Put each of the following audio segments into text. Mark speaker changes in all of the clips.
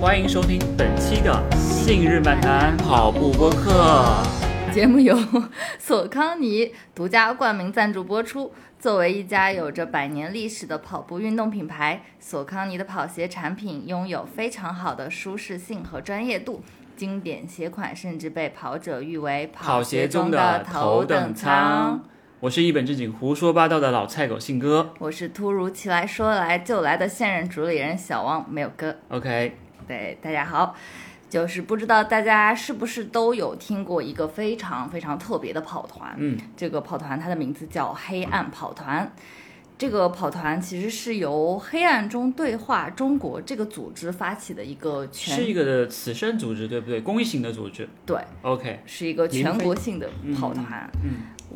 Speaker 1: 欢迎收听本期的《信日满男跑步播客》。
Speaker 2: 节目由索康尼独家冠名赞助播出。作为一家有着百年历史的跑步运动品牌，索康尼的跑鞋产品拥有非常好的舒适性和专业度，经典鞋款甚至被跑者誉为
Speaker 1: 跑鞋
Speaker 2: 鞋
Speaker 1: 中的
Speaker 2: 的
Speaker 1: 头等
Speaker 2: 等
Speaker 1: 舱。。我是一本正经胡说八道的老菜狗信哥。
Speaker 2: 我是突如其来说来就来的现任主理人小汪，没有哥。
Speaker 1: OK，
Speaker 2: 对，大家好，就是不知道大家是不是都有听过一个非常非常特别的跑团，啊
Speaker 1: 嗯，
Speaker 2: 这个跑团它的名字叫黑暗跑团。这个跑团其实是由黑暗中对话中国这个组织发起的一个
Speaker 1: 是一
Speaker 2: 全
Speaker 1: 个慈善组织，对不对？公益型的组织。
Speaker 2: 对，
Speaker 1: OK，
Speaker 2: 是一个全国性的跑团，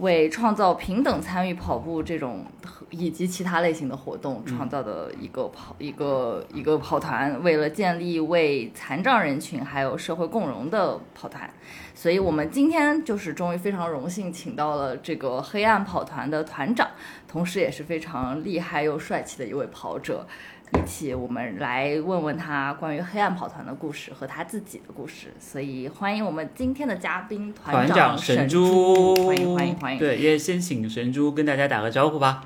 Speaker 2: 为创造平等参与跑步这种以及其他类型的活动创造的一个跑、一个一个跑团，为了建立为残障人群还有社会共融的跑团，所以我们今天就是终于非常荣幸请到了这个黑暗跑团的团长，同时也是非常厉害又帅气的一位跑者。一起，我们来问问他关于黑暗跑团的故事和他自己的故事。所以，欢迎我们今天的嘉宾
Speaker 1: 团
Speaker 2: 长
Speaker 1: 神
Speaker 2: 猪
Speaker 1: 猪，，
Speaker 2: 欢迎欢迎欢迎。
Speaker 1: 对，也先请神猪跟大家打个招呼吧。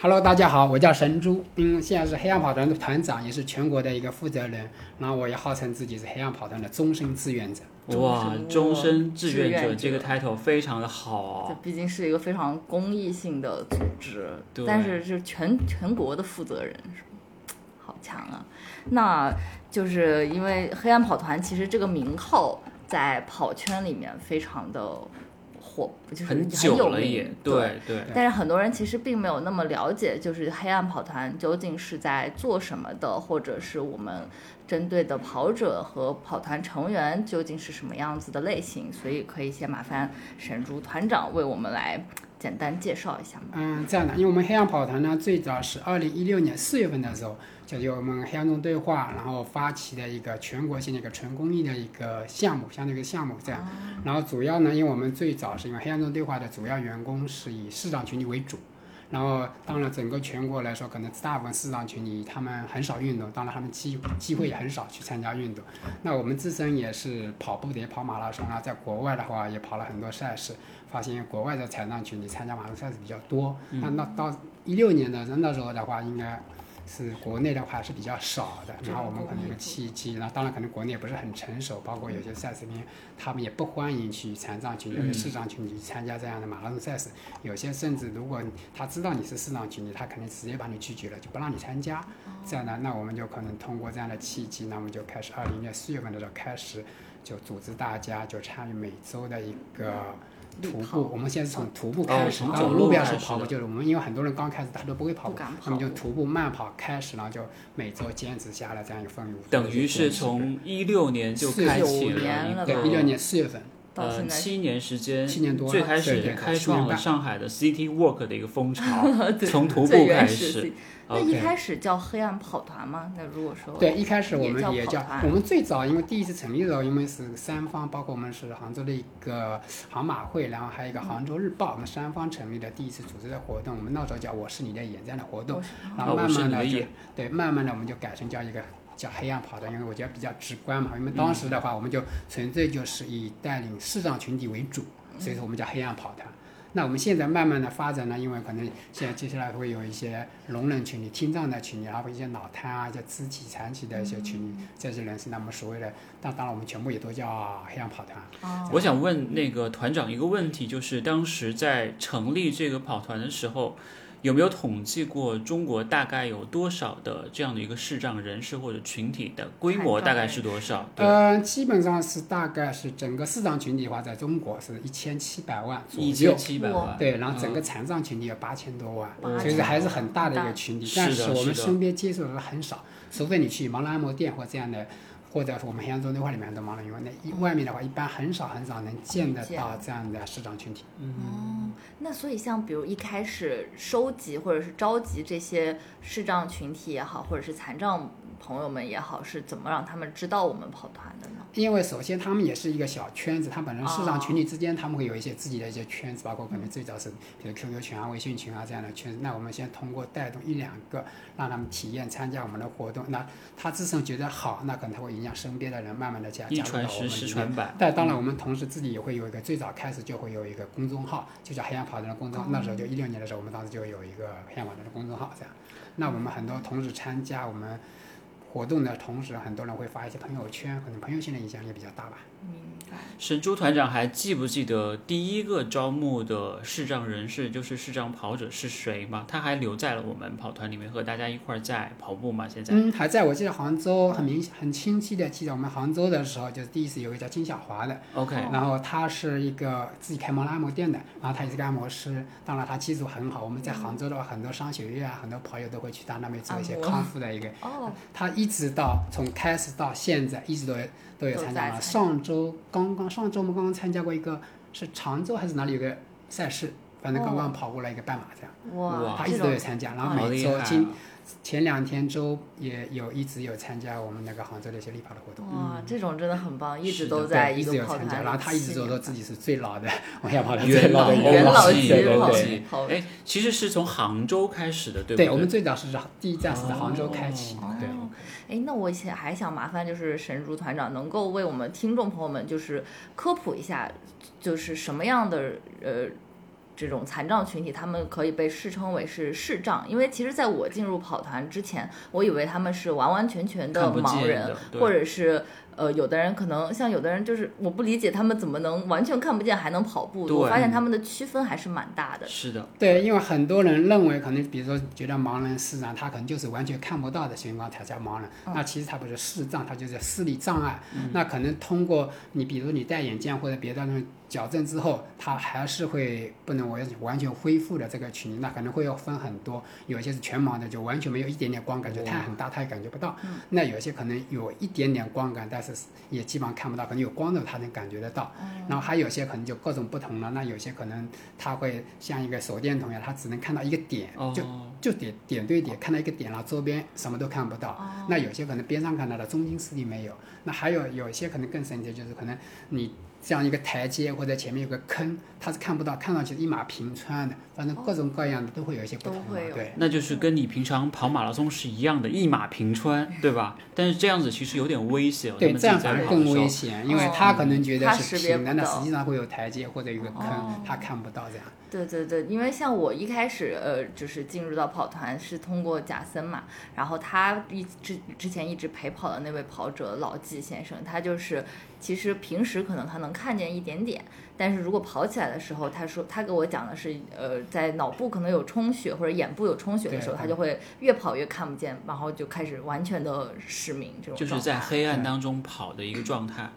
Speaker 3: Hello，大家好，我叫神猪，嗯，现在是黑暗跑团的团长，也是全国的一个负责人。然后我也号称自己是黑暗跑团的终身志愿者。
Speaker 1: 哇，终
Speaker 2: 终身
Speaker 1: 身志愿
Speaker 2: 志
Speaker 1: 者
Speaker 2: 愿者
Speaker 1: 这个 title 非常的好
Speaker 2: 这
Speaker 1: 哦。
Speaker 2: 毕竟是一个非常公益性的组织，
Speaker 1: 对
Speaker 2: 但是是全全国的负责人，是吧好强啊！那就是因为黑暗跑团，其实这个名号在跑圈里面非常的火，就是
Speaker 1: 很
Speaker 2: 有
Speaker 1: 久了
Speaker 2: 名
Speaker 1: 也，
Speaker 2: 对。
Speaker 1: 对对，
Speaker 2: 但是很多人其实并没有那么了解，就是黑暗跑团究竟是在做什么的，或者是我们针对的跑者和跑团成员究竟是什么样子的类型，所以可以先麻烦沈竹团长为我们来简单介绍一下吗？
Speaker 3: 嗯，这样的，因为我们黑暗跑团呢，最早是二零一六年四月份的时候，就是由我们黑暗中对话，然后发起的一个全国性的一个纯公益的一个项目，相当于一个项目这样。然后主要呢，因为我们最早是因为黑暗中对话的主要员工是以市长群体为主。然后，当然，整个全国来说，可能大部分市长群体他们很少运动，当然他们机机会也很少去参加运动。那我们自身也是跑步的，也跑马拉松啊，在国外的话也跑了很多赛事，发现国外的残障群体参加马拉松赛事比较多。那那到一六年的那时候的话，应该是国内的话是比较少的。然后我们可能有契机，然后当然可能国内也不是很成熟，包括有些赛事里面他们也不欢迎去残障群体、有些视障群体去参加这样的马拉松赛事。有些甚至如果他知道你是视障群体，他可能直接把你拒绝了，就不让你参加。这样呢，那我们就可能通过这样的契机，那我们就开始二零年四月份的时候开始就组织大家就参与每周的一个徒
Speaker 2: 路跑
Speaker 3: 步。我们现在是从徒步
Speaker 1: 哦
Speaker 3: 开始，
Speaker 1: 从
Speaker 3: 当
Speaker 1: 走
Speaker 3: 然
Speaker 1: 路
Speaker 3: 路标
Speaker 1: 开
Speaker 3: 是
Speaker 1: 始
Speaker 3: 跑步，
Speaker 1: 的
Speaker 3: 就是我们因为很多人刚开始他都不会跑
Speaker 2: 不
Speaker 3: 步
Speaker 2: 敢，
Speaker 3: 他们就
Speaker 2: 跑
Speaker 3: 徒步慢跑开始，然后就每周坚持下来这样一个氛围。
Speaker 1: 等于是从一六年就
Speaker 3: 四
Speaker 1: 开
Speaker 2: 九
Speaker 1: 启了
Speaker 2: 年了
Speaker 1: 一
Speaker 3: 对
Speaker 1: 个
Speaker 3: 一六年四月份，
Speaker 2: 到
Speaker 1: 呃
Speaker 2: 现在，
Speaker 1: 七年时间，
Speaker 3: 七年多了
Speaker 1: 嗯最开
Speaker 3: 对
Speaker 1: 始
Speaker 3: 对
Speaker 1: 开
Speaker 3: 七
Speaker 1: 创
Speaker 3: 年
Speaker 1: 了
Speaker 3: 半
Speaker 1: 上海的 City Walk 的一个风 潮
Speaker 2: 对
Speaker 1: 从徒
Speaker 2: 最
Speaker 1: 步
Speaker 2: 原
Speaker 1: 开
Speaker 2: 始的
Speaker 1: 始
Speaker 2: 自己。那一
Speaker 3: OK
Speaker 2: 开始叫黑暗跑团吗？那如果说
Speaker 3: 对，一开始我
Speaker 2: 也叫
Speaker 3: 们也
Speaker 2: 跑
Speaker 3: 叫
Speaker 2: 团
Speaker 3: 我们最早，因为第一次成立的时候，因为是三方，包括我们是杭州的一个杭马会，然后还有一个杭州日报，我们三方成立的第一次组织的活动，我们那时候叫“我是你的眼”这样的活动
Speaker 2: 我是，
Speaker 1: 啊
Speaker 3: 然后
Speaker 1: 我
Speaker 3: 慢
Speaker 1: 是
Speaker 3: 慢
Speaker 1: 你的
Speaker 3: 的就
Speaker 1: 眼
Speaker 3: 对，慢慢的我们就改成叫一个。叫黑暗跑团，因为我觉得比较直观嘛。因
Speaker 1: 嗯
Speaker 3: 为当时的话，我们就纯粹就是以带领视障群体为主，所以说我们叫黑暗跑团。那我们现在慢慢的发展呢，因为可能现在接下来会有一些聋人群体、听障的群体，还有一些脑瘫啊、一些肢体残疾的一些群
Speaker 1: 嗯
Speaker 3: 体，这些人是那么所谓的，但当然我们全部也都叫黑暗跑团。
Speaker 2: 哦，
Speaker 1: 我想问那个团长一个问题，就是当时在成立这个跑团的时候，有没有统计过中国大概有多少的这样的一个视障人士或者群体的规模
Speaker 2: 看到
Speaker 1: 大概是多少？对，
Speaker 3: 呃，基本上是大概是整个市障群体的话，在中国是一千七百万左
Speaker 1: 一
Speaker 3: 右
Speaker 1: 千。七百万。
Speaker 3: 对，然后整
Speaker 1: 嗯
Speaker 3: 个残障群体有八千多万，
Speaker 2: 8000
Speaker 3: 所以说还是很大的一个群体。
Speaker 1: 是的
Speaker 3: 但是我们
Speaker 1: 是的
Speaker 3: 身边接触的人很少，除非你去盲人按摩店或这样的，或者我们黑暗中对话里面很多盲人用，那一外面的话一般很少很少能见得
Speaker 2: 见
Speaker 3: 到这样的视障群体。
Speaker 2: 哦，那所以像比如一开始收集或者是召集这些视障群体也好，或者是残障朋友们也好，是怎么让他们知道我们跑团的呢？
Speaker 3: 因为首先他们也是一个小圈子，他本身市
Speaker 2: 哦
Speaker 3: 场群体之间他们会有一些自己的一些圈子，包括可能最早是比如 QQ 群啊、微信群啊这样的圈子。那我们先通过带动一两个，让他们体验参加我们的活动。那他自身觉得好，那可能他会影响身边的人，慢慢的加
Speaker 1: 一
Speaker 3: 加入到
Speaker 1: 传
Speaker 3: 我
Speaker 1: 十，
Speaker 3: 们
Speaker 1: 十
Speaker 3: 里面。
Speaker 1: 传百。
Speaker 3: 但当然，我们同时自己也会有一个，最早开始就会有一个公众号，就叫黑暗跑团的公
Speaker 2: 嗯
Speaker 3: 众号。那时候就一六年的时候，我们当时就有一个黑暗跑团的公众号，这样。那我们很多同时参加我们活动的同时，很多人会发一些朋友圈，可能朋友圈的影响力比较大吧。
Speaker 2: 明白。
Speaker 1: 沈朱团长还记不记得第一个招募的视障人士就是视障跑者是谁吗？他还留在了我们跑团里面和大家一块儿在跑步嘛？现在，
Speaker 3: 嗯，还在我记得杭州很明很清晰的记得我们杭州的时候，就是第一次有一个叫金小华的，
Speaker 1: OK，
Speaker 3: 然后他是一个自己开摩拉按摩店的，然后他也是个按摩师，当然他技术很好。我们在杭州的话，很多商学院啊，很多朋友都会去他那边做一
Speaker 2: 嗯
Speaker 3: 些
Speaker 2: 按摩
Speaker 3: 康复的一个
Speaker 2: 哦，
Speaker 3: 他一直到从开始到现在，一直都有都有
Speaker 2: 都
Speaker 3: 参
Speaker 2: 在参
Speaker 3: 加
Speaker 2: 加
Speaker 3: 了。上周刚刚上周我们刚刚参加过一个是常州还是哪里有个赛事，反正刚刚跑过来一个半马这样。
Speaker 1: 哇
Speaker 2: 哇，
Speaker 3: 他一
Speaker 2: 这
Speaker 3: 直都
Speaker 2: 种
Speaker 3: 有参加，然
Speaker 1: 好
Speaker 3: 后每
Speaker 1: 厉
Speaker 3: 周
Speaker 1: 害
Speaker 3: 今
Speaker 1: 啊！
Speaker 3: 前两天周也有一直有参加我们那个杭州的一些立跑的活动。
Speaker 2: 哇，这种真的很棒，一直
Speaker 1: 是
Speaker 2: 都
Speaker 1: 的
Speaker 2: 在
Speaker 3: 对一直
Speaker 2: 个
Speaker 3: 有
Speaker 2: 跑
Speaker 3: 参加，
Speaker 2: 团里。
Speaker 3: 然后他一直都说自己是最老的，我要跑到最
Speaker 1: 元
Speaker 3: 老
Speaker 1: 老
Speaker 3: 的一个
Speaker 2: 元
Speaker 3: 人
Speaker 2: 老
Speaker 3: 对
Speaker 2: 级
Speaker 3: 对
Speaker 2: 跑
Speaker 3: 对
Speaker 2: 者
Speaker 3: 对。
Speaker 2: 跑
Speaker 1: 哎，其实是从杭州开始的，对不
Speaker 3: 对，
Speaker 1: 对
Speaker 3: 我们最早是第一站是在杭州开启的
Speaker 2: 哦，
Speaker 3: 对。
Speaker 2: 哎，那我想还想麻烦就是神竹团长能够为我们听众朋友们就是科普一下，就是什么样的呃这种残障群体，他们可以被视称为是视障，因为其实在我进入跑团之前，我以为他们是完完全全的
Speaker 1: 看不
Speaker 2: 盲
Speaker 1: 见
Speaker 2: 人
Speaker 1: 的，，对
Speaker 2: 或者是呃，有的人可能像有的人就是我不理解他们怎么能完全看不见还能跑步的，我
Speaker 1: 对嗯
Speaker 2: 发现他们的区分还是蛮大的。
Speaker 1: 是的，
Speaker 3: 对，因为很多人认为可能，比如说觉得盲人视障，他可能就是完全看不到的情况才叫盲人。那其实他不是视障，他就是视力障碍。那可能通过你，比如你戴眼镜或者别的东西矫正之后，他还是会不能完完全恢复的这个群，那可能会要分很多。有一些是全盲的，就完全没有一点点光感觉，太很大他也感觉不到。那有些可能有一点点光感，但是也基本上看不到，可能有光的他能感觉得到。然后还有些可能就各种不同了，那有些可能他会像一个手电筒一样，他只能看到一个点，
Speaker 1: 哦
Speaker 3: 就，就点点对点看到一个点，然后周边什么都看不到。
Speaker 2: 哦
Speaker 3: 那有些可能边上看到的，中心视力没有。那还有有些可能更神奇，就是可能你这样一个台阶或者前面有个坑，它是看不到，看上去一马平川的，反正各种各样的都会有一些不
Speaker 2: 都
Speaker 3: 同嘛
Speaker 2: 会有
Speaker 3: 对。
Speaker 1: 那就是跟你平常跑马拉松是一样的，一马平川，对吧？但是这样子其实有点危险，
Speaker 3: 对，
Speaker 1: 他们
Speaker 3: 这
Speaker 1: 自己
Speaker 3: 样
Speaker 1: 在
Speaker 3: 反而
Speaker 1: 跑的
Speaker 3: 更
Speaker 1: 时候
Speaker 3: 危险，因为
Speaker 2: 哦
Speaker 3: 他可能觉得
Speaker 2: 他
Speaker 3: 是
Speaker 2: 识别
Speaker 3: 平的，
Speaker 2: 不
Speaker 3: 那
Speaker 2: 到
Speaker 3: 实际上会有台阶或者有个
Speaker 2: 哦
Speaker 3: 坑，他看不到这样。
Speaker 2: 对对对，因为像我一开始呃，就是进入到跑团是通过贾森嘛，然后他一之之前一直陪跑的那位跑者老纪先生，他就是其实平时可能他能看见一点点，但是如果跑起来的时候，他说他给我讲的是呃，在脑部可能有充血或者眼部有充血的时候，
Speaker 3: 对
Speaker 2: 他就会越跑越看不见，然后就开始完全的失明这种
Speaker 1: 就
Speaker 2: 状
Speaker 1: 是
Speaker 2: 态。
Speaker 1: 在黑暗当中跑的一个状态。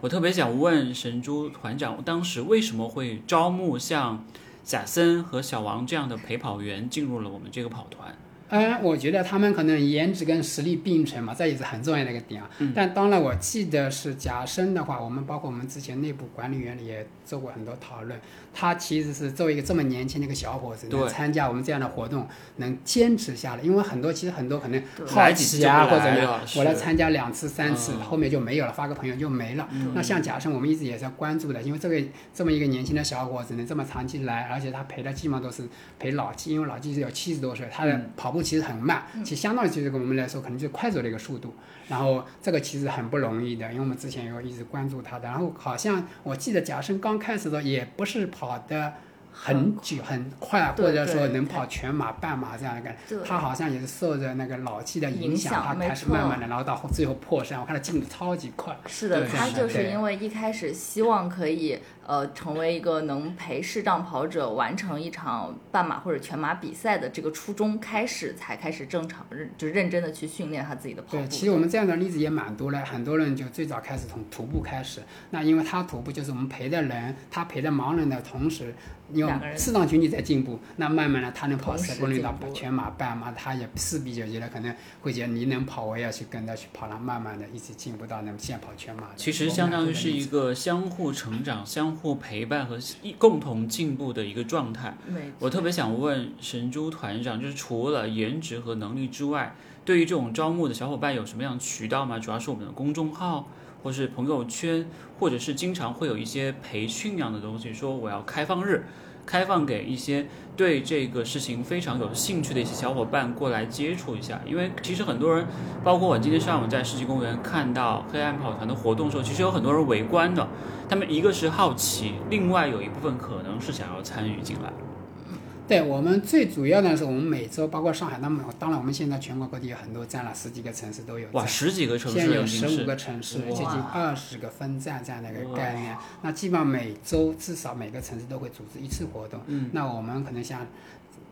Speaker 1: 我特别想问神猪团长，当时为什么会招募像贾森和小王这样的陪跑员进入了我们这个跑团？
Speaker 3: 嗯，我觉得他们可能颜值跟实力并存嘛，这也是很重要的一个点啊。但当然，我记得是贾生的话，我们包括我们之前内部管理员也做过很多讨论。他其实是作为一个这么年轻的一个小伙子，
Speaker 1: 对
Speaker 3: 能参加我们这样的活动，能坚持下来。因为很多其实很多可能
Speaker 2: 对
Speaker 3: 好奇啊，
Speaker 1: 来几次就
Speaker 3: 或
Speaker 1: 不来
Speaker 3: 者
Speaker 1: 了
Speaker 3: 呢，我来
Speaker 1: 是
Speaker 3: 参加两次、三次，
Speaker 1: 嗯
Speaker 3: 后面就没有了，发个朋友就没了。
Speaker 2: 嗯
Speaker 3: 那像贾生，我们一直也在关注的，因为这个这么一个年轻的小伙子能这么长期来，而且他陪的基本上都是陪老纪，因为老纪只有七十多岁，他
Speaker 1: 嗯
Speaker 3: 的跑步其实很慢，
Speaker 2: 嗯
Speaker 3: 其实相当于就是跟我们来说，可能就是快走的一个速度。然后这个其实很不容易的，因为我们之前有一直关注他的，然后好像我记得贾生刚开始的时候也不是跑的。
Speaker 2: 嗯
Speaker 3: 很久很快，啊
Speaker 2: 对
Speaker 3: 或者
Speaker 2: 对
Speaker 3: 说能跑全马、半马这样一个
Speaker 2: 对，
Speaker 3: 他好像也是受着那个老纪的
Speaker 2: 影
Speaker 3: 影响，
Speaker 2: 响
Speaker 3: 他
Speaker 2: 没
Speaker 3: 开始
Speaker 2: 错
Speaker 3: 慢慢的，然后到后最后破山，我看他进的超级快，
Speaker 2: 是的，
Speaker 1: 对
Speaker 2: 他
Speaker 1: 是
Speaker 2: 就
Speaker 1: 的
Speaker 2: 是
Speaker 3: 对
Speaker 2: 因为一开始希望可以呃成为一个能陪视障跑者完成一场半马或者全马比赛的这个初衷开始，才开始正常认就认真的去训练他自己的跑步。
Speaker 3: 对，其实我们这样的例子也蛮多了，很多人就最早开始从徒步开始。那因为他徒步就是我们陪的人，他陪着盲人的同时，因为
Speaker 2: 两个人
Speaker 3: 适当群体在进步，那慢慢的他能跑
Speaker 2: 同时
Speaker 3: 十公里到
Speaker 2: 进步
Speaker 3: 全马、半马，他也势必就觉得可能会觉得你能跑，我也要去跟着去跑，然后慢慢的一起进步到能现在跑全马的。
Speaker 1: 其实相当于是一个相互成长、相互陪伴和一共同进步的一个状态。
Speaker 2: 没
Speaker 1: 我特别想问神猪团长，就是除了颜值和能力之外，对于这种招募的小伙伴有什么样的渠道吗？主要是我们的公众号，或是朋友圈，或者是经常会有一些培训样的东西，说我要开放日，开放给一些对这个事情非常有兴趣的一些小伙伴过来接触一下。因为其实很多人，包括我今天上午在世纪公园看到黑暗跑团的活动的时候，其实有很多人围观的，他们一个是好奇，另外有一部分可能是想要参与进来。
Speaker 3: 对我们最主要的是，我们每周包括上海，那么当然我们现在全国各地有很多站了，十几个城市都有
Speaker 1: 哇，
Speaker 3: 站。
Speaker 1: 十几个城市
Speaker 3: 现在有
Speaker 1: 已经
Speaker 3: 十
Speaker 1: 是
Speaker 3: 五个城市，接近
Speaker 2: 哇
Speaker 3: 二十个分站这样的一个
Speaker 1: 哇
Speaker 3: 概念。那基本上每周至少每个城市都会组织一次活动。
Speaker 1: 嗯
Speaker 3: 那我们可能像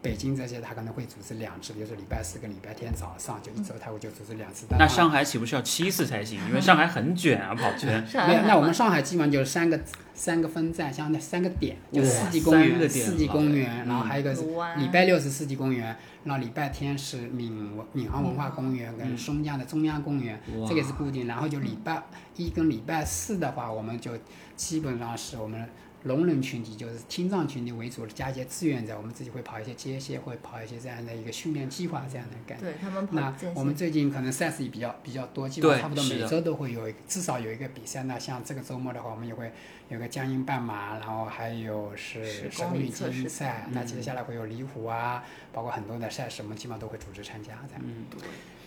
Speaker 3: 北京这些，他可能会组织两次，比如说礼拜四跟礼拜天早上，就一周他会就组织两次。但
Speaker 1: 那上海岂不是要七次才行？因为上海很卷啊，跑圈。
Speaker 2: 上
Speaker 3: 没
Speaker 2: 海
Speaker 3: 有，那我
Speaker 2: 嘛
Speaker 3: 们上海基本上就是三个三个分站，相当于三个点，就
Speaker 1: 哇
Speaker 3: 四季公
Speaker 1: 三个
Speaker 3: 园、
Speaker 1: 点
Speaker 3: 四季公园，
Speaker 1: 嗯
Speaker 3: 然后还有一个是
Speaker 2: 卢湾
Speaker 3: 礼拜六是四季公园，然后礼拜天是闵文闵行文化公园跟松江的中央公园，
Speaker 1: 哇
Speaker 3: 这个是固定。然后就礼拜一跟礼拜四的话，我们就基本上是我们。聋人群体就是听障群体为主，加一些志愿者，我们自己会跑一些街协，会跑一些这样的一个训练计划这样的概念。
Speaker 2: 对他们跑
Speaker 3: 那
Speaker 2: 健
Speaker 3: 我
Speaker 2: 行，
Speaker 3: 们最近可能赛事也比较比较多，基本上
Speaker 1: 对
Speaker 3: 差不多
Speaker 1: 是
Speaker 3: 每
Speaker 1: 的
Speaker 3: 周都会有一个至少有一个比赛。那像这个周末的话，我们也会有个江阴半马，然后还有
Speaker 2: 10
Speaker 3: 是
Speaker 2: 公
Speaker 3: 公
Speaker 2: 里
Speaker 3: 里
Speaker 2: 测
Speaker 3: 精
Speaker 2: 试
Speaker 3: 英赛
Speaker 1: 赛。
Speaker 3: 那接下来会有离湖啊，包括很多的赛事，我们基本上都会组织参加这样。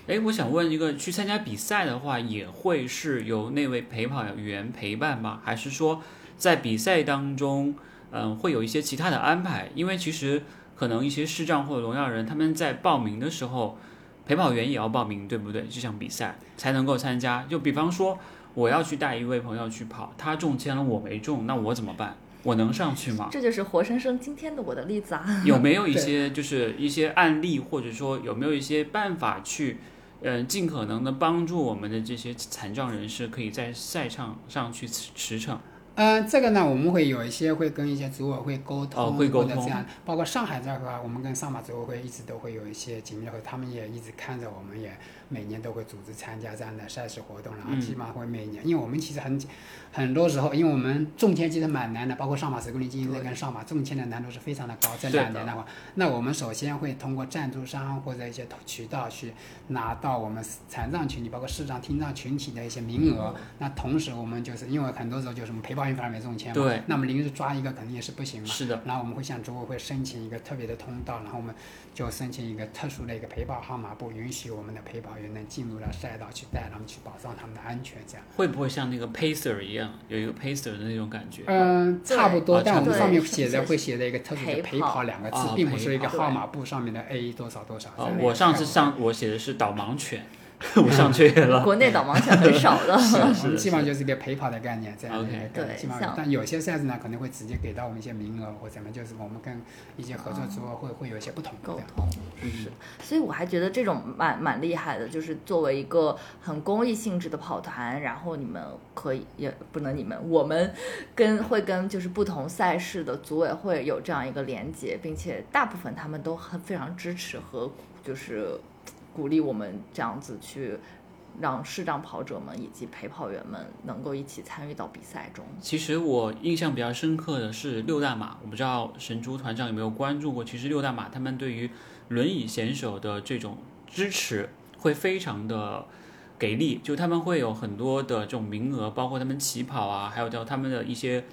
Speaker 1: 哎，我想问一个，去参加比赛的话，也会是由那位陪跑员陪伴吗？还是说在比赛当中，嗯、会有一些其他的安排？因为其实可能一些视障或者聋哑人，他们在报名的时候，陪跑员也要报名，对不对？这项比赛才能够参加。就比方说，我要去带一位朋友去跑，他中签了，我没中，那我怎么办？我能上去吗？
Speaker 2: 这就是活生生今天的我的例子啊。
Speaker 1: 有没有一些就是一些案例，或者说有没有一些办法去，呃，尽可能的帮助我们的这些残障人士可以在赛场上去驰驰骋？
Speaker 3: 嗯，这个呢，我们会有一些会跟一些组委会沟通，
Speaker 1: 哦会沟
Speaker 3: 或者
Speaker 1: 通
Speaker 3: 这样，包括上海这块，我们跟上马组委会一直都会有一些紧密的合作，他们也一直看着我们，也每年都会组织参加这样的赛事活动，然后
Speaker 1: 嗯
Speaker 3: 基本上会每年，因为我们其实很很多时候，因为我们中签其实蛮难的，包括上马十公里精英赛跟上马中签的难度是非常的高，这
Speaker 1: 是
Speaker 3: 两
Speaker 1: 的
Speaker 3: 年的话，那我们首先会通过赞助商或者一些渠道去拿到我们残障群体，包括视障、听障群体的一些名额。
Speaker 1: 嗯
Speaker 3: 那同时，我们就是因为很多时候就是我们陪跑员反而没中签嘛，
Speaker 1: 对，
Speaker 3: 那么临时抓一个肯定也是不行嘛。
Speaker 1: 是的，
Speaker 3: 然后我们会向组委会申请一个特别的通道，然后我们就申请一个特殊的一个陪跑号码不允许我们的陪跑员能进入到赛道去带他们去保障他们的安全，这样。
Speaker 1: 会不会像那个 pacer 一样，有一个 pacer 的那种感觉？
Speaker 3: 嗯，差不多
Speaker 1: 哦，
Speaker 3: 但我们
Speaker 1: 差不多
Speaker 3: 上面写
Speaker 2: 对
Speaker 3: 的会写的一个特殊的
Speaker 2: 陪
Speaker 3: 陪
Speaker 2: 跑
Speaker 3: 跑两个字
Speaker 1: 哦，
Speaker 3: 并不是一个
Speaker 1: 陪
Speaker 2: 跑
Speaker 3: 号码布上面的 A 多少多少这
Speaker 1: 哦
Speaker 3: 样，的一个概念。
Speaker 1: 我上次上我写的是导盲犬， 我上去了。
Speaker 2: 国内导盲犬很少 的，
Speaker 1: 是的
Speaker 3: 我
Speaker 1: 是
Speaker 3: 们
Speaker 1: 的
Speaker 3: 基
Speaker 1: 是
Speaker 3: 本上
Speaker 1: 的，
Speaker 3: 就是一个陪跑的概念，这样的一个
Speaker 1: OK
Speaker 3: 概念。
Speaker 2: 对
Speaker 3: 基本
Speaker 2: 像
Speaker 3: 上，但有些赛事呢，可能会直接给到我们一些名额或怎么，就是我们跟一些合作组啊委会会有一些不同的
Speaker 2: 哦沟
Speaker 3: 这样。
Speaker 2: 通。
Speaker 1: 嗯
Speaker 2: 所以我还觉得这种蛮蛮厉害的，就是作为一个很公益性质的跑团，然后你们可以也不能你们，我们跟会跟就是不同赛事的组委会有这样一个连接，并且大部分他们都很非常支持和就是鼓励我们这样子去。让视障跑者们以及陪跑员们能够一起参与到比赛中。
Speaker 1: 其实我印象比较深刻的是六大马，我不知道神猪团长有没有关注过。其实六大马他们对于轮椅选手的这种支持会非常的给力，就他们会有很多的这种名额，包括他们起跑啊，还有叫他们的一些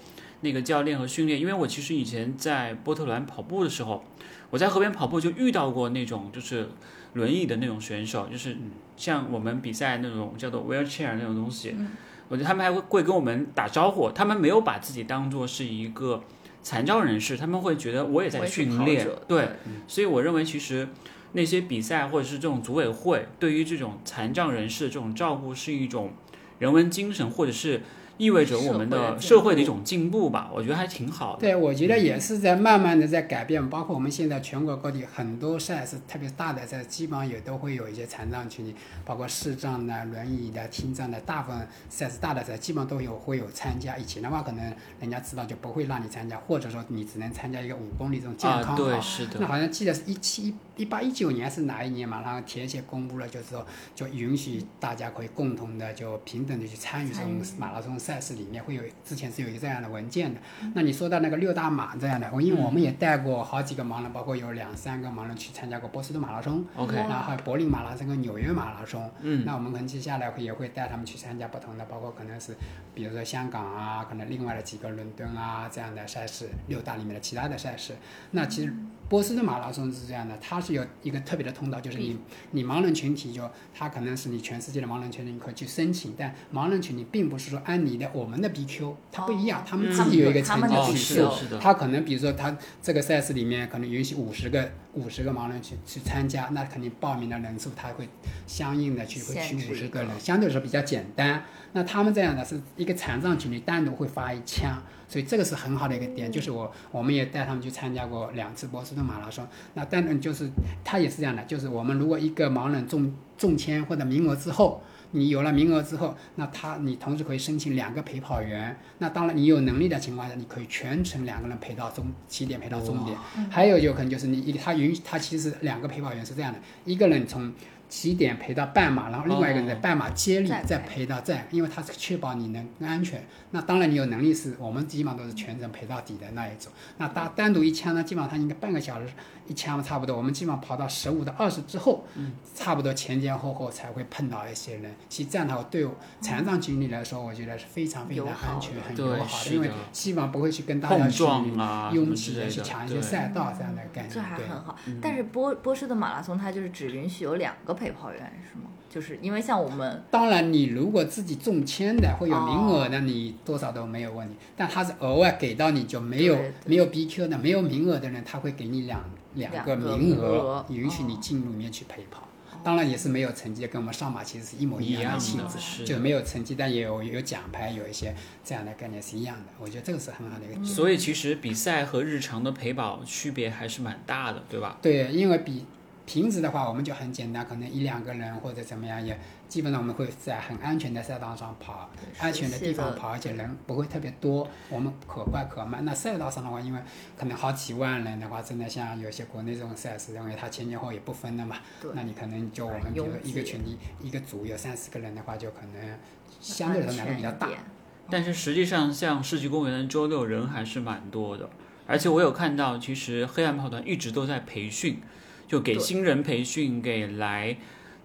Speaker 1: 那个教练和训练。因为我其实以前在波特兰跑步的时候，我在河边跑步就遇到过那种就是轮椅的那种选手，就是嗯像我们比赛那种叫做 wheelchair 那种东西。
Speaker 2: 嗯
Speaker 1: 我觉得他们还会会跟我们打招呼，他们没有把自己当做是一个残障人士，他们会觉得我也在
Speaker 2: 我也是
Speaker 1: 训
Speaker 2: 跑
Speaker 1: 练
Speaker 2: 者，
Speaker 1: 对，所以我认为其实那些比赛或者是这种组委会对于这种残障人士的这种照顾是一种人文精神，或者是意味着我们的
Speaker 2: 社
Speaker 1: 社
Speaker 2: 会
Speaker 1: 会的
Speaker 2: 的进步
Speaker 1: 一种进步吧，我觉得还挺好的。
Speaker 3: 对，我觉得
Speaker 1: 嗯
Speaker 3: 也是在慢慢的在改变，包括我们现在全国各地很多赛事，特别大的赛，基本上也都会有一些残障群体，包括视障的、轮椅的、听障的，大部分赛事大的赛基本上都有会有参加。以前的话，可能人家知道就不会让你参加，或者说你只能参加一个五公里这种健康
Speaker 1: 啊，
Speaker 3: 跑。
Speaker 1: 对，是
Speaker 3: 那
Speaker 1: 的，
Speaker 3: 好像记得是一七一八一九年是哪一年嘛？然后田协公布了，就是说就允许大家可以共同的就平等的去参与这种马拉松赛事里面会有之前是有一个这样的文件的。那你说到那个六大马这样的，因为我们也带过好几个盲人，包括有两三个盲人去参加过波士顿马拉松，
Speaker 1: OK，
Speaker 3: 然后还有柏林马拉松跟纽约马拉松。
Speaker 1: 嗯，
Speaker 3: 那我们可能接下来会也会带他们去参加不同的，包括可能是比如说香港啊，可能另外的几个伦敦啊这样的赛事，六大里面的其他的赛事。那其实波士顿马拉松是这样的，它是有一个特别的通道，就是你
Speaker 2: 嗯
Speaker 3: 你盲人群体就它可能是你全世界的盲人群体，你可以去申请，但盲人群体并不是说按你的我们的 BQ，它不一样，他们
Speaker 2: 嗯
Speaker 3: 自己有一个
Speaker 2: 他
Speaker 3: 成
Speaker 2: 们
Speaker 3: 绩
Speaker 2: 的
Speaker 1: 哦，
Speaker 3: 去
Speaker 1: 是
Speaker 2: 比
Speaker 1: 的，
Speaker 2: 数
Speaker 1: 是的，
Speaker 3: 他可能比如说他这个赛事里面可能允许五十个五十个盲人去去参加，那肯定报名的人数他会相应的去会
Speaker 2: 限
Speaker 3: 取
Speaker 2: 制
Speaker 3: 五
Speaker 2: 一
Speaker 3: 十
Speaker 2: 个
Speaker 3: 个人，相对来说比较简单。那他们这样的是一个残障群体单独会发一枪，所以这个是很好的一个点，就是我我们也带他们去参加过两次波士顿马拉松。那当然就是他也是这样的，就是我们如果一个盲人中中签或者名额之后。你有了名额之后，那他你同时可以申请两个陪跑员。那当然，你有能力的情况下，你可以全程两个人陪到终起点，陪到终点。还有有可能就是你一他允许他其实两个陪跑员是这样的，一个人从起点陪到半马，然后另外一个人在半马接力
Speaker 2: 再陪
Speaker 3: 再陪到站，因为他是确保你能安全。那当然，你有能力是我们基本上都是全程陪到底的那一种。那单单独一枪呢，基本上他应该半个小时一枪差不多，我们基本上跑到十五到二十之后，
Speaker 2: 嗯
Speaker 3: 差不多前前后后才会碰到一些人。其实这样的话，对我残障群体来说，我觉得是非常非常
Speaker 2: 嗯友好
Speaker 3: 安全、很
Speaker 1: 对
Speaker 3: 友好
Speaker 1: 是
Speaker 3: 的，因为
Speaker 1: 的
Speaker 3: 基本上不会去跟大家
Speaker 1: 碰
Speaker 3: 去
Speaker 1: 撞啊什
Speaker 3: 拥
Speaker 1: 么之
Speaker 3: 挤
Speaker 1: 类
Speaker 3: 的去
Speaker 1: 的，
Speaker 3: 抢一些
Speaker 1: 对，
Speaker 3: 赛道这样的概念。
Speaker 2: 这还
Speaker 3: 对
Speaker 2: 很好。但是波波士顿马拉松它就是只允许有两个陪跑员，是吗？就是因为像我们
Speaker 3: 当然，你如果自己中签的会有名额的，你多少都没有问题。但他是额外给到你就没有
Speaker 2: 对对
Speaker 3: 没有 BQ 的，没有名额的人，他会给你两
Speaker 2: 两个
Speaker 3: 个名
Speaker 2: 名额
Speaker 3: 允许你进入里面去陪跑。当然也是没有成绩的，跟我们上马其实是一模
Speaker 1: 一
Speaker 3: 样
Speaker 1: 样
Speaker 3: 的性
Speaker 1: 的是
Speaker 3: 质，
Speaker 1: 的
Speaker 3: 就没有成绩，但也有有奖牌，有一些这样的概念是一样的。我觉得这个是很好的一个点。
Speaker 1: 所以其实比赛和日常的陪跑区别还是蛮大的，对吧？
Speaker 3: 对，因为比平时的话，我们就很简单，可能一两个人或者怎么样，也基本上我们会在很安全的赛道上跑，啊安全的地方跑，而且人不会特别多，我们可快可慢。那赛道上的话，因为可能好几万人的话，真的像有些国内这种赛事，因为它前前后也不分的嘛，
Speaker 2: 对
Speaker 3: 那你可能就我们
Speaker 2: 很
Speaker 3: 比如说
Speaker 2: 拥
Speaker 3: 一个
Speaker 2: 挤
Speaker 3: 群体一个组有三四个人的话，就可能相对来说难度比较大
Speaker 2: 安全一。点
Speaker 1: 但是实际上，像世纪公园的周六人还是蛮多的，而且我有看到，其实黑暗跑团一直都在培训，就给
Speaker 2: 对
Speaker 1: 新人培训，给来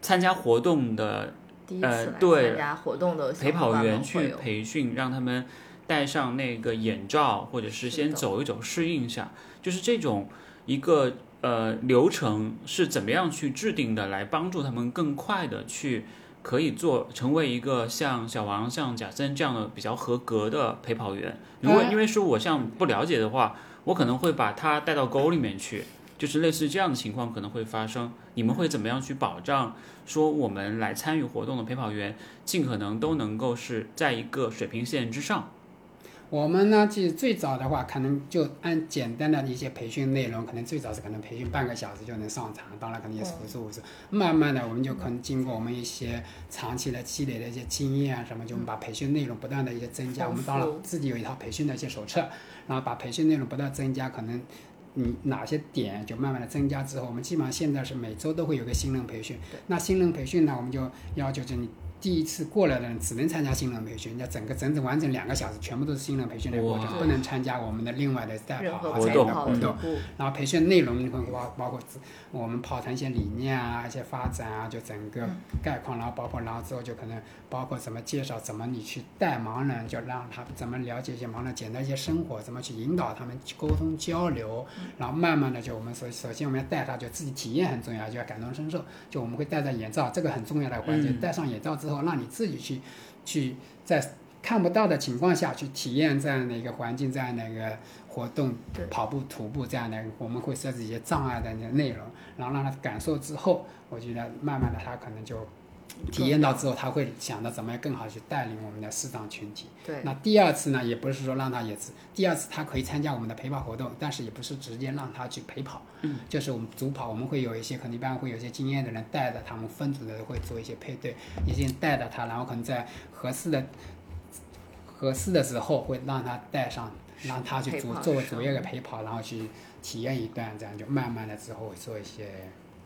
Speaker 1: 参加活动的
Speaker 2: 第一次
Speaker 1: 呃
Speaker 2: 来
Speaker 1: 对
Speaker 2: 参加活动的小
Speaker 1: 陪
Speaker 2: 伙
Speaker 1: 跑
Speaker 2: 伴
Speaker 1: 员
Speaker 2: 们
Speaker 1: 去
Speaker 2: 会有
Speaker 1: 培训，让他们戴上那个眼罩，或者是
Speaker 2: 是
Speaker 1: 先
Speaker 2: 的
Speaker 1: 走一走，适应一下，就是这种一个呃流程是怎么样去制定的，来帮助他们更快的去。可以做成为一个像小王、像贾森这样的比较合格的陪跑员。如果
Speaker 3: 嗯
Speaker 1: 因为是我像不了解的话，我可能会把他带到沟里面去，就是类似这样的情况可能会发生。你们会怎么样去保障说我们来参与活动的陪跑员尽可能都能够是在一个水平线之上？
Speaker 3: 我们呢，其实最早的话，可能就按简单的一些培训内容，可能最早是可能培训半个小时就能上场，当然可能也是辅助辅助。慢慢的，我们就可能经过我们一些长期的积累的一些经验啊什么，就我们把培训内容不断的一些增加。
Speaker 2: 丰
Speaker 3: 我们
Speaker 2: 富
Speaker 3: 当然自己有一套培训的一些手册，然后把培训内容不断增加，可能。你哪些点就慢慢的增加之后，我们基本上现在是每周都会有个新人培训。那新人培训呢，我们就要求就你第一次过来的人只能参加新人培训，要整个整整完整两个小时全部都是新人培训的过程
Speaker 1: 哇，
Speaker 3: 不能参加我们的另外的代
Speaker 2: 任
Speaker 3: 跑
Speaker 2: 何
Speaker 3: 啊
Speaker 1: 活
Speaker 3: 参
Speaker 2: 陪
Speaker 3: 与的
Speaker 1: 动
Speaker 2: 跑
Speaker 3: 活
Speaker 2: 徒
Speaker 3: 动。
Speaker 2: 步，
Speaker 3: 然后培训内容会包包括自我们跑团一些理念啊、一些发展啊，就整个概况，然后包括然后之后就可能包括怎么介绍，怎么你去带盲人，就让他怎么了解一些盲人简单一些生活，怎么去引导他们去沟通交流，然后慢慢的就我们首首先我们要带他就自己体验很重要，就要感同身受，就我们会戴上眼罩，这个很重要的环节，
Speaker 1: 嗯
Speaker 3: 戴上眼罩之后，让你自己去去在看不到的情况下去体验这样的一个环境，这样的一个活动
Speaker 2: 对，
Speaker 3: 跑步、徒步这样的，我们会设置一些障碍的那内容，然后让他感受之后，我觉得慢慢的他可能就体验到之后，他会想到怎么样更好去带领我们的视障群体。
Speaker 2: 对，
Speaker 3: 那第二次呢，也不是说让他也是，第二次他可以参加我们的陪跑活动，但是也不是直接让他去陪跑，嗯，就是我们组跑，我们会有一些可能一般会有一些经验的人带着他们分组的人会做一些配对，一些人带着他，然后可能在合适的合适的时候会让他带上，让他去
Speaker 2: 陪
Speaker 3: 主
Speaker 2: 跑
Speaker 3: 作为
Speaker 2: 是
Speaker 3: 主
Speaker 2: 吧
Speaker 3: 要的陪跑，然后去体验一段，这样就慢慢的之后会做一些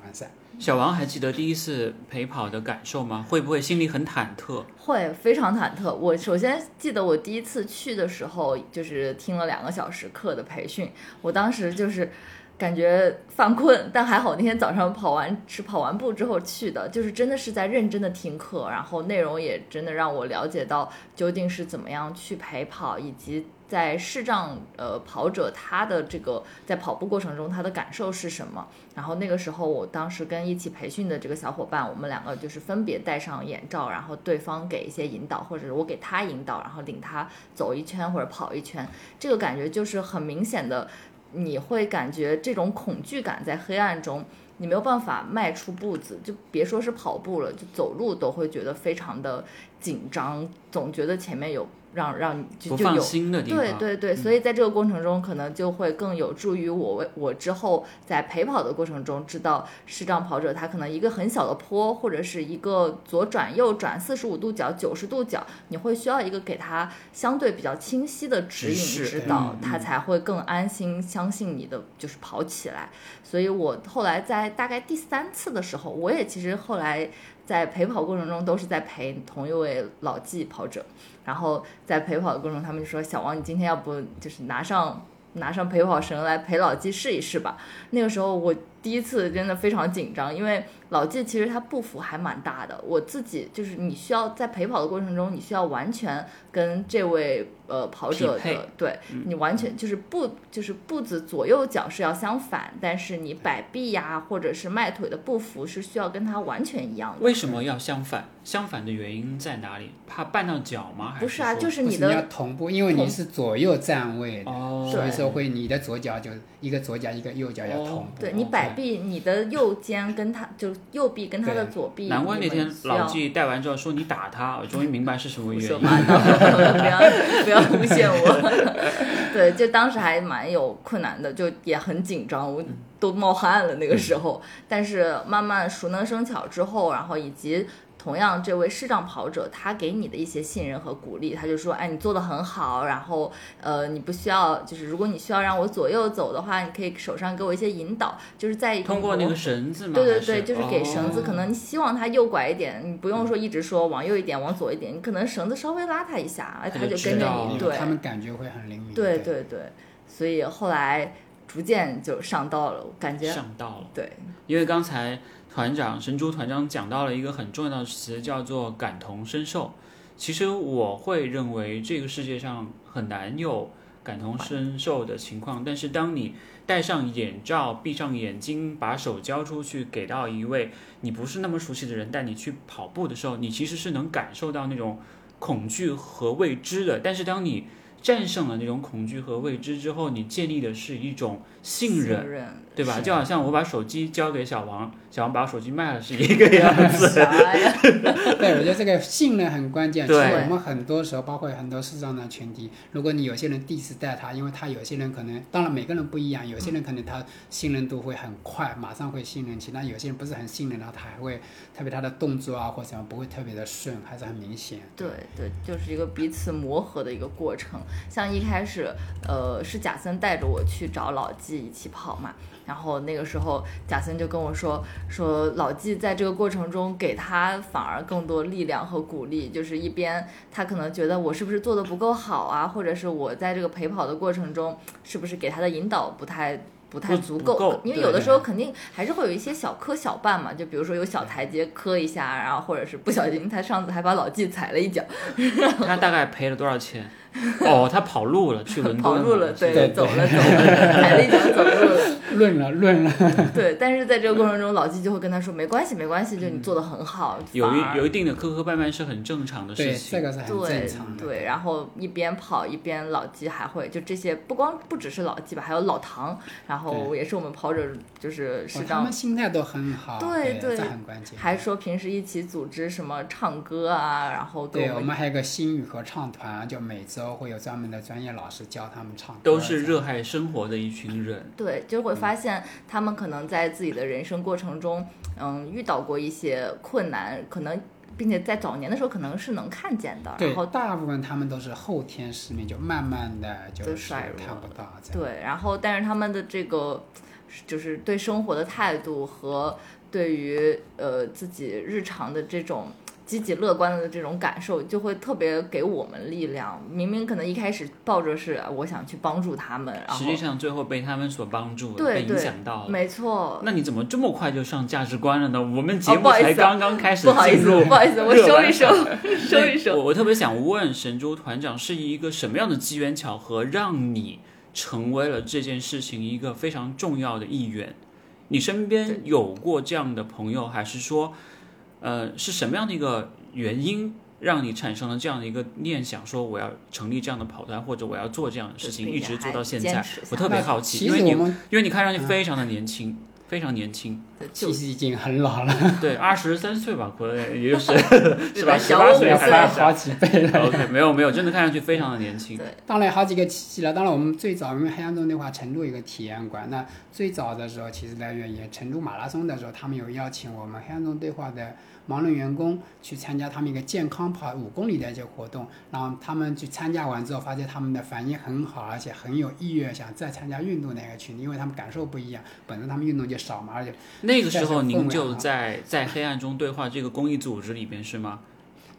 Speaker 3: 完善。
Speaker 1: 小王还记得第一次陪跑的感受吗？会不会心里很忐忑？
Speaker 2: 会非常忐忑。我首先记得我第一次去的时候，就是听了两个小时课的培训，我当时就是感觉犯困，但还好那天早上跑完是跑完步之后去的，就是真的是在认真的听课，然后内容也真的让我了解到究竟是怎么样去陪跑，以及在视障呃跑者他的这个在跑步过程中他的感受是什么。然后那个时候，我当时跟一起培训的这个小伙伴，我们两个就是分别戴上眼罩，然后对方给一些引导，或者是我给他引导，然后领他走一圈或者跑一圈。这个感觉就是很明显的，你会感觉这种恐惧感在黑暗中，你没有办法迈出步子，就别说是跑步了，就走路都会觉得非常的紧张，总觉得前面有让让就
Speaker 1: 不
Speaker 2: 就
Speaker 1: 放
Speaker 2: 有
Speaker 1: 心的地方。嗯
Speaker 2: 对对对，所以在这个过程中，可能就会更有助于我为我之后在陪跑的过程中，知道视障跑者他可能一个很小的坡，或者是一个左转右转四十五度角、九十度角，你会需要一个给他相对比较清晰的指引
Speaker 1: 指示
Speaker 2: 指导
Speaker 1: 嗯，
Speaker 2: 他
Speaker 1: 嗯
Speaker 2: 才会更安心相信你的就是跑起来。所以我后来在大概第三次的时候，我也其实后来在陪跑过程中都是在陪同一位老纪跑者，然后在陪跑的过程中，他们就说：“小王，你今天要不就是拿上拿上陪跑绳来陪老纪试一试吧？”那个时候我第一次真的非常紧张，因为老纪其实他步幅还蛮大的，我自己就是你需要在陪跑的过程中，你需要完全跟这位呃跑者
Speaker 1: 匹配嗯
Speaker 2: 的对你完全就是步就是步子左右脚是要相反，但是你摆臂呀或者是迈腿的步幅是需要跟他完全一样的。
Speaker 1: 为什么要相反？相反的原因在哪里？怕绊到脚吗？还
Speaker 2: 不
Speaker 1: 是
Speaker 2: 是啊，
Speaker 1: 说
Speaker 2: 就是
Speaker 3: 不
Speaker 2: 你
Speaker 3: 是你要
Speaker 2: 的
Speaker 3: 同步，因为
Speaker 2: 同
Speaker 3: 你是左右站位的，
Speaker 1: 哦，
Speaker 3: 所以
Speaker 2: 对
Speaker 3: 说会你的左脚就一个左脚一个右脚要同
Speaker 1: 哦
Speaker 3: 步。
Speaker 2: 对你摆臂，你的右肩跟他就右臂跟他的
Speaker 3: 对
Speaker 2: 左臂，
Speaker 1: 难怪那
Speaker 2: 你们
Speaker 1: 天
Speaker 2: 需要
Speaker 1: 老纪带完之后说你打他，我终于明白是什么
Speaker 2: 胡
Speaker 1: 原
Speaker 2: 说
Speaker 1: 因。
Speaker 2: 八道，不要不要诬陷我。 对，就当时还蛮有困难的，就也很紧张，我都冒汗了那个时候。但是慢慢熟能生巧之后，然后以及。同样，这位视障跑者，他给你的一些信任和鼓励，他就说：“哎，你做的很好，然后呃，你不需要，就是如果你需要让我左右走的话，你可以手上给我一些引导，就是在一
Speaker 1: 通过那
Speaker 2: 模
Speaker 1: 个绳子吗？
Speaker 2: 对对
Speaker 1: 还
Speaker 2: 对，就是给绳子，
Speaker 1: 哦
Speaker 2: 可能你希望它右拐一点，你不用说一直说往右一点、往左一点，你可能绳子稍微拉它一下，哎，
Speaker 1: 它
Speaker 2: 它
Speaker 1: 就
Speaker 2: 就
Speaker 1: 知
Speaker 2: 跟着
Speaker 1: 道
Speaker 2: 你。
Speaker 1: 了
Speaker 2: 对
Speaker 3: 他们感觉会很灵敏。
Speaker 2: 对对对，所以后来逐渐就上道了，我感觉
Speaker 1: 上道了。
Speaker 2: 对
Speaker 1: 因为刚才团长神猪团长讲到了一个很重要的词，叫做感同身受。其实我会认为这个世界上很难有感同身受的情况，但是当你戴上眼罩、闭上眼睛，把手交出去给到一位你不是那么熟悉的人带你去跑步的时候，你其实是能感受到那种恐惧和未知的。但是当你战胜了那种恐惧和未知之后，你建立的是一种信任，对吧？
Speaker 3: 是
Speaker 1: 就好像我把手机交给小王，小王把手机卖了是一个样 子。
Speaker 2: 啥 呀？
Speaker 3: 对，我觉得这个信任很关键。其
Speaker 1: 对
Speaker 3: 实我们很多时候，包括很多视障的群体，如果你有些人 diss 待他，因为他有些人可能，当然每个人不一样，有些人可能他信任度会很快，马上会信任起；但有些人不是很信任，然后他还会，特别他的动作啊或什么不会特别的顺，还是很明显。
Speaker 2: 对对，就是一个彼此磨合的一个过程。像一开始，呃，是贾森带着我去找老纪一起跑嘛，然后那个时候贾森就跟我说，说老纪在这个过程中给他反而更多力量和鼓励，就是一边他可能觉得我是不是做的不够好啊，或者是我在这个陪跑的过程中是不是给他的引导不太。不太
Speaker 1: 不
Speaker 2: 足
Speaker 1: 不
Speaker 2: 够，
Speaker 1: 够
Speaker 2: 因为
Speaker 1: 对
Speaker 2: 有的
Speaker 1: 对
Speaker 2: 时候肯定还是会有一些小磕小绊嘛，就比如说有小台阶磕一下，然后或者是不小心，他上次还把老纪踩了一脚，
Speaker 1: 他大概赔了多少钱？哦，他跑路了，去伦敦
Speaker 2: 跑路了，对，
Speaker 3: 对
Speaker 2: 走了 走了，踩了一脚走路了。
Speaker 3: 论了论了，
Speaker 2: 对，但是在这个过程中，老纪就会跟他说：“没关系，没关系，就你做的很好。
Speaker 1: 嗯有
Speaker 2: 反
Speaker 1: 一
Speaker 2: 而
Speaker 1: 有一定的磕磕绊绊是很正常的事
Speaker 3: 对，这
Speaker 1: 情。
Speaker 3: 个是很正
Speaker 2: 对
Speaker 3: 常的。
Speaker 2: 对，然后一边跑一边老纪还会就这些，不光不只是老纪吧，还有老唐，然后也是我们跑者就是
Speaker 3: 哦
Speaker 2: 适
Speaker 3: 他
Speaker 2: 当
Speaker 3: 们心态都很好，
Speaker 2: 对对
Speaker 3: 这很关键。
Speaker 2: 还说平时一起组织什么唱歌啊，然后跟
Speaker 3: 对
Speaker 2: 我
Speaker 3: 我
Speaker 2: 们
Speaker 3: 们还有个新语合唱团，就每周会有专门的专业老师教他们唱歌。
Speaker 1: 都是热爱生活的一群人，
Speaker 2: 对，就
Speaker 1: 嗯
Speaker 2: 会发现他们可能在自己的人生过程中，嗯，遇到过一些困难，可能并且在早年的时候可能是能看见的，
Speaker 3: 对
Speaker 2: 然，后
Speaker 3: 大部分他们都是后天失明，就慢慢的就
Speaker 2: 就是衰弱
Speaker 3: 看不到这样。
Speaker 2: 对，然后但是他们的这个就是对生活的态度和对于呃自己日常的这种积极乐观的这种感受，就会特别给我们力量。明明可能一开始抱着是啊我想去帮助他们，然后
Speaker 1: 实际上最后被他们所帮助，
Speaker 2: 对
Speaker 1: 被影
Speaker 2: 对
Speaker 1: 响到了。
Speaker 2: 没错，
Speaker 1: 那你怎么这么快就上价值观了呢？我们节
Speaker 2: 哦
Speaker 1: 目
Speaker 2: 不好意思啊
Speaker 1: 才刚刚开始
Speaker 2: 不好意
Speaker 1: 进
Speaker 2: 思
Speaker 1: 入，
Speaker 2: 不好意思，我
Speaker 1: 热
Speaker 2: 收
Speaker 1: 完
Speaker 2: 一收，收一收。
Speaker 1: 我我特别想问神州团长，是一个什么样的机缘巧合让你成为了这件事情一个非常重要的一员？你身边有过这样的朋友，还是说，呃，是什么样的一个原因让你产生了这样的一个念想，说我要成立这样的跑团，或者我要做这样的事情，
Speaker 2: 并
Speaker 1: 一
Speaker 2: 且
Speaker 1: 直做
Speaker 2: 还
Speaker 1: 到现
Speaker 2: 坚
Speaker 1: 在
Speaker 2: 持？
Speaker 1: 我
Speaker 2: 下
Speaker 1: 特别
Speaker 3: 来
Speaker 1: 好奇，
Speaker 3: 其
Speaker 1: 因为
Speaker 3: 实
Speaker 1: 你
Speaker 3: 我们嗯
Speaker 1: 因为你看上去非常的年轻，非常年轻，
Speaker 2: 就
Speaker 3: 其实已经很老了，
Speaker 1: 对，二十三岁吧，可能也就是 是吧，十
Speaker 2: 小
Speaker 1: 八
Speaker 2: 我五
Speaker 1: 岁
Speaker 2: 岁
Speaker 1: 还是
Speaker 2: 对
Speaker 3: 翻好几倍了。
Speaker 1: OK，没有没有，真的看上去非常的年轻。
Speaker 2: 对
Speaker 3: 当然有好几个契机了。当然，我们最早因为黑暗中的话，成都有个体验馆。那最早的时候，其实来源于成都马拉松的时候，他们有邀请我们黑暗中对话的盲人员工去参加他们一个健康跑五公里的一些活动。然后他们去参加完之后，发现他们的反应很好，而且很有意愿想再参加运动的一个群体，因为他们感受不一样，本身他们运动就少嘛，而且
Speaker 1: 那个时候
Speaker 3: 但是氛围
Speaker 1: 您就
Speaker 3: 很好
Speaker 1: 在在黑暗中对话这个公益组织里边是吗？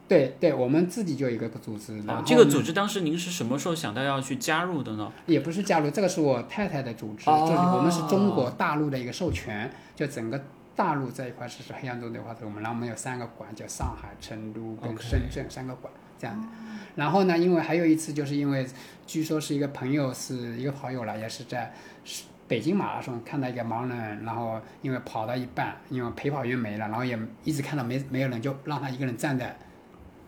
Speaker 3: 对对，我们自己就有一个组织，嗯然
Speaker 1: 哦
Speaker 3: 后
Speaker 1: 这个组织当时您是什么时候想到要去加入的呢？
Speaker 3: 也不是加入，这个是我太太的组织，
Speaker 1: 哦
Speaker 3: 就是我们是中国大陆的一个授权，就整个大陆这一块是是黑暗中对话的，我们然后我们有三个馆，叫上海、成都跟
Speaker 1: OK
Speaker 3: 深圳三个馆这样的。然后呢，因为还有一次，就是因为据说是一个朋友是一个跑友了，也是在是北京马拉松看到一个盲人，然后因为跑到一半，因为陪跑员没了，然后也一直看到没没有人，就让他一个人站在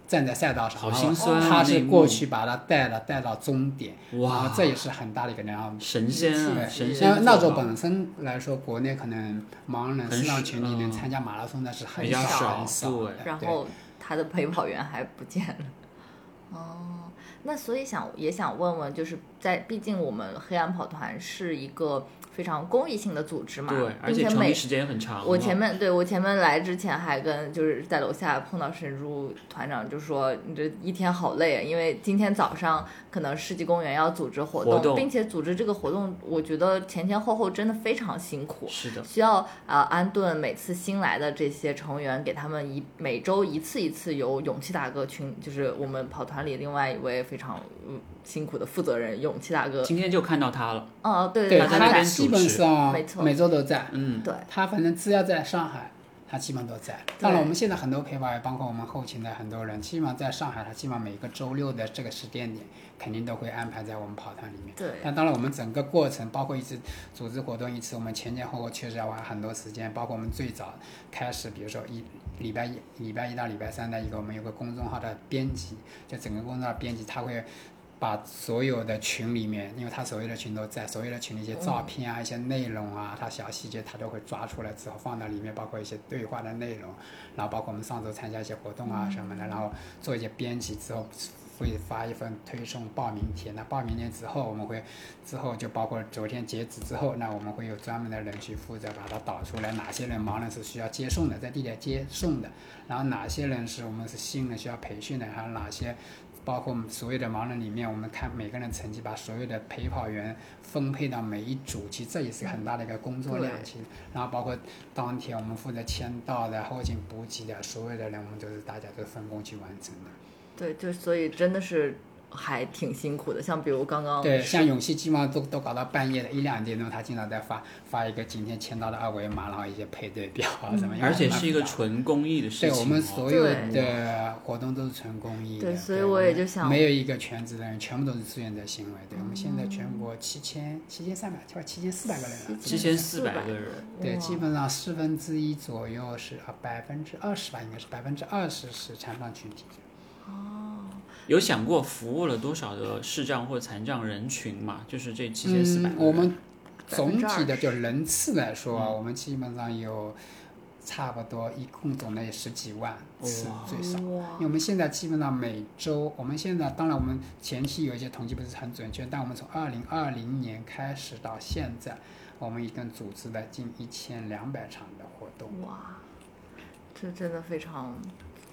Speaker 3: 站在赛道上，
Speaker 1: 好
Speaker 3: 然后
Speaker 1: 心酸啊
Speaker 3: 他
Speaker 1: 那
Speaker 3: 是
Speaker 1: 一幕
Speaker 3: 过去把他带了带到终点。然
Speaker 1: 哇
Speaker 3: 啊后，这也是很大的一个，然后。
Speaker 1: 神仙啊，
Speaker 3: 对
Speaker 1: 神
Speaker 3: 因
Speaker 1: 仙
Speaker 3: 为
Speaker 1: 做
Speaker 3: 那时候
Speaker 1: 法
Speaker 3: 本身来说，国内可能盲人
Speaker 1: 很
Speaker 3: 视障
Speaker 1: 少
Speaker 3: 群体能
Speaker 1: 嗯
Speaker 3: 参加马拉松的是很
Speaker 1: 比较
Speaker 3: 少很
Speaker 1: 少
Speaker 3: 少
Speaker 1: 对
Speaker 3: 的。
Speaker 2: 然
Speaker 3: 对
Speaker 2: 后他的陪跑员还不见了。哦，那所以想也想问问，就是在毕竟我们黑暗跑团是一个非常公益性的组织嘛，
Speaker 1: 对，而
Speaker 2: 并
Speaker 1: 且
Speaker 2: 且
Speaker 1: 成立
Speaker 2: 每
Speaker 1: 时间也很长了。
Speaker 2: 我前面对我前面来之前还跟就是在楼下碰到沈珠团长，就说你这一天好累啊，因为今天早上可能世纪公园要组织活
Speaker 1: 活动
Speaker 2: 并且组织这个活动，我觉得前前后后真的非常辛苦。
Speaker 1: 是的，
Speaker 2: 需要呃安顿每次新来的这些成员，给他们一每周一次一次由勇气大哥群，就是我们跑团里另外一位非常嗯辛苦的负责人勇气大哥。
Speaker 1: 今天就看到他了。
Speaker 2: 哦，对
Speaker 3: 对
Speaker 1: 他在
Speaker 2: 他
Speaker 1: 那
Speaker 3: 他
Speaker 1: 边
Speaker 2: 在
Speaker 1: 组
Speaker 3: 基本
Speaker 1: 织
Speaker 3: 上
Speaker 2: 没错
Speaker 3: 每周都在。
Speaker 1: 嗯，
Speaker 2: 对
Speaker 3: 他反正只要在上海，他基本都在。当然，我们现在很多陪跑员，包括我们后勤的很多人，基本上在上海，他基本上每个周六的这个时间点，肯定都会安排在我们跑团里面。
Speaker 2: 对
Speaker 3: 但当然，我们整个过程，包括一次组织活动一次，我们前前后后确实要花很多时间。包括我们最早开始，比如说一礼拜一、礼拜一到礼拜三的一个，我们有个公众号的编辑，就整个公众号编辑他会。把所有的群里面，因为他所有的群都在，所有的群的一些照片啊、一些内容啊，他小细节他都会抓出来之后放到里面，包括一些对话的内容，然后包括我们上周参加一些活动啊什么的，然后做一些编辑之后啊会发一份推送报名帖。那报名帖之后，我们会之后就包括昨天截止之后，那我们会有专门的人去负责把它导出来，哪些人盲人是需要接送的，在地铁接送的，然后哪些人是我们是新人需要培训的，还有哪些。包括我们所有的盲人里面，我们看每个人成绩，把所有的陪跑员分配到每一组，其实这也是很大的一个工作量
Speaker 2: 对。
Speaker 3: 其实，然后包括当天我们负责签到的、后勤补给的，所有的人我们都是大家都分工去完成的。
Speaker 2: 对，就所以真的是还挺辛苦的。像比如刚刚
Speaker 3: 对，像勇气基本上都都搞到半夜的一两点钟，他经常在发发一个今天签到的二维码，然后一些配对表啊什么。
Speaker 1: 而且
Speaker 3: 因为
Speaker 1: 是一个
Speaker 3: 蛮复杂
Speaker 1: 纯公益的事情哦。
Speaker 3: 对我们所有
Speaker 2: 嗯对
Speaker 3: 的活动都是纯公益的，
Speaker 2: 对所以
Speaker 3: 我
Speaker 2: 我
Speaker 3: 们
Speaker 2: 也就想
Speaker 3: 没有一个全职的人，全部都是志愿者行为。对我们现在
Speaker 2: 嗯
Speaker 3: 全国七千七千三百，快七千四百个人了。
Speaker 1: 七千四百个人，
Speaker 3: 对，
Speaker 2: 哇
Speaker 3: 基本上四分之一左右是啊，百分之二十吧，应该是百分之二十是残障群体。
Speaker 1: 有想过服务了多少的视障或残障人群吗？就是这七千四百。
Speaker 3: 嗯。我们总体的就人次来说
Speaker 1: 嗯
Speaker 3: 啊，我们基本上有差不多一共总的有十几万次
Speaker 1: 哇
Speaker 3: 最少。
Speaker 2: 哇
Speaker 3: 因为我们现在基本上每周，我们现在当然我们前期有一些统计不是很准确，但我们从二零二零年开始到现在，我们一共组织了近一千两百场的活动。
Speaker 2: 哇，这真的非常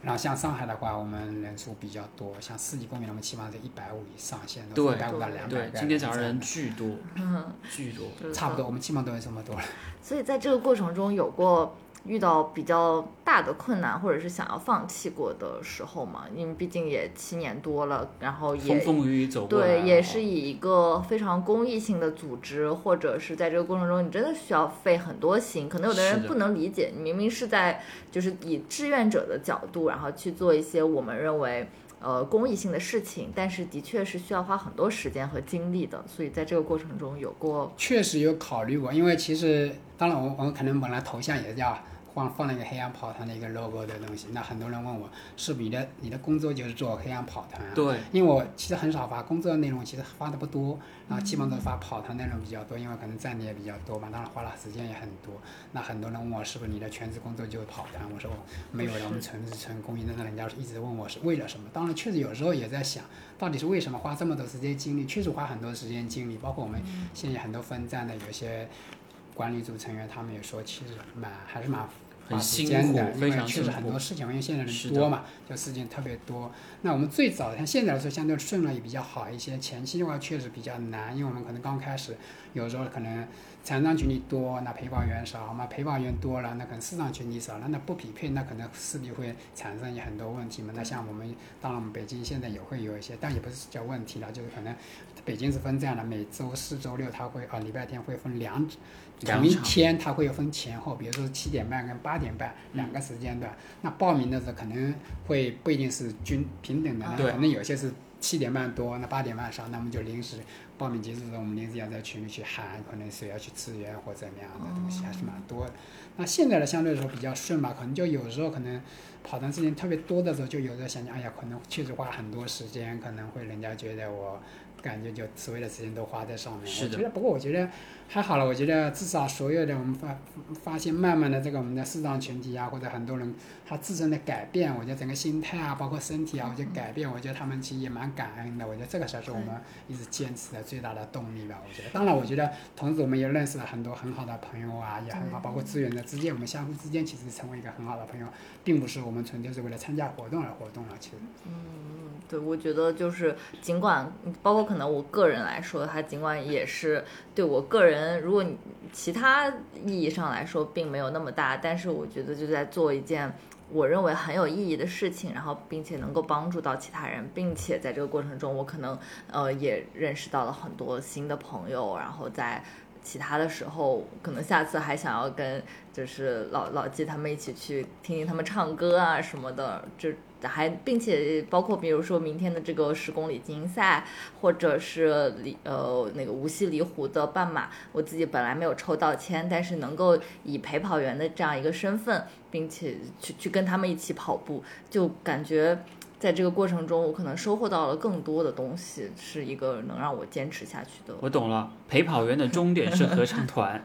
Speaker 3: 然后像上海的话，我们人数比较多，像世纪公园，我们起码得一百五以上，现在都
Speaker 1: 对
Speaker 3: 一百五到两百
Speaker 1: 对，
Speaker 3: 个。
Speaker 1: 今天早上人巨多，
Speaker 2: 嗯，
Speaker 1: 巨多。
Speaker 2: 就是
Speaker 3: 差不
Speaker 2: 说
Speaker 3: 多，我们基本上都有这么多了。
Speaker 2: 所以在这个过程中，有过遇到比较大的困难，或者是想要放弃过的时候嘛？因为毕竟也七年多了，然后
Speaker 1: 风
Speaker 2: 也
Speaker 1: 风雨雨走过来哦
Speaker 2: 对，
Speaker 1: 了
Speaker 2: 也是以一个非常公益性的组织，或者是在这个过程中，你真的需要费很多心。可能有的
Speaker 1: 是
Speaker 2: 人
Speaker 1: 的
Speaker 2: 不能理解，你明明是在就是以志愿者的角度，然后去做一些我们认为。呃，公益性的事情，但是的确是需要花很多时间和精力的，所以在这个过程中有过
Speaker 3: 确实有考虑过，因为其实当然我我可能本来头像也是要放放了一个黑暗跑团的一个 logo 的东西，那很多人问我是不是你的你的工作就是做黑暗跑团啊？
Speaker 1: 对，
Speaker 3: 因为我其实很少发工作的内容，其实发的不多，然后基本都是发跑团内容比较多，因为可能站的也比较多嘛，当然花了时间也很多。那很多人问我是不是你的全职工作就是跑团，我说我没有
Speaker 2: 不是
Speaker 3: 了，我们纯是纯公益的。那人家一直问我是为了什么，当然确实有时候也在想，到底是为什么花这么多时间精力，确实花很多时间精力，包括我们现在很多分站的有些管理组成员，他们也说其实蛮还是蛮。
Speaker 1: 很
Speaker 3: 花啊时
Speaker 1: 辛
Speaker 3: 间
Speaker 1: 苦
Speaker 3: 的，因
Speaker 1: 非
Speaker 3: 为
Speaker 1: 常
Speaker 3: 确实
Speaker 1: 辛
Speaker 3: 很
Speaker 1: 苦
Speaker 3: 多事情，因为现在
Speaker 1: 是
Speaker 3: 人
Speaker 1: 的
Speaker 3: 多嘛，就事情特别多。那我们最早像现在来说，相对顺了也比较好一些。前期的话确实比较难，因为我们可能刚开始，有时候可能残障群体多，那陪跑员少嘛，陪跑员多了，那可能视障群体少了，那不匹配，那可能势必会产生很多问题嘛。那像我们，当然我们北京现在也会有一些，但也不是叫问题了，就是可能北京是分这样的，每周四、周六它会啊、礼拜天会分两
Speaker 1: 两
Speaker 3: 同一
Speaker 1: 场
Speaker 3: 天它会分前后，比如说七点半跟八点半
Speaker 1: 嗯
Speaker 3: 两个时间段。那报名的时候可能会不一定是均平等的，那
Speaker 1: 啊对
Speaker 3: 可能有些是七点半多，那八点半上，那我们就临时报名结束的时候，我们临时要在群里去喊，可能谁要去支援或怎么样的东西，还是蛮多的。那现在的相对来说比较顺吧，可能就有时候可能跑团事情特别多的时候，就有时候想想，哎呀，可能确实花很多时间，可能会人家觉得我。感觉就所有的时间都花在上面，
Speaker 1: 是的
Speaker 3: 我觉得，不过我觉得还好了。我觉得至少所有的我们发发现，慢慢的这个我们的市场群体啊，或者很多人他自身的改变，我觉得整个心态啊，包括身体啊，我觉得改变，我觉得他们其实也蛮感恩的。我觉得这个才是我们一直坚持的最大的动力吧。我觉得，当然，我觉得同时我们也认识了很多很好的朋友啊，也很好，包括资源的之间，我们相互之间其实成为一个很好的朋友，并不是我们纯粹是为了参加活动而活动了。其实，
Speaker 2: 对，我觉得就是，尽管包括可能我个人来说，它尽管也是对我个人，如果你其他意义上来说并没有那么大，但是我觉得就在做一件我认为很有意义的事情，然后并且能够帮助到其他人，并且在这个过程中，我可能呃也认识到了很多新的朋友，然后在。其他的时候，可能下次还想要跟就是老老季他们一起去听听他们唱歌啊什么的，就还并且包括比如说明天的这个十公里精英赛，或者是离呃那个无锡离湖的半马，我自己本来没有抽到签，但是能够以陪跑员的这样一个身份，并且去去跟他们一起跑步，就感觉。在这个过程中，我可能收获到了更多的东西，是一个能让我坚持下去的
Speaker 1: 我懂了，陪跑员的终点是合唱 团，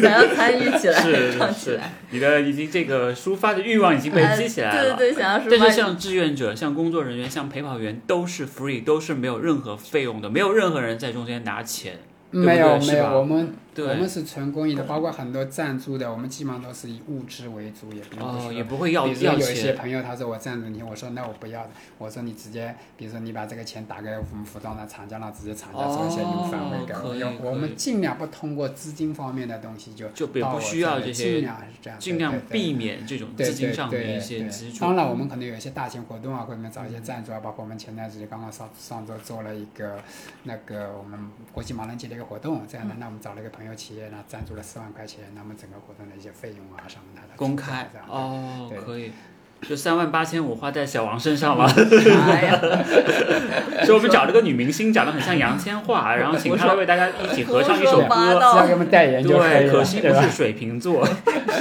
Speaker 2: 想要参与起来，
Speaker 1: 是
Speaker 2: 唱
Speaker 1: 是
Speaker 2: 起
Speaker 1: 是
Speaker 2: 来，，
Speaker 1: 你的已经这个抒发的欲望已经
Speaker 3: 呃
Speaker 1: 被激起来了。
Speaker 2: 呃对对对，想要
Speaker 1: 但
Speaker 2: 说
Speaker 1: 是像志愿者、像工作人员、像陪跑员都是 free，都是没有任何费用的，没有任何人在中间拿钱。对不
Speaker 3: 没有
Speaker 1: 对是
Speaker 3: 没有
Speaker 1: 吧，
Speaker 3: 我们我
Speaker 1: 对
Speaker 3: 们，是纯公益的，包括很多赞助的，我们基本上都是以物质为主，也并不
Speaker 1: 哦，
Speaker 3: 是
Speaker 1: 也不会要
Speaker 3: 比如说
Speaker 1: 要
Speaker 3: 有一些
Speaker 1: 钱。
Speaker 3: 朋友他说我赞助你，我说那我不要，我说你直接，比如说你把这个钱打给我们服装的厂家，让直接厂家做一些邮返
Speaker 1: 哦
Speaker 3: 回给我
Speaker 1: 可以
Speaker 3: 们，要
Speaker 1: 可以
Speaker 3: 我们尽量不通过资金方面的东西就
Speaker 1: 就也
Speaker 3: 到
Speaker 1: 不
Speaker 3: 我
Speaker 1: 需要这
Speaker 3: 这里
Speaker 1: 些
Speaker 3: 尽量是这样，
Speaker 1: 尽
Speaker 3: 对
Speaker 1: 量
Speaker 3: 对对
Speaker 1: 避免这种
Speaker 3: 对
Speaker 1: 资金
Speaker 3: 对
Speaker 1: 上的
Speaker 3: 对
Speaker 1: 一些
Speaker 3: 对
Speaker 1: 支出嗯
Speaker 3: 当。然，我们可能有一些大型活动啊，会能找一些赞助啊，包括我们前段时间刚刚上上周做了一个那个我们国际盲人节的一个活动，这
Speaker 1: 嗯
Speaker 3: 样的，那我们找了一个朋友企业呢，赞助了四万块钱，那么整个活动的一些费用啊什么的，它
Speaker 1: 公
Speaker 3: 全部
Speaker 1: 开
Speaker 3: 这样对
Speaker 1: 哦
Speaker 3: 对，
Speaker 1: 可以。就三万八千五花在小王身上 了，
Speaker 2: 哎呀，
Speaker 1: 所以我们找了个女明星，长得很像杨千 嬅，然后请她为大家一起合唱一首
Speaker 2: 胡说八
Speaker 1: 歌。
Speaker 2: 道
Speaker 3: 只要给我们代言就可以
Speaker 1: 对，
Speaker 3: 了，
Speaker 1: 可惜不
Speaker 3: 对吧
Speaker 1: 是水瓶座。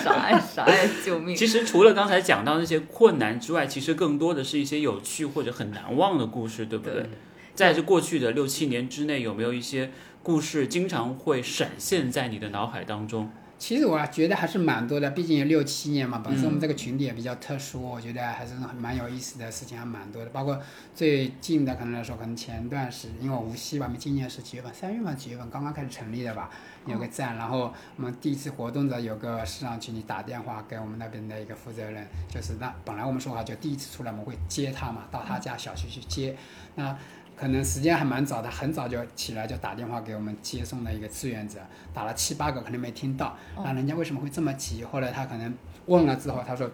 Speaker 2: 啥呀啥呀，救命！
Speaker 1: 其实除了刚才讲到那些困难之外，其实更多的是一些有趣或者很难忘的故事，对不对？
Speaker 2: 对
Speaker 1: 在这过去的六七年之内，有没有一些故事经常会闪现在你的脑海当中？
Speaker 3: 其实我觉得还是蛮多的，毕竟也六七年嘛，本身我们这个群体也比较特殊，我觉得还是蛮有意思的事情，还蛮多的。包括最近的可能来说，可能前段时，因为我无锡吧，今年是几月份？三月份、几月份刚刚开始成立的吧，有个站。然后我们第一次活动的有个市场群体打电话给我们那边的一个负责人，就是那本来我们说好就第一次出来我们会接他嘛，到他家小区去接。那可能时间还蛮早的，很早就起来就打电话给我们接送的一个志愿者，打了七八个，可能没听到。那人家为什么会这么急？后来他可能问了之后，他说，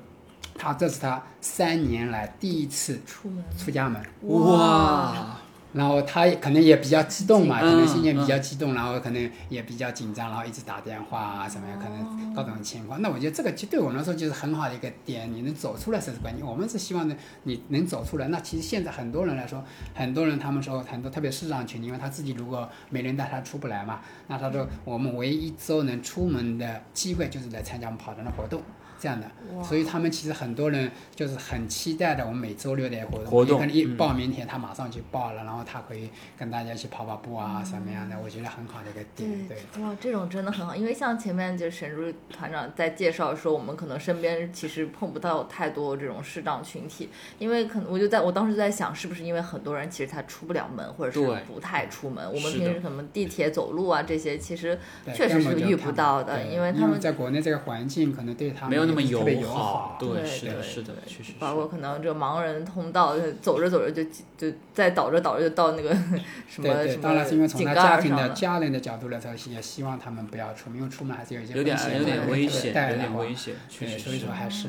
Speaker 3: 他这是他三年来第一次
Speaker 2: 出门
Speaker 3: 出家门，
Speaker 1: 哇，
Speaker 3: 然后他也可能也比较激动嘛，
Speaker 1: 嗯
Speaker 3: 可能心情比较激动，然后可能也比较紧张，然后一直打电话啊什么样，可能各种情况。那我觉得这个就对我们来说就是很好的一个点，你能走出来才是关键。我们是希望呢，你能走出来。那其实现在很多人来说，很多人他们说很多，特别市场群，因为他自己如果没人带，他出不来嘛。那他说我们唯一一周能出门的机会就是来参加我们跑团的活动。这样的，所以他们其实很多人就是很期待的，我们每周六的活动，
Speaker 1: 活动
Speaker 3: 也可能一
Speaker 1: 嗯
Speaker 3: 报名帖他马上就报了，然后他可以跟大家一起跑跑步啊，什么样的，我觉得很好的一个
Speaker 2: 嗯
Speaker 3: 点，对。
Speaker 2: 哇，这种真的很好，因为像前面就是沈珠团长在介绍说，我们可能身边其实碰不到太多这种视障群体，因为可能我就在我当时在想，是不是因为很多人其实他出不了门，或者
Speaker 1: 对嗯
Speaker 2: 是不太出门，我们
Speaker 1: 是的
Speaker 2: 平时可能地铁走路啊这些，其实
Speaker 3: 对
Speaker 2: 确实
Speaker 3: 根本
Speaker 2: 是
Speaker 3: 就
Speaker 2: 遇
Speaker 3: 看
Speaker 2: 不到的，
Speaker 3: 对
Speaker 2: 因为他
Speaker 3: 因
Speaker 2: 们
Speaker 3: 在国内这个环境可能对他们
Speaker 1: 没有那么
Speaker 3: 也不是特别友啊
Speaker 1: 好，
Speaker 2: 对
Speaker 1: 是的，
Speaker 2: 对
Speaker 1: 是的，
Speaker 2: 对
Speaker 1: 确实是。
Speaker 2: 包括可能这盲人通道，就走着走着就就再倒着倒着就到那个 什么
Speaker 3: 对对，
Speaker 2: 什
Speaker 3: 当然是因
Speaker 2: 么
Speaker 3: 为从
Speaker 2: 井
Speaker 3: 他
Speaker 2: 盖
Speaker 3: 家
Speaker 2: 儿
Speaker 3: 庭
Speaker 2: 上
Speaker 3: 的
Speaker 2: 了。
Speaker 3: 家人的角度来说，也希望他们不要出门，因为出门还是有一些
Speaker 1: 有点有点危险，有点危险，
Speaker 3: 险，
Speaker 1: 确
Speaker 3: 对，
Speaker 1: 实
Speaker 3: 所以
Speaker 1: 是
Speaker 3: 说。还是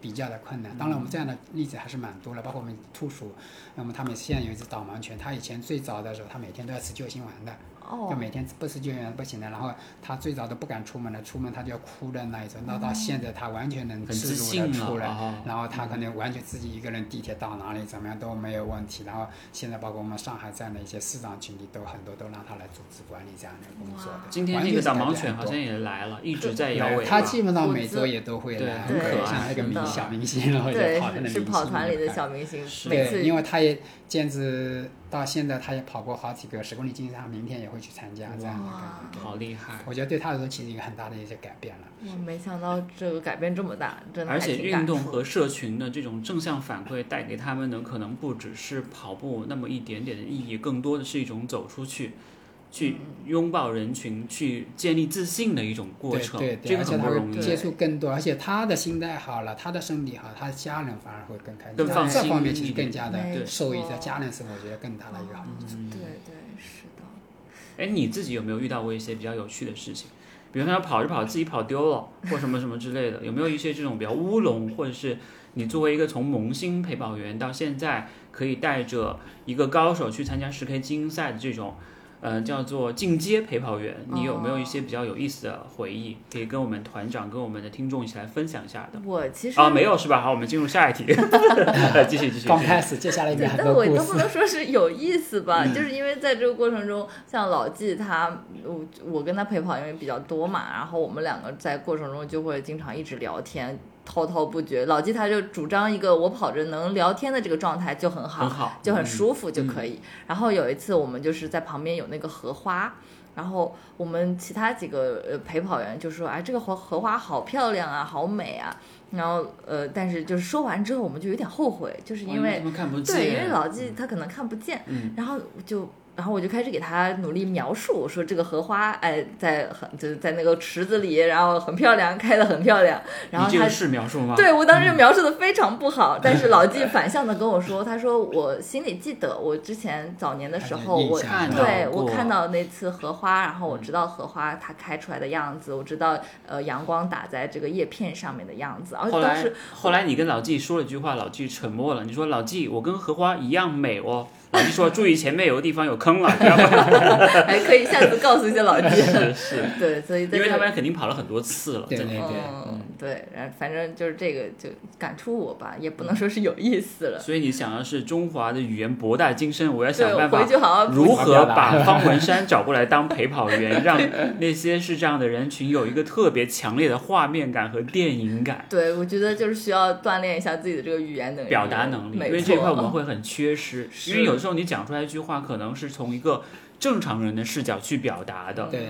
Speaker 3: 比较的困难。当然，我们这样的例子还是蛮多了，包括我们兔鼠，那么他们现在有一只导盲犬，它以前最早的时候，它每天都要吃救心丸的，就
Speaker 2: 哦，
Speaker 3: 每天不吃救援不行的，然后他最早都不敢出门了，出门他就要哭的那一种。那到现在他完全能
Speaker 1: 哦很自
Speaker 3: 自
Speaker 1: 信
Speaker 3: 如
Speaker 1: 了
Speaker 3: 的出来，
Speaker 1: 啊
Speaker 3: 然后他可能完全自己一个人地铁到哪里怎么样都没有问题。然后现在包括我们上海站的一些市场群体都很多都让他来组织管理这样的工作的。
Speaker 1: 今天
Speaker 3: 完
Speaker 1: 那
Speaker 3: 全
Speaker 1: 个
Speaker 3: 是
Speaker 1: 导
Speaker 3: 改变
Speaker 1: 盲
Speaker 3: 很
Speaker 1: 犬好
Speaker 3: 多
Speaker 1: 像也来了，一直在摇尾
Speaker 3: 对
Speaker 1: 巴
Speaker 3: 他。基本上
Speaker 2: 胡
Speaker 3: 每
Speaker 2: 子
Speaker 3: 周也都会
Speaker 1: 对
Speaker 3: 来，
Speaker 1: 很
Speaker 2: 可
Speaker 3: 像
Speaker 1: 爱
Speaker 3: 那
Speaker 1: 是
Speaker 3: 个明
Speaker 1: 的
Speaker 3: 小明星，然后也
Speaker 2: 对
Speaker 3: 跑团，的
Speaker 2: 是是
Speaker 3: 明
Speaker 2: 跑
Speaker 3: 星
Speaker 2: 团里的
Speaker 3: 哎
Speaker 2: 小明星，
Speaker 1: 是
Speaker 2: 每次
Speaker 3: 对，因为他也兼职到现在，他也跑过好几个十公里竞赛，明天也会去参加这样的一
Speaker 2: 哇
Speaker 3: 个。
Speaker 1: 好厉害！
Speaker 3: 我觉得对他来说其实一个很大的一些改变了。
Speaker 2: 我没想到这个改变这么大，真的
Speaker 1: 而
Speaker 2: 还
Speaker 1: 且
Speaker 2: 挺感
Speaker 1: 运动
Speaker 2: 触
Speaker 1: 和社群的这种正向反馈带给他们的，可能不只是跑步那么一点点的意义，更多的是一种走出去，去
Speaker 3: 嗯
Speaker 1: 拥抱人群，去建立自信的一种过程。
Speaker 3: 对
Speaker 1: 这
Speaker 3: 对对，
Speaker 1: 个
Speaker 3: 而且
Speaker 1: 很
Speaker 3: 他
Speaker 1: 不容
Speaker 3: 会
Speaker 1: 易。
Speaker 3: 接触更多，而且他的心态好了，他的身体好，他的家人反而会更开心。
Speaker 1: 更
Speaker 3: 在
Speaker 1: 放
Speaker 3: 这
Speaker 1: 心
Speaker 3: 方
Speaker 1: 一
Speaker 3: 面其实
Speaker 1: 点嗯
Speaker 3: 更加
Speaker 2: 没
Speaker 3: 的受益，
Speaker 2: 错
Speaker 3: 在家人是我觉得更大的一个好处。
Speaker 2: 对对是的，
Speaker 1: 哎，你自己有没有遇到过一些比较有趣的事情？比如说跑着跑自己跑丢了，或什么什么之类的，有没有一些这种比较乌龙，或者是你作为一个从萌新陪跑员到现在可以带着一个高手去参加十 K 精英赛的这种，呃，叫做进阶陪跑员，你有没有一些比较有意思的回忆，可以跟我们团长跟我们的听众一起来分享一下的？
Speaker 2: 我其实
Speaker 1: 啊，没有是吧？好，我们进入下 一题， 继续继续。
Speaker 3: 刚
Speaker 1: 继续
Speaker 3: 开始，接下来一个
Speaker 2: 对，
Speaker 3: 很
Speaker 2: 但
Speaker 3: 多
Speaker 2: 我
Speaker 3: 故
Speaker 2: 都不
Speaker 3: 事。
Speaker 2: 能说是有意思吧，就是因为在这个过程中，像老纪他，我我跟他陪跑因为比较多嘛，然后我们两个在过程中就会经常一直聊天，滔滔不绝。老纪他就主张一个我跑着能聊天的这个状态就很好，
Speaker 1: 很好
Speaker 2: 就很
Speaker 1: 嗯
Speaker 2: 舒服就可以。然后有一次我们就是在旁边有那个荷花。然后我们其他几个呃陪跑员就说：“哎，这个荷荷花好漂亮啊，好美啊。”然后呃，但是就是说完之后，我们就有点后悔，就是因为
Speaker 1: 他们看哦不见，
Speaker 2: 对，因为老纪他可能看不见，
Speaker 1: 嗯
Speaker 2: 然后就。然后我就开始给他努力描述，我说这个荷花，哎，在很就是在那个池子里，然后很漂亮，开的很漂亮。然后
Speaker 1: 你这
Speaker 2: 他
Speaker 1: 个是描述吗？
Speaker 2: 对我当时描述的非常不好，但是老 纪反向的跟我说，他说我心里记得，我之前早年的时候，
Speaker 3: 还有印
Speaker 2: 我
Speaker 3: 象
Speaker 1: 看到
Speaker 2: 对我
Speaker 1: 过嗯
Speaker 2: 看到那次荷花，然后我知道荷花它开出来的样子，我知道呃阳光打在这个叶片上面的样子，而且
Speaker 1: 后
Speaker 2: 当
Speaker 1: 来
Speaker 2: 时，
Speaker 1: 后来你跟老纪说了一句话，老纪沉默了。你说老纪，我跟荷花一样美哦。老纪说注意前面有个地方有坑了，知道吗？
Speaker 2: 还可以下次告诉一下老纪。
Speaker 1: 是是，
Speaker 2: 对，所以在
Speaker 1: 因为
Speaker 2: 这
Speaker 1: 他
Speaker 2: 里
Speaker 1: 们肯定跑了很多次了，
Speaker 3: 对
Speaker 1: 在那
Speaker 3: 对
Speaker 1: 边。
Speaker 2: 嗯，对，然后反正就是这个就感触我吧，也
Speaker 1: 嗯
Speaker 2: 不能说是有意思了。
Speaker 1: 所以你想要是中华的语言博大精深，我要
Speaker 2: 对，
Speaker 1: 想
Speaker 2: 我
Speaker 1: 办
Speaker 2: 回
Speaker 1: 法
Speaker 2: 去好好
Speaker 1: 如何
Speaker 3: 表达
Speaker 1: 把方文山找过来当陪跑员，让那些是这样的人群有一个特别强烈的画面感和电影感。
Speaker 2: 对，我觉得就是需要锻炼一下自己的这个语言能力、
Speaker 1: 表达能力，
Speaker 2: 没
Speaker 1: 因为这一块我们
Speaker 2: 错
Speaker 1: 会很缺失。
Speaker 2: 是
Speaker 1: 因为有时候你讲出来一句话，可能是从一个正常人的视角去表达的。
Speaker 3: 对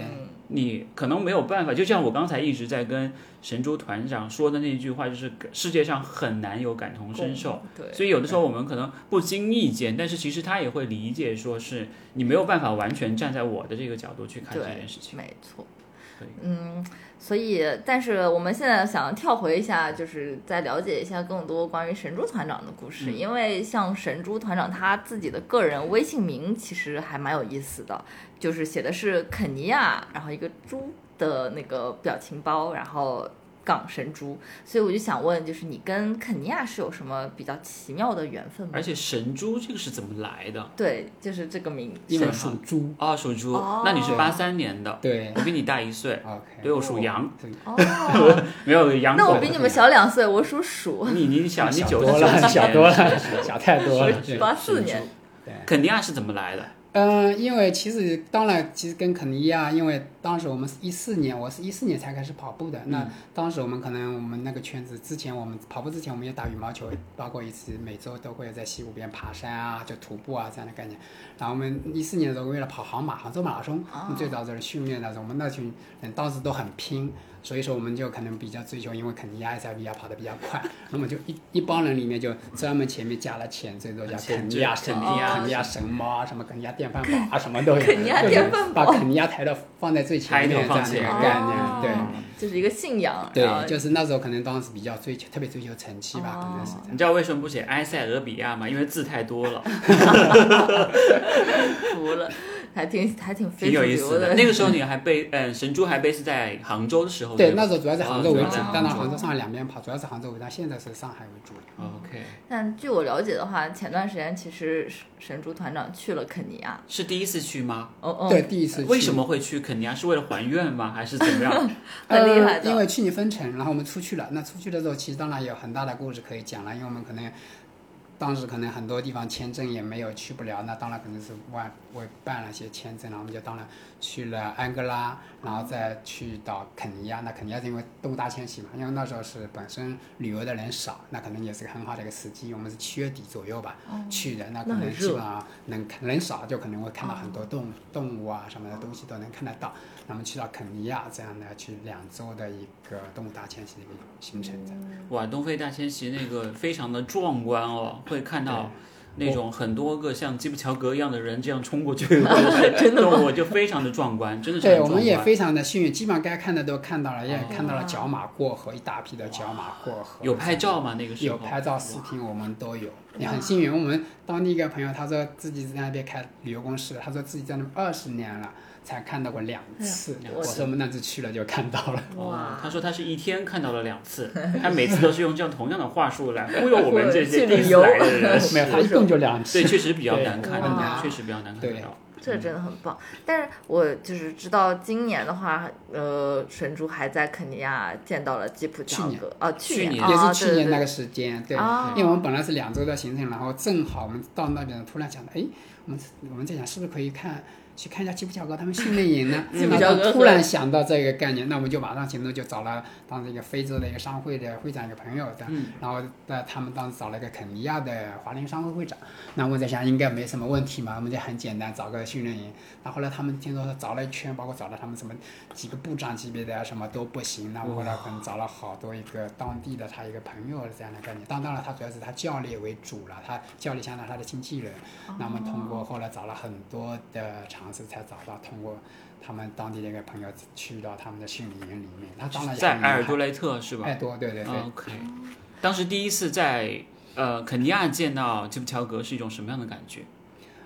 Speaker 1: 你可能没有办法，就像我刚才一直在跟神州团长说的那句话，就是世界上很难有感同身受。
Speaker 2: 嗯对，
Speaker 1: 所以有的时候我们可能不经意间，但是其实他也会理解，说是你没有办法完全站在我的这个角度去看这件事情。
Speaker 2: 没错
Speaker 1: 对。
Speaker 2: 嗯，所以，但是我们现在想跳回一下，就是再了解一下更多关于神猪团长的故事，
Speaker 1: 嗯
Speaker 2: 因为像神猪团长他自己的个人微信名其实还蛮有意思的，就是写的是肯尼亚，然后一个猪的那个表情包，然后杠神猪，所以我就想问，就是你跟肯尼亚是有什么比较奇妙的缘分吗
Speaker 1: 而？且神猪这个是怎么来的？
Speaker 2: 对，就是这个名，
Speaker 3: 因为
Speaker 1: 神
Speaker 3: 属猪，
Speaker 1: 哦，属猪，
Speaker 2: 哦
Speaker 1: 那你是八三年的，
Speaker 3: 对
Speaker 1: 我比你大一岁，
Speaker 3: ，OK，
Speaker 1: 对，我属羊，
Speaker 2: 哦，
Speaker 1: 没有羊
Speaker 2: 那我
Speaker 1: 狗
Speaker 2: 比。你们小两岁，我属鼠。
Speaker 1: 你你小你
Speaker 3: 想
Speaker 1: 九
Speaker 3: 多
Speaker 1: 十九
Speaker 3: 了，
Speaker 1: 七
Speaker 3: 想
Speaker 1: 年
Speaker 3: 多
Speaker 1: 是的
Speaker 3: 了
Speaker 1: 是的，
Speaker 3: 想太多了。对
Speaker 2: 八四年，
Speaker 1: 肯尼亚是怎么来的？
Speaker 3: 嗯，因为其实当然，其实跟肯尼亚，因为当时我们一四年，我是一四年才开始跑步的。那当时我们可能我们那个圈子之前，我们跑步之前我们也打羽毛球，包括一次每周都会在西湖边爬山啊，就徒步啊这样的概念。然后我们一四年的时候为了跑杭马、杭州马拉松，我们最早就是训练的时候，我们那群人当时都很拼，所以说我们就可能比较追求，因为肯尼亚 SLB 要跑得比较快，那么就一一帮人里面就专门前面加了钱，最多叫
Speaker 1: 前
Speaker 3: 肯尼亚
Speaker 1: 缀
Speaker 3: 神
Speaker 1: 肯尼亚
Speaker 3: 肯尼亚神猫啊，什么肯尼亚电饭煲啊，什么都有，
Speaker 2: 肯尼亚
Speaker 3: 就是
Speaker 2: 电饭煲
Speaker 3: 把肯尼亚抬到放在最前面这样的一个概
Speaker 2: 哦
Speaker 3: 念，对。
Speaker 2: 就是一个信仰。然后
Speaker 3: 对，就是那时候可能当时比较追求，特别追求成绩吧，可能是这样。
Speaker 1: 你知道为什么不写埃塞俄比亚吗？因为字太多 了，
Speaker 2: 服了，还挺还挺非
Speaker 1: 挺
Speaker 2: 主
Speaker 1: 有意
Speaker 2: 流
Speaker 1: 思的。那个时候你还被嗯神猪还被是在杭州的时候
Speaker 3: 对，
Speaker 1: 吧
Speaker 3: 那时候主要在杭州为主
Speaker 1: 哦，
Speaker 3: 当然
Speaker 2: 主要在杭州
Speaker 3: 杭州、上海两边跑，主要是杭州为主，但现在是上海为主。
Speaker 1: 哦 OK
Speaker 2: 但据我了解的话，前段时间其实神猪团长去了肯尼亚。
Speaker 1: 是第一次去吗？
Speaker 2: 哦哦，
Speaker 3: 对，，第一次去
Speaker 1: 为什么会去肯尼亚？是为了还愿吗？还是怎么 样？
Speaker 2: 很厉害
Speaker 3: 呃
Speaker 2: 的
Speaker 3: 因为去年封城，然后我们出去了。那出去的时候，其实当然有很大的故事可以讲了，因为我们可能当时可能很多地方签证也没有去不了，那当然可能是外我办了一些签证，然后我们就当然去了安哥拉，然后再去到肯尼亚。那肯尼亚是因为东大迁徙嘛，因为那时候是本身旅游的人少，那可能也是个很好的一个时机。我们是七月底左右吧、去的，那可
Speaker 2: 哦那
Speaker 3: 能
Speaker 2: 很
Speaker 3: 基
Speaker 2: 热哦
Speaker 3: 本上能看人少，就可能会看到很多动、动物啊什么的东西都能看得到。那么去到肯尼亚这样的去两周的一个动物大迁徙的一个行程这样。
Speaker 1: 哇，东非大迁徙那个非常的壮观哦，会看到那种很多个像基普乔格一样的人这样冲过 去，真的我就非常的壮观，真的是很
Speaker 3: 对，我
Speaker 1: 壮观。
Speaker 3: 们也非常的幸运，基本上该看的都看到了，也看到
Speaker 2: 哇
Speaker 3: 了角马过河，一大批的角马过河。
Speaker 1: 有拍照吗？那个时候
Speaker 3: 有拍照、视频，我们都有。也很幸运，我们当地一个朋友，他说自己在那边开旅游公司，他说自己在那二十年了才看到过两次。
Speaker 1: 哎呀
Speaker 3: 我说我们那次去了就看到了。
Speaker 1: 哦，他说他是一天看到了两 次，他每次都是用这样同样的话术来忽悠我们这些
Speaker 2: 去旅
Speaker 1: 第一次
Speaker 2: 游
Speaker 1: 来的人。
Speaker 3: 没有，他 一共就两
Speaker 1: 对，
Speaker 3: 次。
Speaker 1: 确实比较难看
Speaker 2: 对
Speaker 1: 到
Speaker 2: 哇，
Speaker 1: 确实比较难看哦
Speaker 3: 对
Speaker 1: 到。
Speaker 2: 这真的很棒。但是我就是知道今年的话，呃，神猪还在肯尼亚见到了吉普乔
Speaker 3: 去
Speaker 2: 格啊，去
Speaker 1: 去
Speaker 2: 年
Speaker 1: 年
Speaker 3: 也
Speaker 2: 啊
Speaker 3: 是去年那
Speaker 2: 对
Speaker 3: 个时间，对，
Speaker 2: 啊
Speaker 3: 因为我们本来是两周的行程，然后正好我们到那边，突然想到，哎，我们我们在想是不是可以看去看一下吉普乔格他们训练营呢？
Speaker 2: 吉普
Speaker 3: 然
Speaker 2: 乔
Speaker 3: 后
Speaker 2: 格
Speaker 3: 突然想到这个概念，那我们就马上行动，就找了当时一个非洲的一个商会的会长一个朋友的，
Speaker 2: 嗯
Speaker 3: 然后在他们当时找了一个肯尼亚的华人商会会长，那我在想应该没什么问题嘛，我们就很简单找个训练营。那后来他们听说他找了一圈，包括找了他们什么几个部长级别的啊，什么都不行。那我后来可能找了好多一个当地的他一个朋友这样的概念，当当然他主要是他教练为主了，他教练相当于他的经纪人。那么通过后来找了很多的尝试，才找到通过他们当地的一个朋友去到他们的训练营里面。他当然也
Speaker 1: 在
Speaker 3: 很
Speaker 1: 埃尔
Speaker 3: 厉
Speaker 1: 多雷特是吧嗯
Speaker 3: 害？哎，多对对对。
Speaker 1: o k 当时第一次在呃肯尼亚见到吉普乔格是一种什么样的感觉？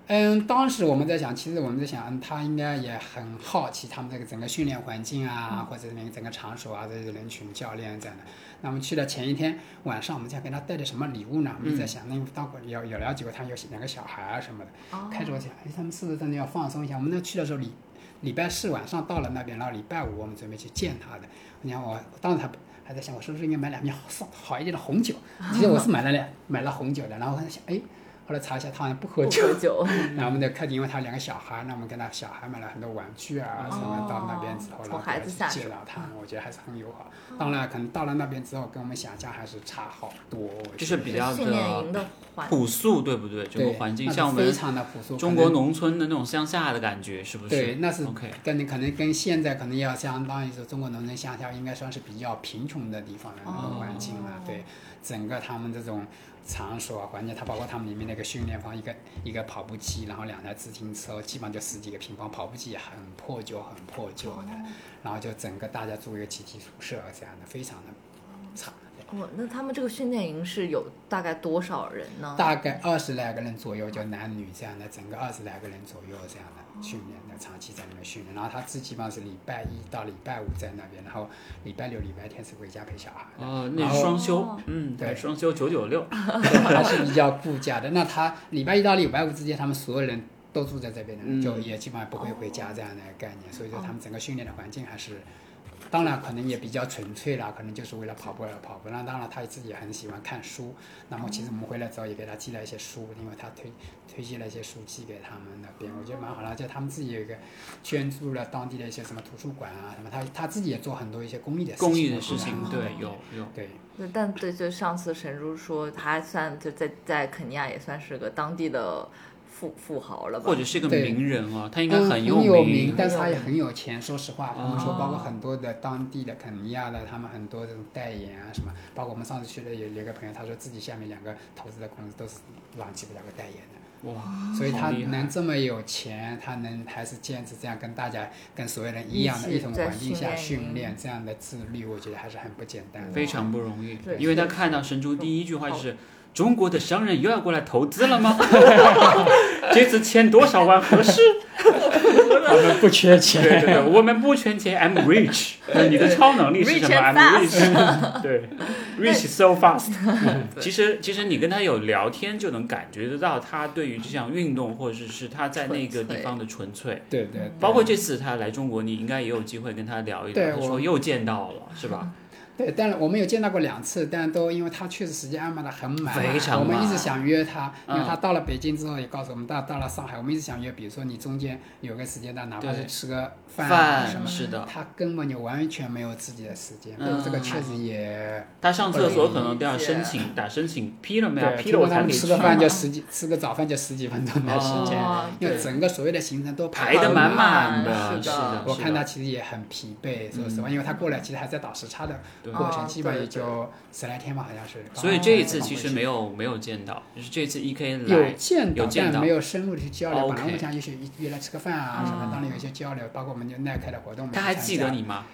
Speaker 3: 嗯，当时我们在想，其实我们在想，嗯他应该也很好奇他们这个整个训练环境啊，或者那个整个场所啊，这些人群、教练这样的。那我们去了前一天晚上，我们想给他带点什么礼物呢？我们在想，那当会有有了解过他有两个小孩啊什么的。
Speaker 2: 哦
Speaker 3: 开始我想，哎，他们是不是真的要放松一下？我们那去的时候礼礼拜四晚上到了那边，然后礼拜五我们准备去见他的。你看我我当时还还在想，我是不是应该买两瓶好好一点的红酒？其实我是买了两买了红酒的，然后我在想，哎。后来查一下，他好像不喝
Speaker 2: 不
Speaker 3: 酒。
Speaker 2: 喝酒，
Speaker 3: 然后我们的客厅，因为他有两个小孩，那我们跟他小孩买了很多玩具啊什么，到那边之后，
Speaker 2: 哦从
Speaker 3: 然后
Speaker 2: 孩
Speaker 3: 给
Speaker 2: 子
Speaker 3: 他
Speaker 2: 下
Speaker 3: 介
Speaker 2: 手嗯
Speaker 3: 绍他们，我觉得还是很友好。当然，可能到了那边之后，跟我们想象还是差好多。我觉得
Speaker 1: 就是比较
Speaker 2: 训练营
Speaker 1: 的
Speaker 2: 的环
Speaker 1: 朴素，对不对？整
Speaker 3: 对
Speaker 1: 个环境
Speaker 3: 那
Speaker 1: 像
Speaker 3: 是
Speaker 1: 我
Speaker 3: 非
Speaker 1: 们
Speaker 3: 常的朴素，
Speaker 1: 中
Speaker 3: 可
Speaker 1: 国
Speaker 3: 能
Speaker 1: 农村的那种乡下的感觉，是不是？
Speaker 3: 对，那是
Speaker 1: OK
Speaker 3: 跟你可能跟现在可能要相当于是中国农村乡下，应该算是比较贫穷的地方的那种环境了。
Speaker 2: 哦
Speaker 3: 对，整个他们这种场所啊环境，它包括他们里面那个训练方，一个一个跑步机，然后两台自行车，基本上就十几个平方，跑步机也很破旧，很破旧的。然后就整个大家住一个集体宿舍这样的，非常的差。
Speaker 2: 哦，那他们这个训练营是有大概多少人呢？
Speaker 3: 大概二十来个人左右，就男女这样的，整个二十来个人左右这样的训练的，长期在那边训练。然后他自己嘛是礼拜一到礼拜五在那边，然后礼拜六、礼拜天是回家陪小孩的。
Speaker 1: 哦，
Speaker 3: 然
Speaker 1: 那
Speaker 3: 后
Speaker 1: 是双休
Speaker 2: 哦，
Speaker 1: 嗯，
Speaker 3: 对
Speaker 1: 对，双休九九六，
Speaker 3: 对还是比较顾家的。那他礼拜一到礼拜五之间，他们所有人都住在这边的，
Speaker 1: 嗯
Speaker 3: 就也基本上不会回家这样的概念。所以说他们整个训练的环境还
Speaker 1: 哦
Speaker 3: 是，当然可能也比较纯粹啦，可能就是为了跑步而跑步。那当然他自己也很喜欢看书。那么其实我们回来之后也给他寄了一些书，因为他推推荐了一些书寄给他们那边，我觉得蛮好的。而且他们自己有一个捐助了当地的一些什么图书馆啊什么，他他自己也做很多一些公益的事情。
Speaker 1: 公益的
Speaker 3: 我觉
Speaker 1: 事
Speaker 3: 得
Speaker 1: 情
Speaker 3: 很，好
Speaker 1: 对，有有，
Speaker 3: 对。
Speaker 2: 对但对，就上次沈珠说，他算就在在肯尼亚也算是个当地的富富豪了吧？
Speaker 1: 或者是个
Speaker 3: 对
Speaker 1: 名人啊，他应该
Speaker 3: 嗯
Speaker 1: 很
Speaker 3: 有
Speaker 1: 名，
Speaker 3: 但是他也很有钱。说实话，他们说
Speaker 2: 哦
Speaker 3: 包括很多的当地的肯尼亚的，他们很多这种代言啊什么，包括我们上次去的有有一个朋友，他说自己下面两个投资的公司都是朗基布两个代言的，
Speaker 1: 哇，
Speaker 3: 所以他
Speaker 1: 哦好厉害
Speaker 3: 能这么有钱，他能还是坚持这样跟大家跟所有人一样的
Speaker 2: 一
Speaker 3: 一
Speaker 2: 起
Speaker 3: 种
Speaker 2: 在
Speaker 3: 环境
Speaker 2: 训练
Speaker 3: 下训练，这样的自律，我觉得还是很不简单的。
Speaker 1: 非常不容易
Speaker 2: 对，
Speaker 1: 因为他看到神州第一句话就是。中国的商人又要过来投资了 吗？这次签多少万合适？
Speaker 3: 他们不缺
Speaker 1: 对对
Speaker 3: 钱，
Speaker 1: 对，我们不缺钱，I'm rich。那 你的超能力是什么
Speaker 2: Rich and
Speaker 1: ？I'm rich。对，rich so fast。其实其实你跟他有聊天，就能感觉得到他对于这项运动，或者是他在那个
Speaker 2: 纯粹
Speaker 1: 地方的纯粹。
Speaker 3: 对对对，
Speaker 1: 包括这次他来中国，你应该也有机会跟他聊一
Speaker 3: 对
Speaker 1: 聊。他
Speaker 3: 我
Speaker 1: 说又见到了，是吧？
Speaker 3: 对，但是我们有见到过两次，但都因为他确实时间安排的很满，
Speaker 1: 非常
Speaker 3: 我们一
Speaker 1: 满
Speaker 3: 直想约他，因为
Speaker 1: 嗯
Speaker 3: 他到了北京之后也告诉我们，到到了上海，我们一直想约，比如说你中间有个时间段，哪怕
Speaker 1: 对
Speaker 3: 是吃个饭啊什
Speaker 1: 饭
Speaker 3: 么，
Speaker 1: 是的，
Speaker 3: 他根本就完全没有自己的时间，
Speaker 1: 嗯
Speaker 3: 这个确实也
Speaker 1: 他上厕所可能都要
Speaker 2: 理解
Speaker 1: 申请，打申请批了没有？
Speaker 3: 对，
Speaker 1: 批
Speaker 3: 听
Speaker 1: 了我
Speaker 3: 说他
Speaker 1: 才可
Speaker 3: 们
Speaker 1: 以
Speaker 3: 吃
Speaker 1: 去。
Speaker 3: 个饭就十几，吃个早饭就十几分钟的时间，
Speaker 2: 哦
Speaker 3: 因为
Speaker 2: 对
Speaker 3: 整个所有的行程都
Speaker 1: 排
Speaker 3: 得
Speaker 1: 得满
Speaker 2: 满
Speaker 1: 的，是
Speaker 2: 是的
Speaker 1: 的。
Speaker 3: 我
Speaker 1: 是
Speaker 3: 看
Speaker 1: 的嗯
Speaker 3: 他其实也很疲惫，说实话，因为他过来其实还在倒时差的
Speaker 1: 对
Speaker 3: 过
Speaker 2: 哦
Speaker 3: 程，基本上也
Speaker 2: 对对
Speaker 3: 就十来天吧，好像是。
Speaker 1: 所以
Speaker 3: 刚
Speaker 1: 这一
Speaker 3: 刚
Speaker 1: 次
Speaker 3: 回
Speaker 1: 其实
Speaker 3: 去
Speaker 1: 没有没有见到，就是这次 E K
Speaker 3: 有
Speaker 1: 来，
Speaker 3: 见
Speaker 1: 有
Speaker 3: 到，
Speaker 1: 见到
Speaker 3: 但没有深入的去交流。
Speaker 1: OK 哦
Speaker 3: 本来我们想一起约来吃个饭啊什么，当然有一些交流，包括我们就耐克的活动嘛。
Speaker 1: 他还记得
Speaker 3: 参加
Speaker 1: 你吗？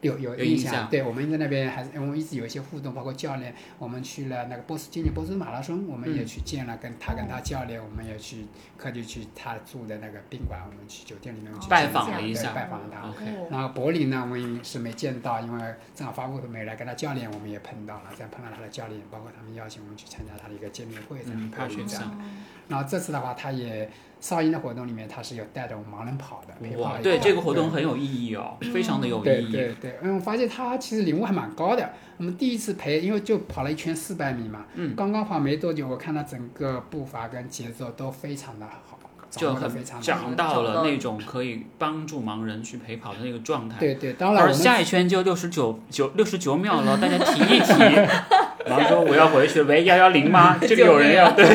Speaker 3: 有有
Speaker 1: 有
Speaker 3: 印
Speaker 1: 印象
Speaker 3: 对，我们在那边还是我们一直有一些互动，包括教练，我们去了那个波士今年波士顿马拉松，我
Speaker 1: 嗯
Speaker 3: 们也去见了，跟他跟他教练，我们也去特地去他住的那个宾馆，我们去酒店里面去
Speaker 1: 拜
Speaker 3: 见
Speaker 1: 访
Speaker 3: 他
Speaker 1: 了一
Speaker 3: 对
Speaker 1: 下哦
Speaker 3: 拜访了他。哦
Speaker 1: OK
Speaker 3: 然后柏林呢，我们是没见到，因为正好发布会没来，跟他教练我们也碰到了，这样碰到他的教练，包括他们邀请我们去参加他的一个见面会，这样
Speaker 1: 嗯
Speaker 3: 柏林
Speaker 1: ，Patrick
Speaker 3: 这样
Speaker 1: Sun
Speaker 3: 然后这次的话，他也少英的活动里面，他是有带着我们盲人跑的，陪跑
Speaker 1: 哇，
Speaker 3: 了一
Speaker 1: 对
Speaker 3: 段
Speaker 1: 这个活动很有意义哦，非常的有
Speaker 3: 对
Speaker 1: 意
Speaker 3: 对
Speaker 1: 义。
Speaker 3: 对对，嗯，我发现他其实领悟还蛮高的。我们第一次陪，因为就跑了一圈四百米嘛，
Speaker 1: 嗯
Speaker 3: 刚刚跑没多久，我看他整个步伐跟节奏都非常的好，
Speaker 1: 就
Speaker 3: 掌握的非
Speaker 1: 很
Speaker 3: 常的好。
Speaker 1: 讲到了那种可以帮助盲人去陪跑的那个状态。
Speaker 3: 对对，当然我
Speaker 1: 而
Speaker 3: 们
Speaker 1: 下一圈就六十九九六 十九秒了，大家提一提。然后说我要回去，喂幺幺零 吗？这里有人要对，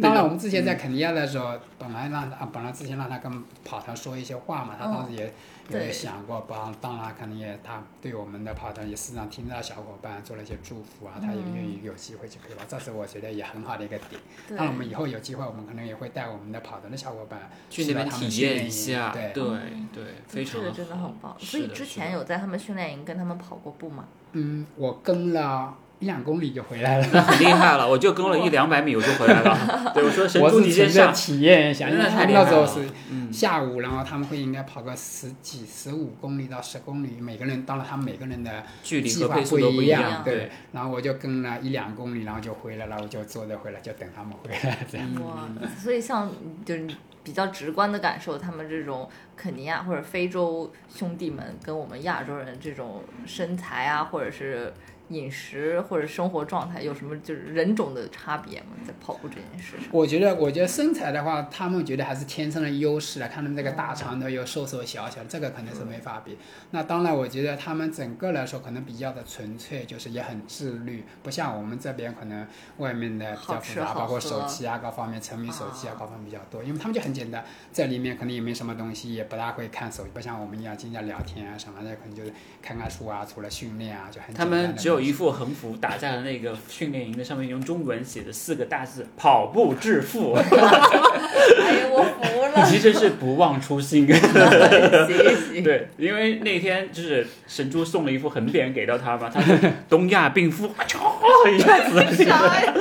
Speaker 3: 当然，我们之前在
Speaker 2: 嗯
Speaker 3: 肯尼亚的时候，本来让他啊，本来之前让他跟跑团说一些话嘛，他当时也
Speaker 2: 哦对
Speaker 3: 也想过帮，当然肯定也他对我们的跑团也时常听到小伙伴做了一些祝福
Speaker 2: 嗯
Speaker 3: 啊，他也愿意有机会去陪跑，这是我觉得也很好的一个点。
Speaker 2: 对
Speaker 3: 当然，我们以后有机会，我们可能也会带我们的跑团的小伙伴
Speaker 1: 去那边
Speaker 3: 到他
Speaker 1: 体
Speaker 3: 们训练
Speaker 1: 验
Speaker 3: 营
Speaker 1: 一下。
Speaker 3: 对，
Speaker 1: 对
Speaker 2: 嗯
Speaker 1: 对，非
Speaker 2: 对这
Speaker 1: 常
Speaker 2: 个
Speaker 1: 的
Speaker 2: 真的很棒。所
Speaker 1: 是
Speaker 2: 以
Speaker 1: 的
Speaker 2: 之
Speaker 1: 是
Speaker 2: 前
Speaker 1: 的
Speaker 2: 有在他们训练营跟他们跑过步吗？
Speaker 3: 嗯，我跟了一两公里就回来了。
Speaker 1: 那很厉害了，我就跟了一两百米，我就回来了。对，我说神
Speaker 3: 我
Speaker 1: 助
Speaker 3: 是
Speaker 1: 你先
Speaker 3: 纯粹
Speaker 1: 上，
Speaker 3: 体验一下，因为
Speaker 1: 那
Speaker 3: 他
Speaker 1: 太
Speaker 3: 们
Speaker 1: 厉害
Speaker 3: 那时候
Speaker 1: 了
Speaker 3: 是。
Speaker 1: 嗯，
Speaker 3: 下午，然后他们会应该跑个十几、十五公里到十公里，每个人当然他们每个人的，
Speaker 1: 距离
Speaker 3: 计
Speaker 1: 和
Speaker 3: 划
Speaker 1: 配速
Speaker 3: 不
Speaker 1: 都
Speaker 3: 一
Speaker 1: 不
Speaker 3: 样
Speaker 1: 样，
Speaker 3: 对然后我就跟了一两公里，然后就回来了，我就坐着回来就等他们回来这样。
Speaker 1: 嗯
Speaker 2: 哇，所以像就是你比较直观的感受，他们这种肯尼亚或者非洲兄弟们跟我们亚洲人这种身材啊，或者是饮食或者生活状态有什么就是人种的差别吗？在跑步这件事上，
Speaker 3: 我觉得，我觉得身材的话，他们觉得还是天生的优势啊。看他们这个大长的，又瘦瘦小小的，这个肯定是没法比。那当然，我觉得他们整个来说可能比较的纯粹，就是也很自律，不像我们这边可能外面的比较复
Speaker 2: 好吃好
Speaker 3: 杂，
Speaker 2: 喝
Speaker 3: 包括手机啊各方面，沉迷手机啊
Speaker 2: 啊
Speaker 3: 各方面比较多。因为他们就很简单，在里面可能也没什么东西，也不大会看手机，不像我们一样经常聊天啊什么的，可能就是看看书啊，除了训练啊，就很简单
Speaker 1: 他
Speaker 3: 的东西。
Speaker 1: 们只有一副横幅打在了那个训练营的上面，用中文写的四个大字“跑步致富
Speaker 2: 哎呀，我服”， 了，
Speaker 1: 其实是不忘初心。
Speaker 2: 行行，
Speaker 1: 对，因为那天就是神猪送了一副横脸给到他嘛，他是东亚病夫，啊啾一 下子，
Speaker 2: 啥呀？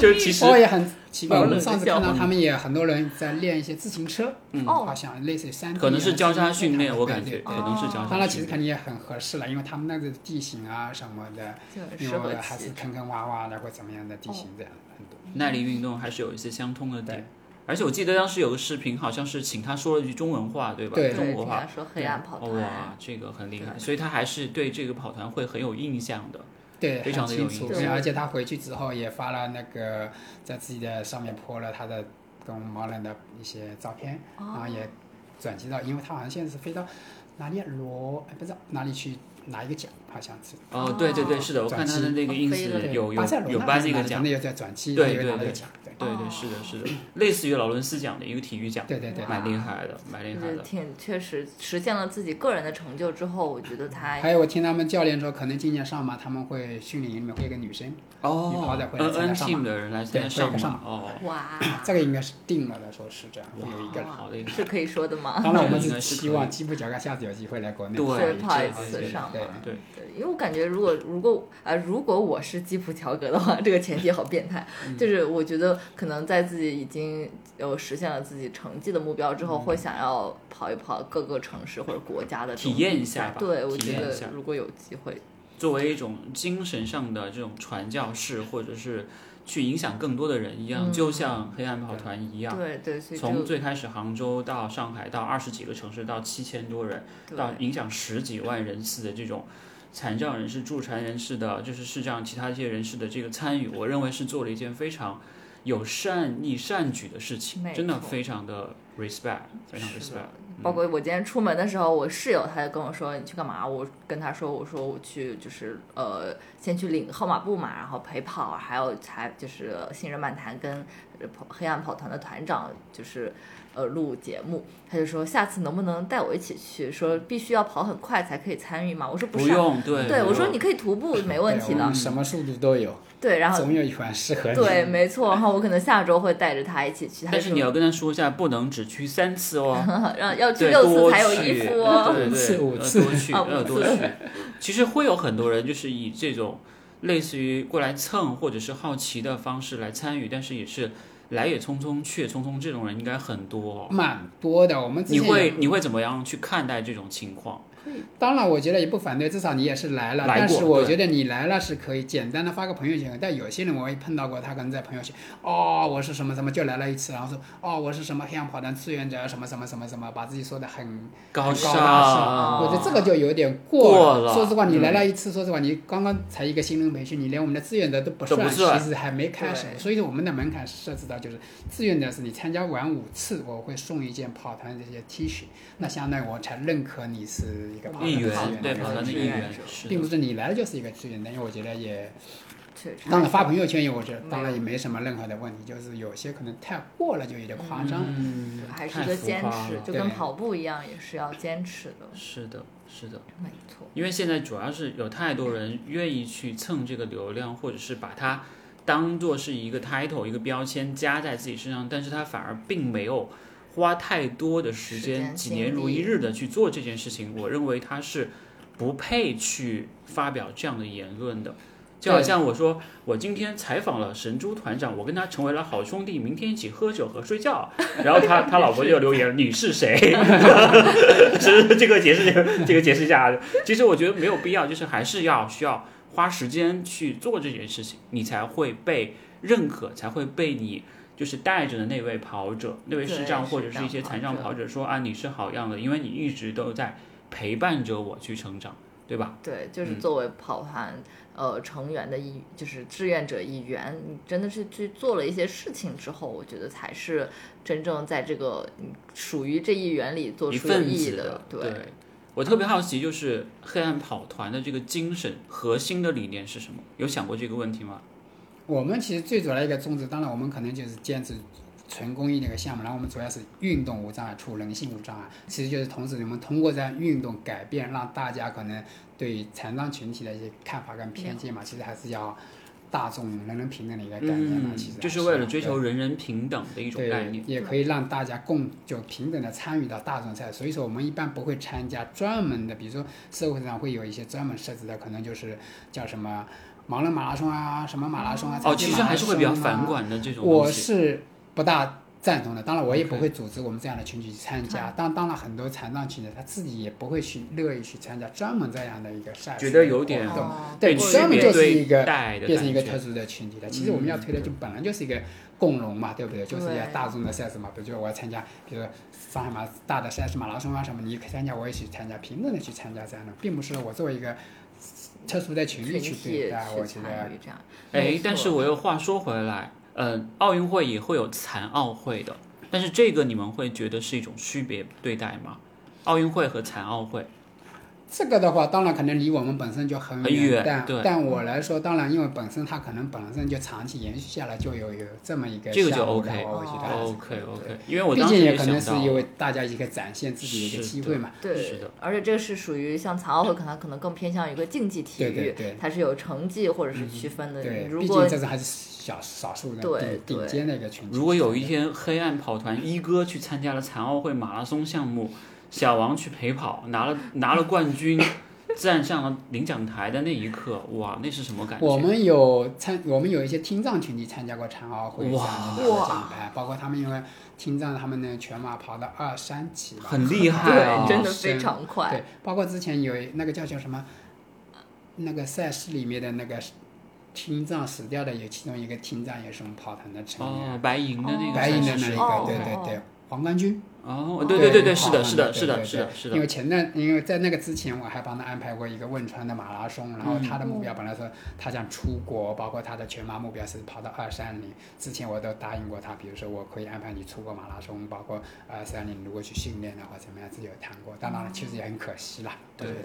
Speaker 1: 就其实
Speaker 3: 我哦也很奇怪，
Speaker 1: 嗯
Speaker 3: 我们上次看到他们也很多人在练一些自行车，
Speaker 1: 嗯
Speaker 2: 哦
Speaker 3: 好像类似于山地啊，
Speaker 1: 可能是交叉训练，
Speaker 3: 对
Speaker 1: 我感觉
Speaker 3: 对
Speaker 1: 可
Speaker 3: 对
Speaker 1: 能是交
Speaker 3: 当
Speaker 1: 叉
Speaker 3: 然，哦其
Speaker 1: 训
Speaker 3: 实
Speaker 1: 练。
Speaker 3: 肯定也很合适了，因为他们那个地形啊什么的，
Speaker 2: 就很适
Speaker 3: 因
Speaker 2: 合哦
Speaker 3: 为还
Speaker 2: 骑
Speaker 3: 是坑坑洼洼的或怎么样的地形这样很多。
Speaker 1: 耐力运动还是有一些相通的
Speaker 3: 对
Speaker 1: 点，而且我记得当时有个视频，好像是请他说了一句中文话，对吧？
Speaker 3: 对
Speaker 1: 中
Speaker 2: 对，
Speaker 1: 国
Speaker 2: 听
Speaker 1: 话
Speaker 2: 他。说黑暗跑
Speaker 1: 对哇
Speaker 2: 团，，
Speaker 1: 这个很厉害，所以他还是对这个跑团会很有印象的。
Speaker 3: 对，
Speaker 1: 非常
Speaker 3: 很
Speaker 1: 的有
Speaker 3: 清楚。
Speaker 2: 印象
Speaker 3: 对而且他回去之后也发了那个在自己的上面泼了他的跟毛人的一些照片，然
Speaker 2: 哦
Speaker 3: 后也转寄到，因为他好像现在是飞到哪里啊罗，哎不知道哪里去拿一个奖，好像是。
Speaker 1: 哦，对对对，是的，我
Speaker 3: 转
Speaker 1: 看他的
Speaker 3: 基
Speaker 1: 那个
Speaker 2: 哦
Speaker 1: ins
Speaker 2: 飞了
Speaker 3: 对
Speaker 1: 有有
Speaker 3: 巴塞罗那
Speaker 1: 有颁那
Speaker 3: 好
Speaker 1: 个
Speaker 3: 像
Speaker 1: 奖
Speaker 3: 那，个在转机，
Speaker 1: 对
Speaker 3: 有拿
Speaker 1: 对
Speaker 3: 了
Speaker 1: 对
Speaker 3: 个奖，对
Speaker 1: 对对，是的，是的，类似于劳伦斯奖的一个体育奖，
Speaker 3: 对对对。
Speaker 1: 蛮厉害的，蛮厉
Speaker 2: 就
Speaker 1: 害
Speaker 2: 是
Speaker 1: 的。
Speaker 2: 挺确实实现了自己个人的成就之后，我觉得他
Speaker 3: 还有我听他们教练说，可能今年上马他们会训练营里面会有一个女生，
Speaker 1: 哦
Speaker 3: 你跑得回来
Speaker 1: ，N
Speaker 3: 参
Speaker 1: N
Speaker 3: 加上
Speaker 1: team 的人来参加
Speaker 3: 对
Speaker 1: 上
Speaker 3: 会上
Speaker 1: 马哦，
Speaker 2: 哇，
Speaker 3: 这个应该是定了的，说是这样，会有一个人。
Speaker 1: 好的一个
Speaker 2: 是可以说的吗？
Speaker 3: 当然我们
Speaker 1: 应该
Speaker 3: 是
Speaker 1: 是
Speaker 3: 期
Speaker 1: 可以
Speaker 3: 望基普乔格下次有机会来国内
Speaker 1: 对
Speaker 3: 跑
Speaker 2: 是跑一
Speaker 3: 一次
Speaker 1: 这
Speaker 2: 次
Speaker 1: 对
Speaker 2: 上嘛
Speaker 3: 对，
Speaker 1: 对
Speaker 2: 对，因为我感觉如果如果呃如果我是基普乔格的话，这个前提好变态，
Speaker 1: 嗯
Speaker 2: 就是我觉得可能在自己已经有实现了自己成绩的目标之后，会想要跑一跑各个城市或者国家的这种
Speaker 1: 嗯体验一
Speaker 2: 比赛
Speaker 1: 下吧
Speaker 2: 对，我
Speaker 1: 体
Speaker 2: 觉
Speaker 1: 验一
Speaker 2: 得
Speaker 1: 下
Speaker 2: 如果有机会，
Speaker 1: 作为一种精神上的这种传教士，或者是去影响更多的人一样，
Speaker 2: 嗯
Speaker 1: 就像黑暗跑团一样。
Speaker 2: 对对，所以
Speaker 1: 从
Speaker 2: 就
Speaker 1: 最开始杭州到上海，到二十几个城市，到七千多人，到
Speaker 2: 对
Speaker 1: 影响十几万人次的这种残障人士、助残人士的，就是视障其他一些人士的这个参与，我认为是做了一件非常有善意善举的事情
Speaker 2: 没，
Speaker 1: 真的
Speaker 2: 错
Speaker 1: 非常的 respect，非常
Speaker 2: 是
Speaker 1: respect
Speaker 2: 的。包
Speaker 1: 嗯
Speaker 2: 括我今天出门的时候，我室友他就跟我说你去干嘛？我跟他说我说我去就是呃先去领号码布嘛，然后陪跑，还有才就是新人漫谈跟呃跑黑暗跑团的团长就是呃录节目，他就说下次能不能带我一起去？说必须要跑很快才可以参与嘛。我说
Speaker 1: 不
Speaker 2: 是啊。
Speaker 1: 用，对
Speaker 2: 对，
Speaker 1: 不
Speaker 2: 我说
Speaker 1: 用
Speaker 2: 你可以徒步，没问题
Speaker 3: 对我
Speaker 2: 的
Speaker 3: 们。什么速度都有，
Speaker 2: 对，然后
Speaker 3: 总有一款适合你。
Speaker 2: 对，没错。然后我可能下周会带着他一起去。他
Speaker 1: 但
Speaker 2: 就是说
Speaker 1: 你要跟他说一下，不能只去三次哦，
Speaker 2: 让要 去
Speaker 1: 对，
Speaker 2: 六次
Speaker 1: 多
Speaker 2: 才有
Speaker 1: 去
Speaker 2: 衣服哦。
Speaker 1: 对对
Speaker 3: 四
Speaker 1: 对，
Speaker 3: 五
Speaker 1: 要
Speaker 3: 次
Speaker 1: 多去，
Speaker 2: 啊五
Speaker 1: 要多
Speaker 2: 次
Speaker 1: 去。其实会有很多人就是以这种类似于过来蹭或者是好奇的方式来参与，但是也是来也匆匆去也匆匆，这种人应该很多哦。
Speaker 3: 蛮多的，我们之
Speaker 1: 你
Speaker 3: 前也
Speaker 1: 会你会怎么样去看待这种情况？
Speaker 3: 当然，我觉得也不反对，至少你也是来了。
Speaker 1: 来过
Speaker 3: 但是我觉得你来了是可以简单的发个朋友圈，但有些人我也碰到过，他可能在朋友圈，哦，我是什么什么就来了一次，然后说，哦，我是什么黑暗跑团志愿者，什么什么什么什么，把自己说的很
Speaker 1: 高
Speaker 3: 尚。
Speaker 1: 尚，
Speaker 3: 我觉得这个就有点
Speaker 1: 啊过
Speaker 3: 过
Speaker 1: 了嗯
Speaker 3: 说实话，你来了一次，说实话，你刚刚才一个新人培训，你连我们的志愿者都不
Speaker 1: 都
Speaker 3: 算，
Speaker 1: 不算
Speaker 3: 其实还没开始。
Speaker 2: 对
Speaker 3: 所以说我们的门槛设置到就是志愿者是你参加完五次，我会送一件跑团的这些 T 恤，那相当于我才认可你是一个跑团
Speaker 1: 一员
Speaker 3: 的志愿
Speaker 1: 对
Speaker 3: 者。
Speaker 1: 跑团的
Speaker 2: 志
Speaker 1: 一
Speaker 2: 愿
Speaker 1: 员
Speaker 2: 者
Speaker 1: 是
Speaker 3: 并
Speaker 1: 的
Speaker 3: 不是你来了就是一个志愿者，因为我觉得也，
Speaker 2: 确实
Speaker 3: 当然发朋友圈也，我觉得
Speaker 2: 没有
Speaker 3: 当然也没什么任何的问题，就是有些可能太过了就有点夸张。
Speaker 1: 嗯，
Speaker 2: 还是
Speaker 1: 太
Speaker 2: 一个
Speaker 1: 浮
Speaker 2: 坚
Speaker 1: 夸
Speaker 2: 持，
Speaker 1: 了
Speaker 2: 就跟
Speaker 3: 对
Speaker 2: 跑步一样，也是要坚持的。
Speaker 1: 是的，是的。
Speaker 2: 没错，
Speaker 1: 因为现在主要是有太多人愿意去蹭这个流量，或者是把它当做是一个 title、一个标签加在自己身上，但是他反而并没有花太多的时
Speaker 2: 时
Speaker 1: 间，
Speaker 2: 间
Speaker 1: 几
Speaker 2: 精
Speaker 1: 年如
Speaker 2: 力
Speaker 1: 一日的去做这件事情。我认为他是不配去发表这样的言论的。就好
Speaker 3: 对
Speaker 1: 像我说，我今天采访了神猪团长，我跟他成为了好兄弟，明天一起喝酒和睡觉。然后他他老婆就留言：“你是谁？” 是这个解释，这个解释一下。啊其实我觉得没有必要，就是还是要需要花时间去做这件事情，你才会被认可，才会被你就是带着的那位跑者、那位视障
Speaker 2: 对
Speaker 1: 或者是
Speaker 2: 视障
Speaker 1: 一些残障
Speaker 2: 跑
Speaker 1: 跑者说啊，你是好样的，因为你一直都在陪伴着我去成长，对吧？
Speaker 2: 对，就是作为跑团、呃成员的一，就是志愿者一员，你真的是去做了一些事情之后，我觉得才是真正在这个嗯属于这一员里做
Speaker 1: 一
Speaker 2: 出有
Speaker 1: 份
Speaker 2: 意义
Speaker 1: 子
Speaker 2: 的。对，
Speaker 1: 我特别好奇，就是黑暗跑团的这个精神核心的理念是什么？有想过这个问题吗？
Speaker 3: 我们其实最主要的一个宗旨，当然我们可能就是坚持纯公益的一个项目，然后我们主要是运动无障碍，处人性无障碍，其实就是同时我们通过这样运动改变，让大家可能对残障群体的一些看法跟偏见嘛，其实还是要大众人人平等的一个概念嘛，其实还
Speaker 1: 嗯
Speaker 3: 啊
Speaker 1: 就是为了追
Speaker 3: 对
Speaker 1: 求人人平等的一种
Speaker 3: 对，
Speaker 1: 概念。
Speaker 3: 也可以让大家共就平等的参与到大众赛。所以说，我们一般不会参加专门的，比如说社会上会有一些专门设置的，可能就是叫什么盲人马拉松啊，什么马拉松啊。
Speaker 1: 哦，
Speaker 3: 残疾
Speaker 1: 其实
Speaker 3: 马拉
Speaker 1: 还是会比较
Speaker 3: 松啊
Speaker 1: 反感的这种
Speaker 3: 我
Speaker 1: 东西。
Speaker 3: 是不大赞同的，当然我也
Speaker 1: OK
Speaker 3: 不会组织我们这样的群体去参加。但当然，很多残障群体他自己也不会去乐意去参加专门这样的一个赛
Speaker 1: 觉
Speaker 3: 事活动，
Speaker 1: 得有点
Speaker 2: 哦
Speaker 3: 对
Speaker 1: 被区
Speaker 3: 专门
Speaker 1: 别
Speaker 3: 就是
Speaker 1: 对
Speaker 3: 一个
Speaker 1: 待的
Speaker 3: 变成一个
Speaker 1: 感觉嗯
Speaker 3: 特殊的群体了。其实我们要推的就本来就是一个共荣嘛，对不对？就是一个
Speaker 2: 对
Speaker 3: 大众的赛事嘛，比如说我要参加，比如说上海马大的赛事马拉松啊什么，你可以参加，我也去参加，平等的去参加这样的，并不是我作为一个特殊的群
Speaker 2: 群体
Speaker 3: 体去对待。我觉
Speaker 2: 参
Speaker 3: 得
Speaker 2: 与这样。
Speaker 1: 哎
Speaker 2: 没错，
Speaker 1: 但是我又话说回来，呃，奥运会也会有残奥会的，但是这个你们会觉得是一种区别对待吗？奥运会和残奥会，
Speaker 3: 这个的话，当然可能离我们本身就很
Speaker 1: 很远
Speaker 3: 但
Speaker 1: 对嗯
Speaker 3: 但我来说，当然因为本身它可能本身就长期延续下来，就有有这么一个
Speaker 1: 这个就
Speaker 3: 项目
Speaker 1: OK
Speaker 3: 的话我觉得还是
Speaker 1: OK OK，因为我
Speaker 3: 毕
Speaker 1: 当时
Speaker 3: 竟也可
Speaker 1: 想
Speaker 3: 能是
Speaker 1: 到
Speaker 3: 因，为大家一个展现自己的一个
Speaker 1: 是
Speaker 3: 机
Speaker 1: 的
Speaker 3: 会嘛。
Speaker 2: 对，
Speaker 1: 是的
Speaker 2: 而且这是属于像残奥会，可能可能更偏向于一个竞技体育，
Speaker 3: 对对对嗯
Speaker 2: 它是有成绩或者是区分的。
Speaker 3: 对，
Speaker 2: 如
Speaker 3: 毕
Speaker 2: 果
Speaker 3: 竟这是还是小少数人
Speaker 2: 对
Speaker 3: 顶顶
Speaker 2: 对
Speaker 3: 尖的一个群体。
Speaker 1: 如果有一天黑暗跑团一哥去参加了残奥会马拉松项目，小王去陪跑拿了拿了冠 军，站上了领奖台的那一刻，哇，那是什么感觉？
Speaker 3: 我们有参，我们有一些听障群体参加过残奥会
Speaker 1: 哇
Speaker 3: 项目的奖牌，包括他们因为听障，他们的全马跑到二三级吧，
Speaker 1: 很厉害啊
Speaker 2: 对，真的
Speaker 3: 是
Speaker 2: 非常快。
Speaker 3: 对，包括之前有一那个叫叫什么，那个赛事里面的那个听障死掉的，有其中一个听障也是我们跑团的成员，
Speaker 1: 哦，白银的那个
Speaker 3: 白银的
Speaker 1: 才
Speaker 3: 那
Speaker 1: 是
Speaker 3: 一
Speaker 1: 谁
Speaker 3: 个，
Speaker 2: 哦
Speaker 3: 对对对，黄冠军。
Speaker 1: 哦，对对对对，
Speaker 3: 跑
Speaker 1: 是
Speaker 3: 完
Speaker 1: 的，
Speaker 3: 了
Speaker 1: 是的，
Speaker 3: 对
Speaker 1: 是的，
Speaker 3: 对
Speaker 1: 是
Speaker 3: 对
Speaker 1: 的，是
Speaker 3: 因
Speaker 1: 的，
Speaker 3: 为前段，因为在那个之前，我还帮他安排过一个汶川的马拉松，然后他的
Speaker 1: 嗯
Speaker 3: 目标本来说他想出国，包括他的全马目标是跑到二三零。之前我都答应过他，比如说我可以安排你出国马拉松，包括二三零，如果去训练的话怎么样，自己有谈过。当然了，确实也很可惜啦。
Speaker 1: 嗯对
Speaker 2: 对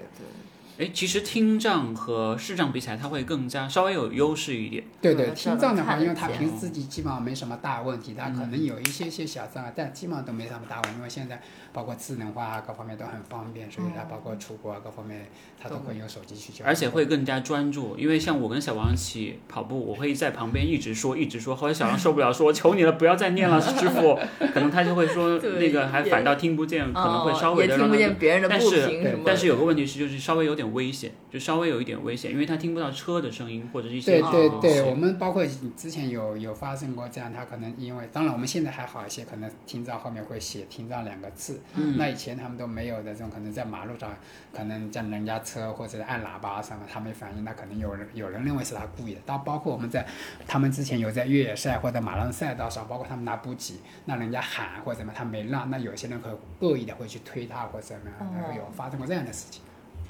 Speaker 1: 哎，其实听障和视障比起来，它会更加稍微有优势一点。
Speaker 3: 对
Speaker 2: 对
Speaker 3: 对，
Speaker 2: 这样
Speaker 3: 听障的哦
Speaker 2: 能
Speaker 3: 嗯话，
Speaker 2: 看
Speaker 3: 因为
Speaker 2: 得
Speaker 3: 他
Speaker 2: 见
Speaker 3: 平时自己基本上没什么大问题，他可能有一些些小障碍，但基本上都没什么大问题。因为现在包括智能化啊，各方面都很方便，所以他包括出国啊各方面，他都会用手机去交流。
Speaker 1: 而且会更加专注，因为像我跟小王一起跑步，我会在旁边一直说，一直说。后来小王受不了，说：“ 我求你了，不要再念了，师傅。”可能他就会说
Speaker 2: 对
Speaker 1: 那个还
Speaker 2: 也
Speaker 1: 反倒听不见，可能会稍
Speaker 2: 哦、
Speaker 1: 微
Speaker 2: 也
Speaker 1: 的
Speaker 2: 听
Speaker 1: 让
Speaker 2: 不
Speaker 1: 他。
Speaker 2: 见别人的
Speaker 1: 但
Speaker 2: 不
Speaker 1: 是
Speaker 2: 平
Speaker 3: 对
Speaker 2: 什么的。
Speaker 1: 但是有个问题是，就是稍微有点危险，就稍微有一点危险，因为他听不到车的声音或者是一些啊
Speaker 3: 对对
Speaker 1: 东
Speaker 3: 对，
Speaker 1: 西
Speaker 3: 我们包括之前有有发生过这样，他可能因为，当然我们现在还好一些，可能听障后面会写“听障”两个字，
Speaker 1: 嗯
Speaker 3: 那以前他们都没有的这种，可能在马路上，可能叫人家车或者是按喇叭什么，他没反应，那可能有人有人认为是他故意的。到包括我们在他们之前有在越野赛或者马拉松赛道上，包括他们拿补给，那人家喊或者什么，他没让，那有些人会恶意的会去推他或者怎么样，然后有发生过这样的事情。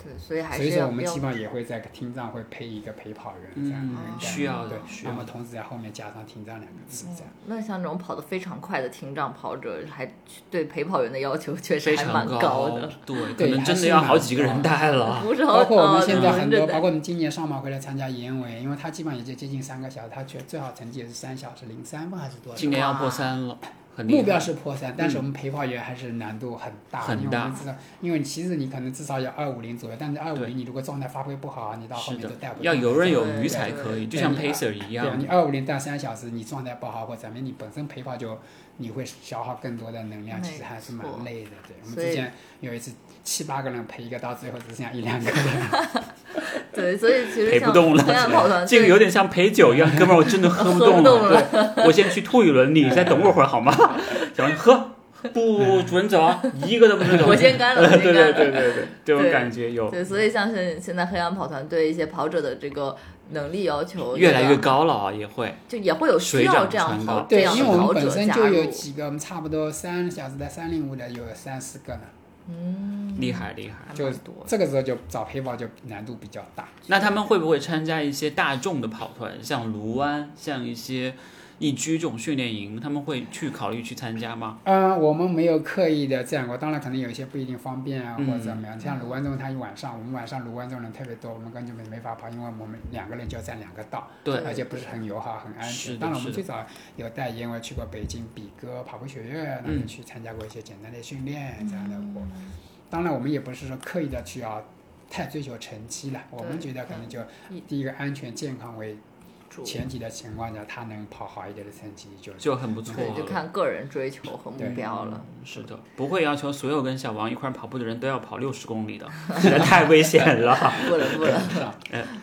Speaker 2: 对，所以还
Speaker 3: 所
Speaker 2: 是
Speaker 3: 以说
Speaker 2: 要
Speaker 3: 我们
Speaker 2: 要
Speaker 3: 基本上也会在听障会配一个陪跑员这样的
Speaker 1: 嗯
Speaker 3: 一个概，念，
Speaker 1: 需要的
Speaker 3: 对，，
Speaker 1: 需
Speaker 3: 那
Speaker 1: 要
Speaker 3: 么
Speaker 1: 的。
Speaker 3: 同时在后面加上停障两个
Speaker 2: 嗯
Speaker 3: 字，这样。
Speaker 2: 那像这种跑得非常快的听障跑者，还对陪跑员的要求确实
Speaker 1: 非
Speaker 2: 还
Speaker 1: 常
Speaker 2: 蛮高的，，
Speaker 1: 对，可
Speaker 3: 对
Speaker 1: 能
Speaker 3: 还
Speaker 1: 真的
Speaker 3: 是
Speaker 1: 要
Speaker 3: 蛮
Speaker 1: 好几个
Speaker 3: 高
Speaker 1: 人
Speaker 3: 的
Speaker 1: 带了。
Speaker 2: 不是
Speaker 3: 包
Speaker 2: 好
Speaker 3: 括我们现在
Speaker 2: 嗯
Speaker 3: 很
Speaker 2: 真
Speaker 3: 多，
Speaker 2: 的
Speaker 3: 包括我们今年上马回来参加延尾，因为他基本上也就接近三个小时，他觉得最好成绩也是三小时零三分还是多少？
Speaker 1: 今年要破三了，很厉害。嗯
Speaker 3: 目标是破三，但是我们陪跑员还是难度很大，
Speaker 1: 很
Speaker 3: 因为
Speaker 1: 大
Speaker 3: 我们知道，因为你其实你可能至少有二五零左右，但是二五
Speaker 1: 对
Speaker 3: 零你如果状态发挥不好啊，你到
Speaker 1: 是
Speaker 3: 后面
Speaker 1: 的
Speaker 3: 都带不动。
Speaker 1: 要游刃有
Speaker 2: 对
Speaker 1: 余
Speaker 2: 对
Speaker 1: 才
Speaker 2: 对
Speaker 1: 可以，就
Speaker 3: 对
Speaker 1: 像
Speaker 3: 你
Speaker 1: pacer 一
Speaker 3: 对，啊
Speaker 1: 样
Speaker 3: 你。二五零带三小时，你状态不好或怎么样，你本身陪跑就你会消耗更多的能量，
Speaker 2: 没
Speaker 3: 其实还是蛮
Speaker 2: 错
Speaker 3: 累的。对，我们
Speaker 2: 所以
Speaker 3: 之前有一次七八个人陪一个，到最后只剩下一两个人。
Speaker 2: 对，所以其实
Speaker 1: 陪不
Speaker 2: 像
Speaker 1: 动了
Speaker 2: 黑暗跑团，
Speaker 1: 这个有点像陪酒一 样，哥们儿，我真的啊喝不动
Speaker 2: 喝不
Speaker 1: 了，对，我先去吐一轮， 你再等我会儿好吗？ 想喝不准走啊，一个都不准走。
Speaker 2: 我先干了，我
Speaker 1: 对对
Speaker 2: 先干了。
Speaker 1: 对对 对对，这种
Speaker 2: 对
Speaker 1: 感觉有
Speaker 2: 对，所以像是现在黑暗跑团对一些跑者的这个能力要求
Speaker 1: 越来越
Speaker 2: 高，
Speaker 1: 高了啊，也会
Speaker 2: 就也会有需要这样
Speaker 1: 水涨船
Speaker 2: 跑
Speaker 1: 高
Speaker 2: 这
Speaker 3: 对，
Speaker 2: 样
Speaker 3: 因为
Speaker 2: 的
Speaker 3: 我
Speaker 2: 跑
Speaker 3: 们
Speaker 2: 者
Speaker 3: 本身
Speaker 2: 加
Speaker 3: 就
Speaker 2: 入
Speaker 3: 有。几个，我们差不多三小时的三零五的有三四个呢。
Speaker 2: 嗯，
Speaker 1: 厉害厉害。
Speaker 2: 还
Speaker 3: 就
Speaker 2: 蛮多的。
Speaker 3: 这个时候就找陪跑就难度比较大。
Speaker 1: 那他们会不会参加一些大众的跑团，像卢湾，像一些义居这种训练营，他们会去考虑去参加吗？
Speaker 3: 嗯，我们没有刻意的这样过，当然可能有一些不一定方便啊，
Speaker 1: 嗯
Speaker 3: 或者怎么样。像卢湾中，他一晚上，我们晚上卢湾中人特别多，我们根本就没法跑，因为我们两个人就占两个道，
Speaker 1: 对，
Speaker 3: 而且不是很友好，很安
Speaker 1: 是的
Speaker 3: 全。当然，我
Speaker 1: 是的
Speaker 3: 们最早有带因为去过北京比哥跑步学院，那
Speaker 1: 嗯
Speaker 3: 么去参加过一些简单的训练
Speaker 2: 嗯
Speaker 3: 这样的活。当然，我们也不是说刻意的去要太追求成绩了，我们
Speaker 2: 对
Speaker 3: 觉得可能就
Speaker 2: 嗯
Speaker 3: 第一个安全健康为
Speaker 2: 主
Speaker 3: 前提的情况下，他能跑好一点的成绩就
Speaker 1: 就很不错
Speaker 2: 对，就
Speaker 1: 了。
Speaker 2: 看个人追求和目
Speaker 3: 对
Speaker 2: 标了。
Speaker 1: 是的，不会要求所有跟小王一块儿跑步的人都要跑六十公里的， 实在太危险了。
Speaker 2: 不了不了，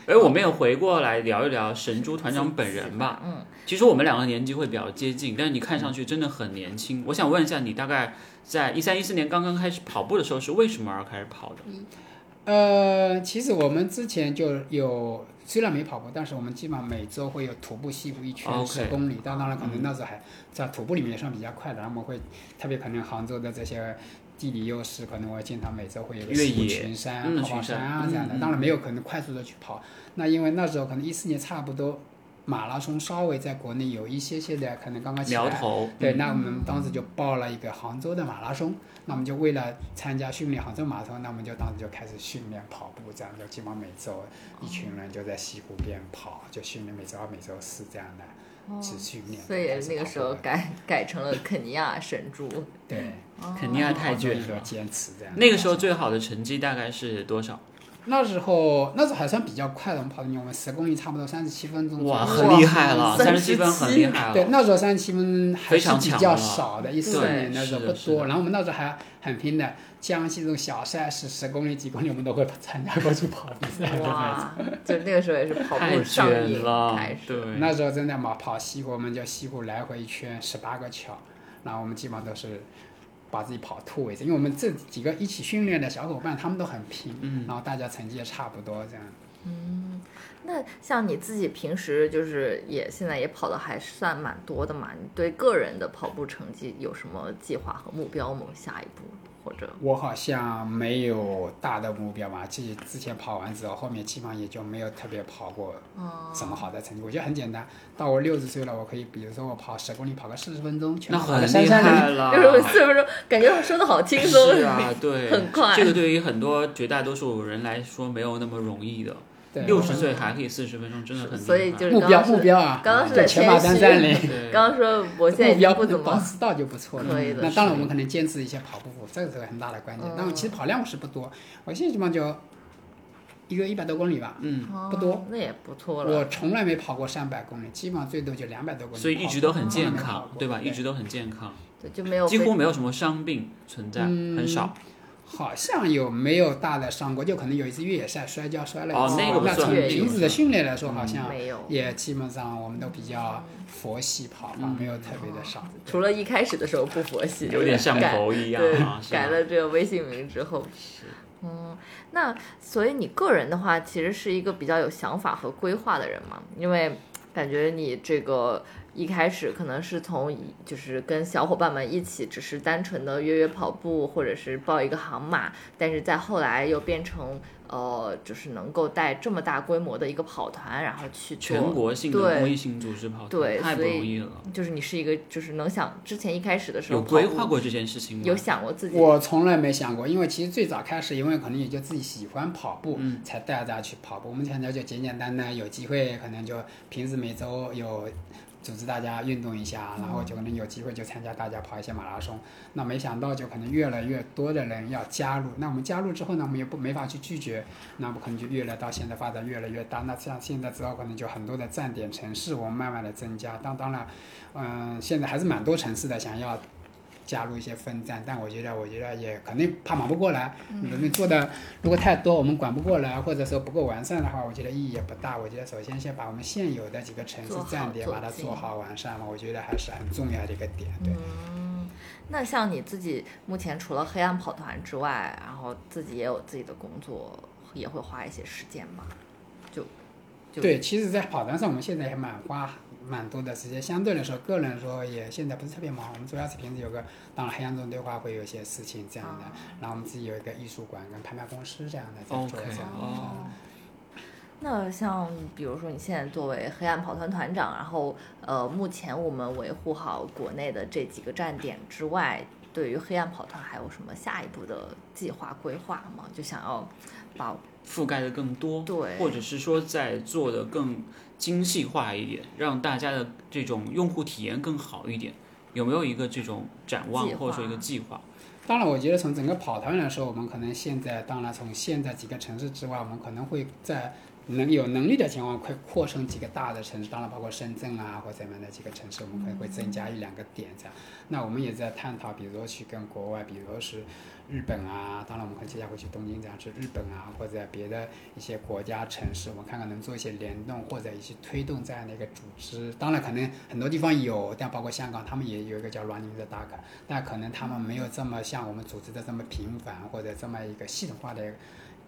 Speaker 1: 哎，我们也回过来聊一聊神猪团长本人吧。
Speaker 2: 嗯，
Speaker 1: 其实我们两个年纪会比较接近，但是你看上去真的很年轻。我想问一下，你大概在一三一四年刚刚开始跑步的时候，是为什么而开始跑的？
Speaker 3: 呃，其实我们之前就有，虽然没跑步，但是我们基本上每周会有徒步西部一圈
Speaker 1: 哦 OK 嗯
Speaker 3: 十公里。但当然，可能那时候还在徒步里面也算比较快的。然后我们会特别可能杭州的这些地理优势，可能我经常每周会有个
Speaker 1: 越
Speaker 3: 西部
Speaker 1: 野
Speaker 3: 群山
Speaker 1: 嗯、
Speaker 3: 跑跑
Speaker 1: 群山
Speaker 3: 山啊这样的
Speaker 1: 嗯。
Speaker 3: 当然没有可能快速的去跑，那因为那时候可能一四年差不多马拉松稍微在国内有一些些的可能刚刚起
Speaker 1: 苗
Speaker 3: 来。
Speaker 1: 头，
Speaker 3: 对，那我们当时就报了一个杭州的马拉松，那我们就为了参加训练杭州马拉松，那我们就当时就开始训练跑步，这样就基本上每周一群人就在西湖边跑，就训练每周二、每周四这样 的，持续练。
Speaker 2: 哦所以那个时候改改成了肯尼亚神猪，
Speaker 3: 对，
Speaker 1: 肯尼亚太
Speaker 3: 就
Speaker 1: 卷
Speaker 3: 一个
Speaker 1: 了。
Speaker 3: 坚持这样。
Speaker 1: 那个时候最好的成绩大概是多少？
Speaker 3: 那时候那时候还算比较快的，我们跑的，我们十公里差不多三十七分钟左右。
Speaker 1: 哇，
Speaker 2: 哇
Speaker 1: 很厉害了，三
Speaker 2: 37
Speaker 1: 十七分很厉害
Speaker 3: 对
Speaker 1: 了。，
Speaker 3: 那时候三十七分还
Speaker 1: 非
Speaker 3: 是
Speaker 1: 常
Speaker 3: 比
Speaker 1: 强
Speaker 3: 较
Speaker 1: 了
Speaker 3: 少的，一四
Speaker 1: 对
Speaker 3: 年那时候
Speaker 1: 是
Speaker 3: 不
Speaker 1: 的是的
Speaker 3: 多。然后我们那时候还很拼的，江西这种小赛事，十公里、几公里我们都会参加过去跑比赛的那 种。
Speaker 2: 哇，就那个时候也是跑
Speaker 1: 太
Speaker 2: 步上
Speaker 1: 卷
Speaker 2: 瘾
Speaker 1: 了
Speaker 2: 开，始，
Speaker 1: 对，
Speaker 3: 那时候真的嘛，跑西湖，我们就西湖来回一圈十八个桥，然后我们基本上都是把自己跑吐为止，因为我们这几个一起训练的小伙伴他们都很拼，
Speaker 1: 嗯
Speaker 3: 然后大家成绩也差不多这样。
Speaker 2: 那像你自己平时就是也现在也跑的还算蛮多的嘛，你对个人的跑步成绩有什么计划和目标吗？下一步或者
Speaker 3: 我好像没有大的目标吧，其实之前跑完之后，后面基本上也就没有特别跑过什么好的成绩。我觉得很简单，到我六十岁了，我可以，比如说我跑十公里，跑个四十分钟，全
Speaker 1: 那
Speaker 3: 部跑
Speaker 1: 很
Speaker 3: 个
Speaker 1: 厉
Speaker 3: 三三
Speaker 1: 害
Speaker 3: 零。
Speaker 1: 了。
Speaker 2: 就是四十分钟，感觉说的好轻松
Speaker 1: 是，啊，对，
Speaker 2: 很快
Speaker 1: 这个对于很多绝大多数人来说没有那么容易的。
Speaker 3: 对，
Speaker 1: 六十岁还可以四十分钟，真的很厉害。
Speaker 2: 所以就是
Speaker 3: 目
Speaker 2: 刚
Speaker 3: 标
Speaker 2: 刚
Speaker 3: 目
Speaker 2: 是
Speaker 3: 标啊，
Speaker 2: 刚刚是
Speaker 3: 就
Speaker 2: 在
Speaker 3: 全马三
Speaker 2: 谦
Speaker 3: 三零
Speaker 2: 虚，
Speaker 1: 对，
Speaker 2: 刚刚说我现在
Speaker 3: 目
Speaker 2: 已经
Speaker 3: 标
Speaker 2: 不怎
Speaker 3: 保
Speaker 2: 么
Speaker 3: 持到就不错了
Speaker 2: 可。以的，
Speaker 3: 嗯那当然，
Speaker 2: 是
Speaker 3: 我
Speaker 2: 嗯
Speaker 3: 们可能坚持一些跑步服，这个是很大的关键。但我其实跑量是不多，我现在基本上就一个一百多公里吧，
Speaker 1: 嗯，
Speaker 3: 不多
Speaker 2: 哦那也不错了。
Speaker 3: 我从来没跑过三百公里，基本上最多就两百多公里跑过。
Speaker 1: 所以一直都很健
Speaker 3: 从来没跑
Speaker 1: 康，
Speaker 3: 过
Speaker 1: 对吧？一直都很健康，
Speaker 2: 对，就没有
Speaker 1: 几
Speaker 2: 被
Speaker 1: 乎没有什么伤病存在，
Speaker 2: 嗯
Speaker 1: 很少。
Speaker 3: 好像有没有大的伤过，就可能有一次越野赛摔跤摔了一次。
Speaker 1: 哦那个不
Speaker 3: 那
Speaker 1: 算
Speaker 3: 从
Speaker 2: 越野
Speaker 3: 平时的训练来
Speaker 1: 嗯
Speaker 3: 说，好像
Speaker 2: 没有，
Speaker 3: 也基本上我们都比较佛系跑吧，没有特别的伤。
Speaker 2: 嗯除了一开始的时候不佛系，
Speaker 1: 有点像
Speaker 2: 改
Speaker 1: 头一样
Speaker 2: 对
Speaker 1: 啊，，是吧
Speaker 2: 改了这个微信名之后，嗯，那所以你个人的话，其实是一个比较有想法和规划的人嘛，因为感觉你这个一开始可能是从一就是跟小伙伴们一起，只是单纯的约约跑步，或者是报一个航马，但是在后来又变成呃，就是能够带这么大规模的一个跑团，然后去做
Speaker 1: 全国性的
Speaker 2: 对
Speaker 1: 公益性组织跑
Speaker 2: 对
Speaker 1: 团，太不
Speaker 2: 所以
Speaker 1: 容易了。
Speaker 2: 就是你是一个就是能想之前一开始的时候
Speaker 1: 有规
Speaker 2: 跑步
Speaker 1: 划过这件事情吗？
Speaker 2: 有想过自己
Speaker 3: 我从来没想过，因为其实最早开始，因为可能也就自己喜欢跑步，
Speaker 2: 嗯
Speaker 3: 才带大家去跑步。我们现在就简简单单，有机会可能就平时每周有组织大家运动一
Speaker 2: 嗯
Speaker 3: 下，然后就可能有机会就参加大家跑一些马拉松。那没想到就可能越来越多的人要加入，那我们加入之后呢，我们也不没法去拒绝，那么可能就越来到现在发展越来越大。那像现在之后可能就很多的站点城市，我们慢慢的增加。当当然，嗯，现在还是蛮多城市的想要。加入一些分站，但我觉得，我觉得也肯定怕忙不过来。
Speaker 2: 嗯
Speaker 3: 你们做的如果太多，我们管不过来，或者说不够完善的话，我觉得意义也不大。我觉得首先先把我们现有的几个城市
Speaker 2: 做好
Speaker 3: 站点
Speaker 2: 做
Speaker 3: 把它
Speaker 2: 精
Speaker 3: 做好完善嘛，我觉得还是很重要的一个点。对，
Speaker 2: 那像你自己目前除了黑暗跑团之外，然后自己也有自己的工作，也会花一些时间嘛？就就
Speaker 3: 对，其实，在跑团上我们现在也蛮花蛮多的时间。相对来说，个人来说也现在不是特别忙。我们主要是平时有个，当然黑暗中对话会有一些事情这样
Speaker 1: 哦
Speaker 3: 的，然后我们自己有一个艺术馆跟拍卖公司这样的在做
Speaker 1: OK，
Speaker 3: 这样的。
Speaker 1: 哦，
Speaker 2: 那像比如说你现在作为黑暗跑团团长，然后呃，目前我们维护好国内的这几个站点之外，对于黑暗跑团还有什么下一步的计划规划吗？就想要把
Speaker 1: 覆盖的更多，
Speaker 2: 对
Speaker 1: 或者是说在做的更精细化一点，让大家的这种用户体验更好一点，有没有一个这种展望
Speaker 2: 计划
Speaker 1: 或者说一个计划？
Speaker 3: 当然，我觉得从整个跑团来说，我们可能现在，当然从现在几个城市之外，我们可能会在能有能力的情况，会扩充几个大的城市，当然包括深圳啊或怎么样的几个城市，我们可能会增加一两个点这样。那我们也在探讨，比如说去跟国外，比如说是日本啊，当然我们可能接下来会去东京这样，去日本啊或者别的一些国家城市，我们看看能做一些联动或者一些推动这样的一个组织。当然，可能很多地方有，但包括香港，他们也有一个叫 Running the Dark。但可能他们没有这么像我们组织的这么频繁，或者这么一个系统化的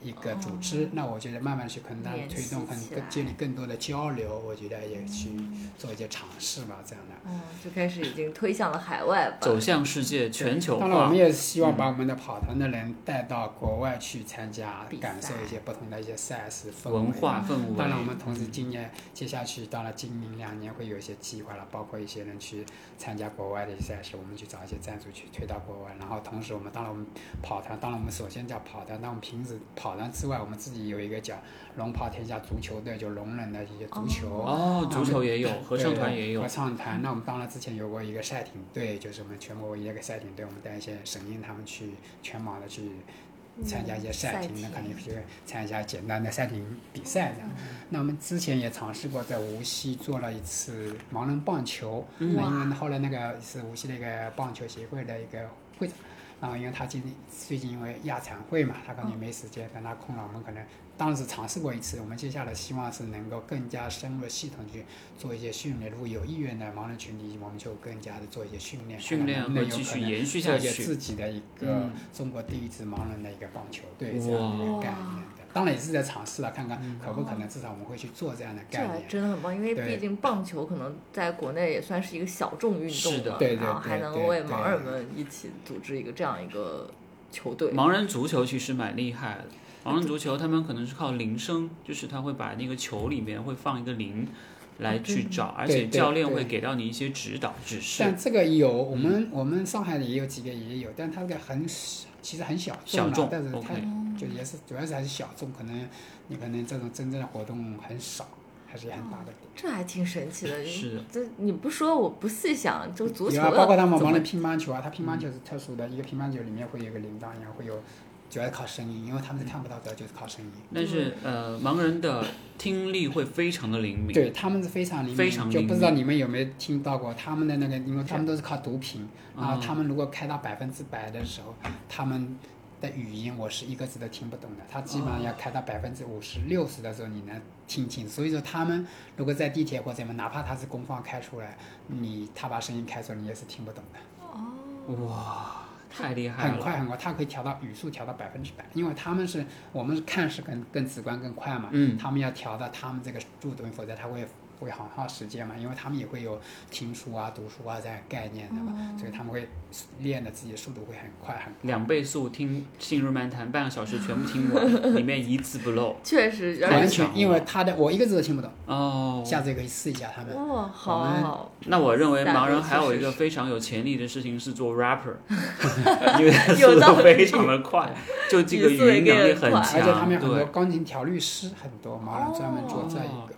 Speaker 3: 一个组织。那我觉得慢慢去跟他们
Speaker 2: 联系
Speaker 3: 推动，可能
Speaker 2: 起来
Speaker 3: 更建立更多的交流，我觉得也去做一些尝试吧，这样的。
Speaker 2: 嗯，就开始已经推向了海外吧。
Speaker 1: 走向世界全球
Speaker 3: 当然，我
Speaker 1: 化
Speaker 3: 们，也希望把我们的跑团的人带到国外去参加，
Speaker 2: 比赛
Speaker 3: 感受一些不同的一些赛事氛围。啊嗯
Speaker 1: 文化氛围
Speaker 3: 当然，我们同时今年接下去，当然今明两年会有一些计划了，包括一些人去参加国外的一些赛事，我们去找一些赞助去推到国外。然后同时，我们当然我们跑团，当然我们首先叫跑团，但我们平时跑团之外，我们自己有一个叫“龙跑天下足球队”，就龙人的一些足球。
Speaker 1: 哦，足球也有，合唱团也有
Speaker 3: 合，唱团。那我们当然之前有过一个赛艇队，就是我们全国唯一的一个赛艇队，我们带一些省英他们去全马的去参加一些嗯赛艇，嗯那肯定去参加一下简单的赛艇比赛这样。那我们之前也尝试过在无锡做了一次盲人棒球，
Speaker 2: 嗯
Speaker 3: 那因为后来那个是无锡的一个棒球协会的一个会长。然后，因为他今最近因为亚残会嘛，他可能也没时间，但他空了，我们可能当时尝试过一次，我们接下来希望是能够更加深入系统去做一些训练。如果有意愿的盲人群体，我们就更加的做一些训练，
Speaker 1: 训练
Speaker 3: 看看能
Speaker 1: 会
Speaker 3: 不能
Speaker 1: 继
Speaker 3: 有可
Speaker 1: 续
Speaker 3: 能
Speaker 1: 延续
Speaker 3: 做
Speaker 1: 下
Speaker 3: 一些
Speaker 1: 去。
Speaker 3: 自己的一个
Speaker 1: 嗯
Speaker 3: 中国第一支盲人的一个棒球队这样的一个概念的。当然也是在尝试了，看看
Speaker 1: 嗯
Speaker 3: 可不可能，至少我们会去做这样的
Speaker 2: 这
Speaker 3: 概
Speaker 2: 还
Speaker 3: 念。
Speaker 2: 真的很棒，因为
Speaker 3: 对
Speaker 2: 毕竟棒球可能在国内也算是一个小众运动
Speaker 1: 是的
Speaker 2: 嘛，
Speaker 3: 对对
Speaker 2: 然后
Speaker 3: 对
Speaker 2: 还能
Speaker 3: 对
Speaker 2: 为
Speaker 3: 对
Speaker 2: 盲人们一起组织一个这样一个球队，
Speaker 1: 盲人足球其实蛮厉害的。盲人足球他们可能是靠铃声，就是他会把那个球里面会放一个铃来去找，而且
Speaker 3: 啊对
Speaker 1: 教练会
Speaker 3: 对
Speaker 1: 给到你一些指导指示。
Speaker 3: 但这个有，我们我们上海也有几个也有，但它这个很小其实很小
Speaker 1: 小
Speaker 3: 嘛
Speaker 1: 众
Speaker 3: 但是它
Speaker 1: OK
Speaker 3: 就也是主要是还是小众，可能你可能这种真正的活动很少，还是很大的。
Speaker 2: 这还挺神奇的。
Speaker 1: 是的
Speaker 2: 这你不说我不细想，就足球
Speaker 3: 有
Speaker 2: 的
Speaker 3: 啊，包括他们
Speaker 2: 怎
Speaker 3: 玩
Speaker 2: 么嗯
Speaker 3: 的乒乓球啊，它乒乓球是特殊的，一个乒乓球里面会有一个铃铛一样，会有主要是靠声音，因为他们是看不到的，就是靠声音。
Speaker 1: 但是
Speaker 2: 嗯
Speaker 1: 呃，盲人的听力会非常的灵敏。
Speaker 3: 对，他们是非常灵敏，
Speaker 1: 非常
Speaker 3: 就
Speaker 1: 灵
Speaker 3: 不知道你们有没有听到过他们的那个，因为他们都是靠读屏，
Speaker 1: 嗯
Speaker 3: 然后他们如果开到百分之百的时候，他们的语音我是一个字都听不懂的，他基
Speaker 1: 哦
Speaker 3: 本上要开到百分之五十六十的时候你能听清，所以说他们如果在地铁或者什么，哪怕他是公放开出来，你他把声音开出来，你也是听不懂的。
Speaker 1: 哇，太厉害
Speaker 3: 很
Speaker 1: 了！
Speaker 3: 快很快，它可以调到语速调到百分之百，因为他们是我们是看是更更直观更快嘛，
Speaker 1: 嗯
Speaker 3: 他们要调到他们这个速度，否则他会会很耗时间嘛，因为他们也会有听书啊、读书啊这样的概念的嘛，所以他们会练的自己的速度会很快很。
Speaker 1: 两倍速听《信如漫谈》，半个小时全部听完，里面一字不 漏。
Speaker 2: 确实，
Speaker 1: 太
Speaker 2: 而
Speaker 3: 完
Speaker 2: 且
Speaker 1: 强
Speaker 3: 全，
Speaker 1: 了
Speaker 3: 因为他的我一个字都听不懂，
Speaker 1: 哦，
Speaker 3: 下次也可以试一下他们。
Speaker 2: 哇，好
Speaker 3: 我们
Speaker 2: 好，
Speaker 1: 那我认为盲人还有一个非常有潜力的事情是做 rapper，因为他速度非常的快， 就这个语音能力很
Speaker 3: 而且他
Speaker 1: 强，
Speaker 3: 们有很多
Speaker 1: 对，
Speaker 3: 钢琴调律师很多嘛，然后专门做这一个，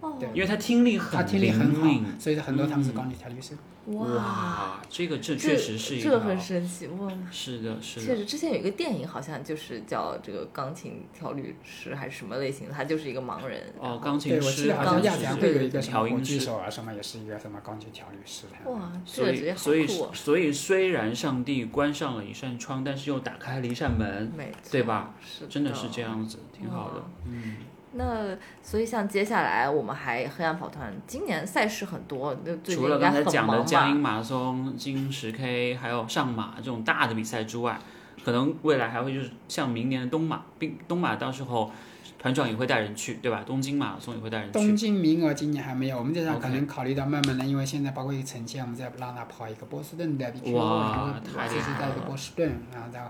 Speaker 2: 哦，
Speaker 3: 对
Speaker 1: 因为他听力
Speaker 3: 他
Speaker 1: 很
Speaker 3: 听力
Speaker 1: 灵
Speaker 3: 很好
Speaker 1: 敏。，嗯
Speaker 3: 所以很多他们是钢琴调律师。
Speaker 2: 哇，
Speaker 1: 哇，这个这
Speaker 2: 这
Speaker 1: 确实是一
Speaker 2: 这
Speaker 1: 个，
Speaker 2: 很神奇，哇。
Speaker 1: 是的，是
Speaker 2: 确
Speaker 1: 的，
Speaker 2: 实，之前有一个电影，好像就是叫这个钢琴调律师还是什么类型的，他就是一个盲人。
Speaker 1: 哦，钢琴
Speaker 3: 对，我记
Speaker 1: 师
Speaker 3: 得好像
Speaker 2: 钢琴
Speaker 3: 亚
Speaker 2: 师
Speaker 1: 像
Speaker 3: 洲会有一
Speaker 1: 是
Speaker 3: 个什么
Speaker 1: 调
Speaker 3: 火
Speaker 1: 音
Speaker 3: 炬
Speaker 1: 师，
Speaker 3: 手啊，什么也是一个什么钢琴调律师这样的。
Speaker 2: 哇，这
Speaker 1: 所
Speaker 2: 个职
Speaker 1: 以
Speaker 2: 业好
Speaker 1: 所以
Speaker 2: 酷啊！
Speaker 1: 所以虽然上帝关上了一扇窗，但是又打开了一扇门，
Speaker 2: 没错，
Speaker 1: 对吧？
Speaker 2: 啊是
Speaker 1: 真的是这。样子，挺好的嗯
Speaker 2: 哇。那所以像接下来我们还黑暗跑团，今年赛事很多，那最近
Speaker 1: 除了
Speaker 2: 应
Speaker 1: 刚
Speaker 2: 该
Speaker 1: 才
Speaker 2: 很
Speaker 1: 讲
Speaker 2: 忙
Speaker 1: 的
Speaker 2: 吧？
Speaker 1: 江阴马拉松、金十 K 还有上马这种大的比赛之外，可能未来还会就是像明年的东马，并东马到时候团长也会带人去，对吧？东京马拉松也会带人
Speaker 3: 东
Speaker 1: 去。
Speaker 3: 京名额今年还没有，我们这场
Speaker 1: 嗯
Speaker 3: 可
Speaker 1: OK
Speaker 3: 能考虑到慢慢的，因为现在包括一个城县，我们再让他跑一个波士顿的 BQ，
Speaker 1: 哇
Speaker 3: 然后
Speaker 1: 太厉
Speaker 3: 自己
Speaker 1: 害
Speaker 3: 带一个
Speaker 1: 了
Speaker 3: 波士顿，然后再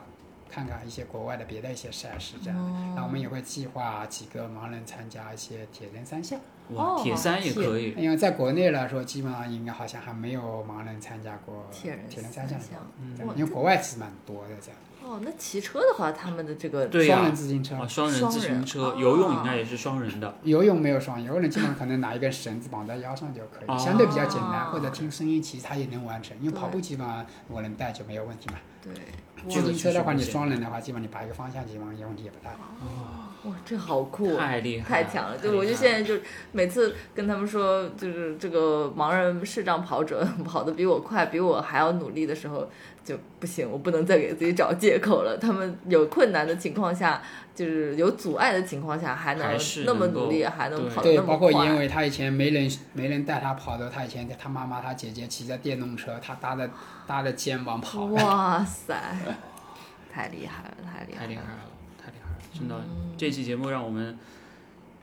Speaker 3: 看看一些国外的别的一些赛事这样
Speaker 2: 哦
Speaker 3: 的。然后我们也会计划几个盲人参加一些铁人三项，
Speaker 1: 哇，
Speaker 2: 哦
Speaker 1: 铁三也
Speaker 2: 铁
Speaker 1: 可以。
Speaker 3: 因为在国内来说，基本上应该好像还没有盲人参加嗯过
Speaker 2: 铁人
Speaker 3: 铁人三项的
Speaker 2: 三项
Speaker 3: 活
Speaker 2: 哇
Speaker 3: 动，因为国外是蛮多的这样。
Speaker 2: 哦，那骑车的话，他们的这个
Speaker 1: 对呀
Speaker 3: 双人自行车
Speaker 1: 哇，双人
Speaker 2: 双
Speaker 1: 自行
Speaker 2: 人
Speaker 1: 车
Speaker 2: 哦、
Speaker 1: 游泳应该也是双人的。
Speaker 3: 游泳没有双，游泳基本上可能拿一根绳子绑在腰上就可以，
Speaker 1: 哦
Speaker 3: 相对比较简单，
Speaker 2: 哦
Speaker 3: 或者听声音其实它也能完成，因为
Speaker 2: 对
Speaker 3: 跑步基本上我能带就没有问题嘛。
Speaker 2: 对，
Speaker 1: 这
Speaker 3: 自
Speaker 1: 个
Speaker 3: 行车的话，
Speaker 1: 确
Speaker 3: 你
Speaker 1: 实不简单
Speaker 3: 双人的话，基本你把一个方向基本上也问题也不大。
Speaker 2: 哇，这好酷啊！
Speaker 1: 太厉害
Speaker 2: 太
Speaker 1: 了，
Speaker 2: 强了！
Speaker 1: 太
Speaker 2: 就
Speaker 1: 厉
Speaker 2: 我就
Speaker 1: 害
Speaker 2: 现在就每次跟他们说，就是这个盲人视障跑者 跑得比我快，比我还要努力的时候，就不行，我不能再给自己找借口了。他们有困难的情况下，就是有阻碍的情况下，还能
Speaker 1: 还是
Speaker 2: 那么
Speaker 1: 能够
Speaker 2: 努力，还能
Speaker 1: 对
Speaker 2: 跑得
Speaker 3: 对，
Speaker 2: 那
Speaker 3: 包
Speaker 2: 么
Speaker 3: 括
Speaker 2: 快。
Speaker 1: 啊
Speaker 3: 因为他以前没人没人带他跑的，他以前他妈妈他姐姐骑着电动车，他搭着搭着肩膀跑的。
Speaker 2: 哇塞，太厉害了，太厉害
Speaker 1: 太
Speaker 2: 了！
Speaker 1: 厉害了，太厉害了！真的，这期节目让我们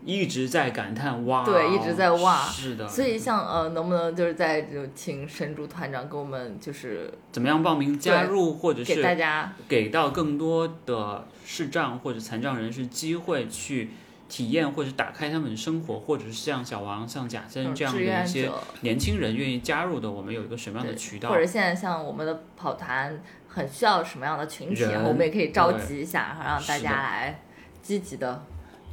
Speaker 1: 一直在感叹哇，哦
Speaker 2: 对一直在哇
Speaker 1: 是的。
Speaker 2: 所以像呃，能不能就是在就请神竹团长给我们就是
Speaker 1: 怎么样报名加入，或者
Speaker 2: 给大
Speaker 1: 是
Speaker 2: 家
Speaker 1: 给到更多的视障或者残障人士机会去体验，或者打开他们的生活，或者是像小王、像贾森
Speaker 2: 呃
Speaker 1: 这样
Speaker 2: 志
Speaker 1: 的
Speaker 2: 愿
Speaker 1: 一些
Speaker 2: 者？
Speaker 1: 年轻人愿意加入的，我们有一个什么样的
Speaker 2: 对
Speaker 1: 渠道
Speaker 2: 或？者现在像我们的跑团很需要什么样的群体，
Speaker 1: 人
Speaker 2: 我们也可以召
Speaker 1: 对
Speaker 2: 集一下，然后让大
Speaker 1: 是的
Speaker 2: 家来积极的。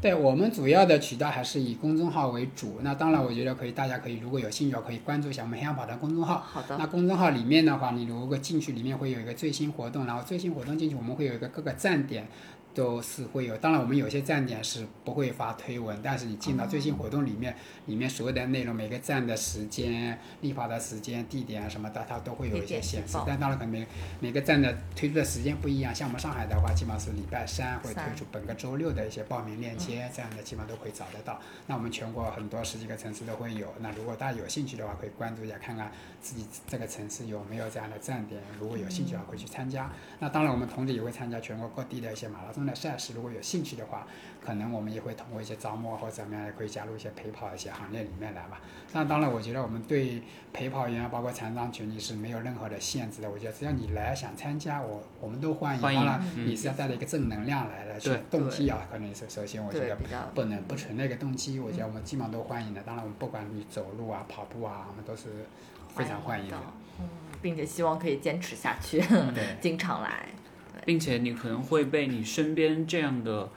Speaker 3: 对我们主要的渠道还是以公众号为主。那当然，我觉得可以，大家可以如果有兴趣的话可以关注一下我们黑羊跑团公众号。
Speaker 2: 好的，
Speaker 3: 那公众号里面的话，你如果进去，里面会有一个最新活动，然后最新活动进去，我们会有一个各个站点都是会有。当然，我们有些站点是不会发推文，但是你进到最新活动里面，里面所有的内容，每个站的时间、立法的时间、地点啊什么的，它都会有一些显
Speaker 2: 地点
Speaker 3: 示
Speaker 2: 情报。
Speaker 3: 但当然，可能每每个站的推出的时间不一样。像我们上海的话，基本上是礼拜三会推
Speaker 2: 三
Speaker 3: 出本个周六的一些报名链接，这样的基本上都可以找得到。那我们全国很多十几个城市都会有。那如果大家有兴趣的话，可以关注一下，看看自己这个城市有没有这样的站点。如果有兴趣
Speaker 1: 嗯
Speaker 3: 的话，可以去参加。那当然，我们同时也会参加全国各地的一些马拉松的赛事。如果有兴趣的话，可能我们也会通过一些招募或者怎么样，也可以加入一些陪跑的一些行列里面来吧。那当然，我觉得我们对陪跑员啊，包括残障群体是没有任何的限制的。我觉得只要你来想参加，我我们都欢迎。
Speaker 1: 欢迎
Speaker 3: 当然，
Speaker 1: 嗯
Speaker 3: 你是要带着一个正能量来的，去
Speaker 1: 对
Speaker 3: 动机啊，可能是首先我觉
Speaker 2: 对
Speaker 3: 得
Speaker 2: 比较
Speaker 3: 不能不存那个动机，我觉得我们基本上都欢迎的。当然，我们不管你走路啊、跑步啊，我们都是非常欢迎
Speaker 2: 的
Speaker 3: 的。，
Speaker 2: 嗯，并且希望可以坚持下去，
Speaker 3: 对，
Speaker 2: 经常来。
Speaker 1: 并且你可能会被你身边这样的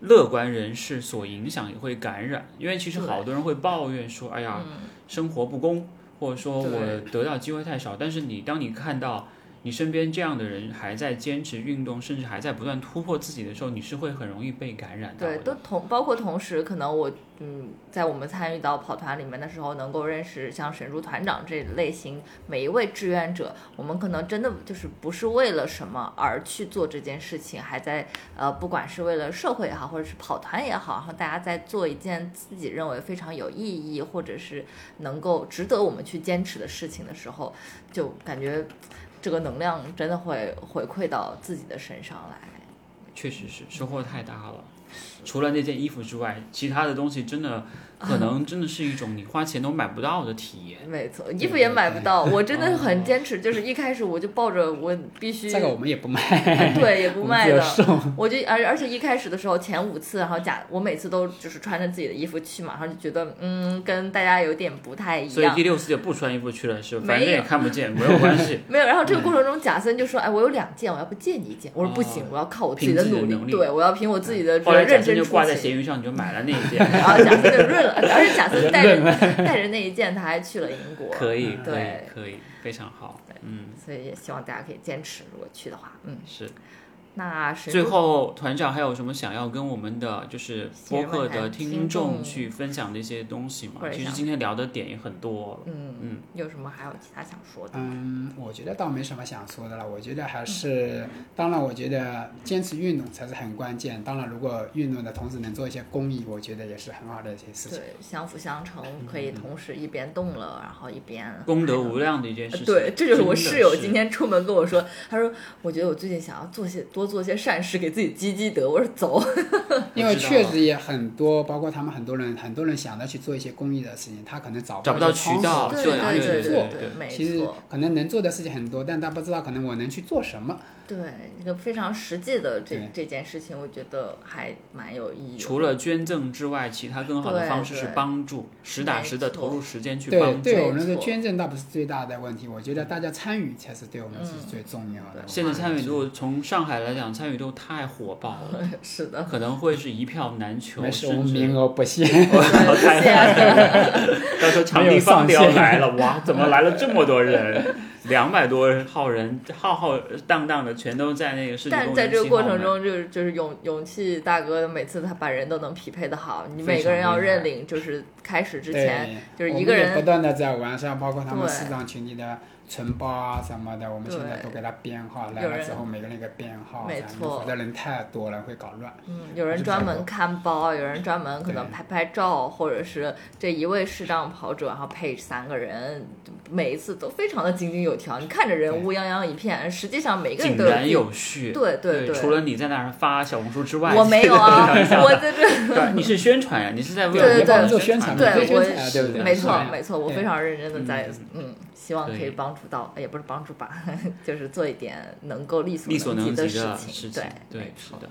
Speaker 1: 乐观人士所影响，也会感染。因为其实
Speaker 2: 对
Speaker 1: 好多人会抱怨说：“哎呀，生活不公，或者说
Speaker 2: 对
Speaker 1: 我得到机会太少。”但是你当你看到你身边这样的人还在坚持运动，甚至还在不断突破自己的时候，你是会很容易被感染到
Speaker 2: 对，都
Speaker 1: 的。
Speaker 2: 同包括同时，可能我嗯，在我们参与到跑团里面的时候，能够认识像沈珠团长这类型每一位志愿者，我们可能真的就是不是为了什么而去做这件事情，还在呃，不管是为了社会也好，或者是跑团也好，然后大家在做一件自己认为非常有意义，或者是能够值得我们去坚持的事情的时候，就感觉这个能量真的会回馈到自己的身上来。
Speaker 1: 确实是收获太大了。除了那件衣服之外，其他的东西真的可能真的是一种你花钱都买不到的体验。
Speaker 2: 没错，衣服也买不到，我真的
Speaker 1: 哦
Speaker 2: 很坚持，就是一开始我就抱着我必须，
Speaker 3: 这个我们也不卖，
Speaker 2: 对也不卖
Speaker 3: 我
Speaker 2: 的
Speaker 3: 们只有送，
Speaker 2: 我就而而且一开始的时候前五次，然后假我每次都就是穿着自己的衣服去嘛，然后就觉得嗯跟大家有点不太一
Speaker 1: 所以
Speaker 2: 样
Speaker 1: 第，六次就不穿衣服去了，是吧反
Speaker 2: 没
Speaker 1: 正也
Speaker 2: 有。
Speaker 1: 看不见，没有关系
Speaker 2: 没有，然后这个过程中，贾森就说：“哎，我有两件，我要不借你一件？”我说：“不行
Speaker 1: 哦，
Speaker 2: 我要靠我自
Speaker 1: 凭
Speaker 2: 己的
Speaker 1: 自己的
Speaker 2: 努力，
Speaker 1: 能力
Speaker 2: 对我要 凭我自己的
Speaker 1: 后来
Speaker 2: 认
Speaker 1: 贾森
Speaker 2: 真
Speaker 1: 就
Speaker 2: 出啊
Speaker 1: 挂在
Speaker 2: 勤。”
Speaker 1: 闲鱼上，你就买了那 一
Speaker 2: 然
Speaker 1: 件，
Speaker 2: 后贾森就润了，而且贾森带着带着那一件，他还去了英国，
Speaker 1: 可以，可以
Speaker 2: 对，
Speaker 1: 可以，非常好。嗯，
Speaker 2: 所以也希望大家可以坚持，如果去的话，嗯。
Speaker 1: 是。
Speaker 2: 那谁
Speaker 1: 最后，团长还有什么想要跟我们的就是播客的听众去分享的一些东西吗
Speaker 2: 或？者
Speaker 1: 其实
Speaker 2: 想
Speaker 1: 今天聊的点也很多了。
Speaker 2: 嗯
Speaker 1: 嗯，
Speaker 2: 有什么还有其他想说的？
Speaker 3: 嗯，我觉得倒没什么想说的了。我觉得还是，当然，我觉得坚持运动才是很关键。当然，如果运动的同时能做一些公益，我觉得也是很好的一些事情。嗯
Speaker 2: 对，相辅相成，可以同时一边动了，然后一边
Speaker 1: 功德
Speaker 2: 还能
Speaker 1: 无量的一件事
Speaker 2: 呃
Speaker 1: 情。
Speaker 2: 对，这就是我
Speaker 1: 真的
Speaker 2: 室友
Speaker 1: 是
Speaker 2: 今天出门跟我说，他说我觉得我最近想要做些多做些善事，给自己积积德。我说走，
Speaker 3: 因为
Speaker 1: 我知道
Speaker 3: 确实也很多，包括他们很多人，很多人想着去做一些公益的事情，他可能找
Speaker 1: 找不到
Speaker 3: 一些
Speaker 1: 渠道
Speaker 3: 方式
Speaker 1: 对
Speaker 3: 去哪
Speaker 1: 对
Speaker 2: 对
Speaker 3: 里
Speaker 1: 对
Speaker 3: 去做
Speaker 1: 对。对
Speaker 2: 没
Speaker 3: 其实
Speaker 2: 错，
Speaker 3: 可能能做的事情很多，但他不知道可能我能去做什么。
Speaker 2: 对一个非常实际的这
Speaker 3: 对
Speaker 2: 这件事情，我觉得还蛮有意义的。
Speaker 1: 除了捐赠之外，其他更好的
Speaker 2: 对
Speaker 1: 方式是
Speaker 2: 对
Speaker 1: 帮助，实打实的
Speaker 2: 没错
Speaker 1: 投入时间去
Speaker 3: 对
Speaker 1: 帮，助。
Speaker 3: 对我们
Speaker 2: 没
Speaker 3: 说
Speaker 2: 错
Speaker 3: 捐赠倒不是最大的问题，我觉得大家参与才是对我们是
Speaker 2: 嗯
Speaker 3: 最重要的。
Speaker 1: 现在参与度从上海来讲，参与度太火爆了，
Speaker 2: 是的，
Speaker 1: 可能会是一票难求，
Speaker 3: 没事，我
Speaker 1: 甚
Speaker 3: 们
Speaker 1: 至
Speaker 3: 名额不限。
Speaker 2: 对谢 谢
Speaker 1: 到时候场地方聊来了，哇，怎么来了这么多人？两百多号人，浩浩荡荡的，全都在那个世界
Speaker 2: 但
Speaker 1: 公园七号门。
Speaker 2: 在这个过程中，就是就是勇勇气大哥，每次他把人都能匹配的好，你每个人要
Speaker 3: 非常厉害
Speaker 2: 认领，就是开始之
Speaker 3: 对，
Speaker 2: 前就是
Speaker 3: 我
Speaker 2: 一
Speaker 3: 们
Speaker 2: 个
Speaker 3: 也
Speaker 2: 人
Speaker 3: 不断的在完善，包括他们
Speaker 2: 对
Speaker 3: 市长群里的存包啊什么的，我们现在
Speaker 2: 对
Speaker 3: 都给他编号，来
Speaker 2: 有
Speaker 3: 了
Speaker 2: 人
Speaker 3: 之后每个人一个编号，
Speaker 2: 没
Speaker 3: 这样
Speaker 2: 错
Speaker 3: 否则人太多了会搞乱。
Speaker 2: 嗯，有人专门看包，有人专门可能
Speaker 3: 对
Speaker 2: 拍拍照，或者是这一位视障跑者，然后配三个人，每一次都非常的井井有条。你看着人
Speaker 3: 对
Speaker 2: 乌泱泱一片，实际上每个人
Speaker 1: 井
Speaker 2: 都有自
Speaker 1: 然
Speaker 2: 己。
Speaker 1: 有序。
Speaker 2: 对对对
Speaker 1: 除了你在那儿发小红书之外，
Speaker 2: 我没有啊，
Speaker 1: 其他人
Speaker 2: 我在这，
Speaker 1: 对 你是宣传呀，你是在为
Speaker 2: 对
Speaker 1: 我们
Speaker 2: 对
Speaker 1: 广
Speaker 2: 对
Speaker 1: 播
Speaker 3: 做宣传
Speaker 1: 嘛
Speaker 3: 嘛
Speaker 2: 对
Speaker 3: 做
Speaker 2: 我
Speaker 3: 宣传啊对不对？
Speaker 2: 没
Speaker 3: 是
Speaker 2: 错
Speaker 3: 吧
Speaker 2: 没错，我
Speaker 3: 对
Speaker 2: 非常认真的在，
Speaker 1: 嗯
Speaker 2: 嗯，希望可
Speaker 1: 可以
Speaker 2: 以帮助到，也不是帮助吧， 就是做一点能够力
Speaker 1: 力所
Speaker 2: 能
Speaker 1: 能
Speaker 2: 的
Speaker 1: 及的情
Speaker 2: 情。对，
Speaker 1: 对
Speaker 2: 没，
Speaker 1: 是
Speaker 2: 错
Speaker 1: 的。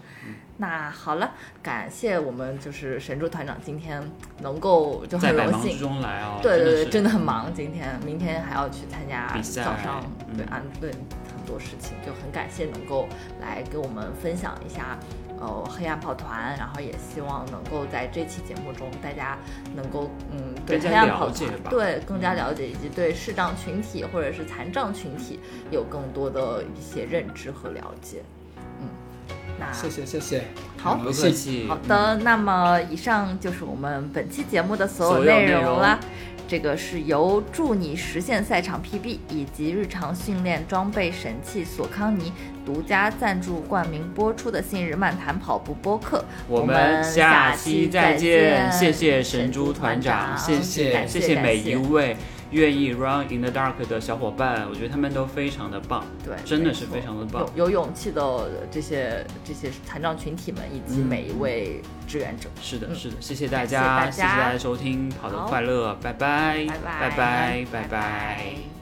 Speaker 2: 那好了，感谢我们就是神助团长今天能够就
Speaker 1: 在
Speaker 2: 很
Speaker 1: 百
Speaker 2: 荣
Speaker 1: 忙之
Speaker 2: 幸，
Speaker 1: 中来哦，
Speaker 2: 对对对，
Speaker 1: 是
Speaker 2: 真的很忙，今天明天还要去参加
Speaker 1: 比赛
Speaker 2: 早上
Speaker 1: 嗯
Speaker 2: 对安顿很多事情，就很感谢能够来给我们分享一下。呃，黑暗跑团，然后也希望能够在这期节目中，大家能够嗯，对
Speaker 1: 更
Speaker 2: 黑
Speaker 1: 加
Speaker 2: 暗
Speaker 1: 了
Speaker 2: 跑
Speaker 1: 解
Speaker 2: 团
Speaker 1: 吧嗯
Speaker 2: 对更加了解，以及对视障群体或者是残障群体有更多的一些认知和了解。嗯，那
Speaker 3: 谢谢谢谢，
Speaker 2: 好
Speaker 3: 很
Speaker 1: 不
Speaker 3: 荣
Speaker 1: 客
Speaker 3: 幸。
Speaker 1: 气。
Speaker 2: 好的，那么以上就是我们本期节目的所
Speaker 1: 所有
Speaker 2: 有
Speaker 1: 内
Speaker 2: 内
Speaker 1: 容
Speaker 2: 容啦。这个是由助你实现赛场 PB 以及日常训练装备神器索康尼独家赞助冠名播出的《信日漫谈跑步播客》，
Speaker 1: 我们
Speaker 2: 们
Speaker 1: 下期
Speaker 2: 期
Speaker 1: 再见，
Speaker 2: 见。
Speaker 1: 谢谢神猪团长，谢
Speaker 3: 谢
Speaker 1: 谢
Speaker 2: 感
Speaker 1: 谢
Speaker 2: 谢
Speaker 1: 谢
Speaker 2: 感
Speaker 1: 每一位愿意 Run in the Dark 的小伙伴，我觉得他们都非常的棒，
Speaker 2: 对，
Speaker 1: 真的是
Speaker 2: 没错
Speaker 1: 非常的棒。
Speaker 2: 有有勇气的这些这些残障群体们以及每一位志愿者。
Speaker 1: 是的，
Speaker 2: 嗯
Speaker 1: 是的，谢谢大
Speaker 2: 感谢
Speaker 1: 家，
Speaker 2: 大
Speaker 1: 谢谢大
Speaker 2: 家
Speaker 1: 家收听，跑得
Speaker 2: 好
Speaker 1: 快乐，拜拜，
Speaker 2: 拜
Speaker 1: 拜拜，拜拜。
Speaker 2: 拜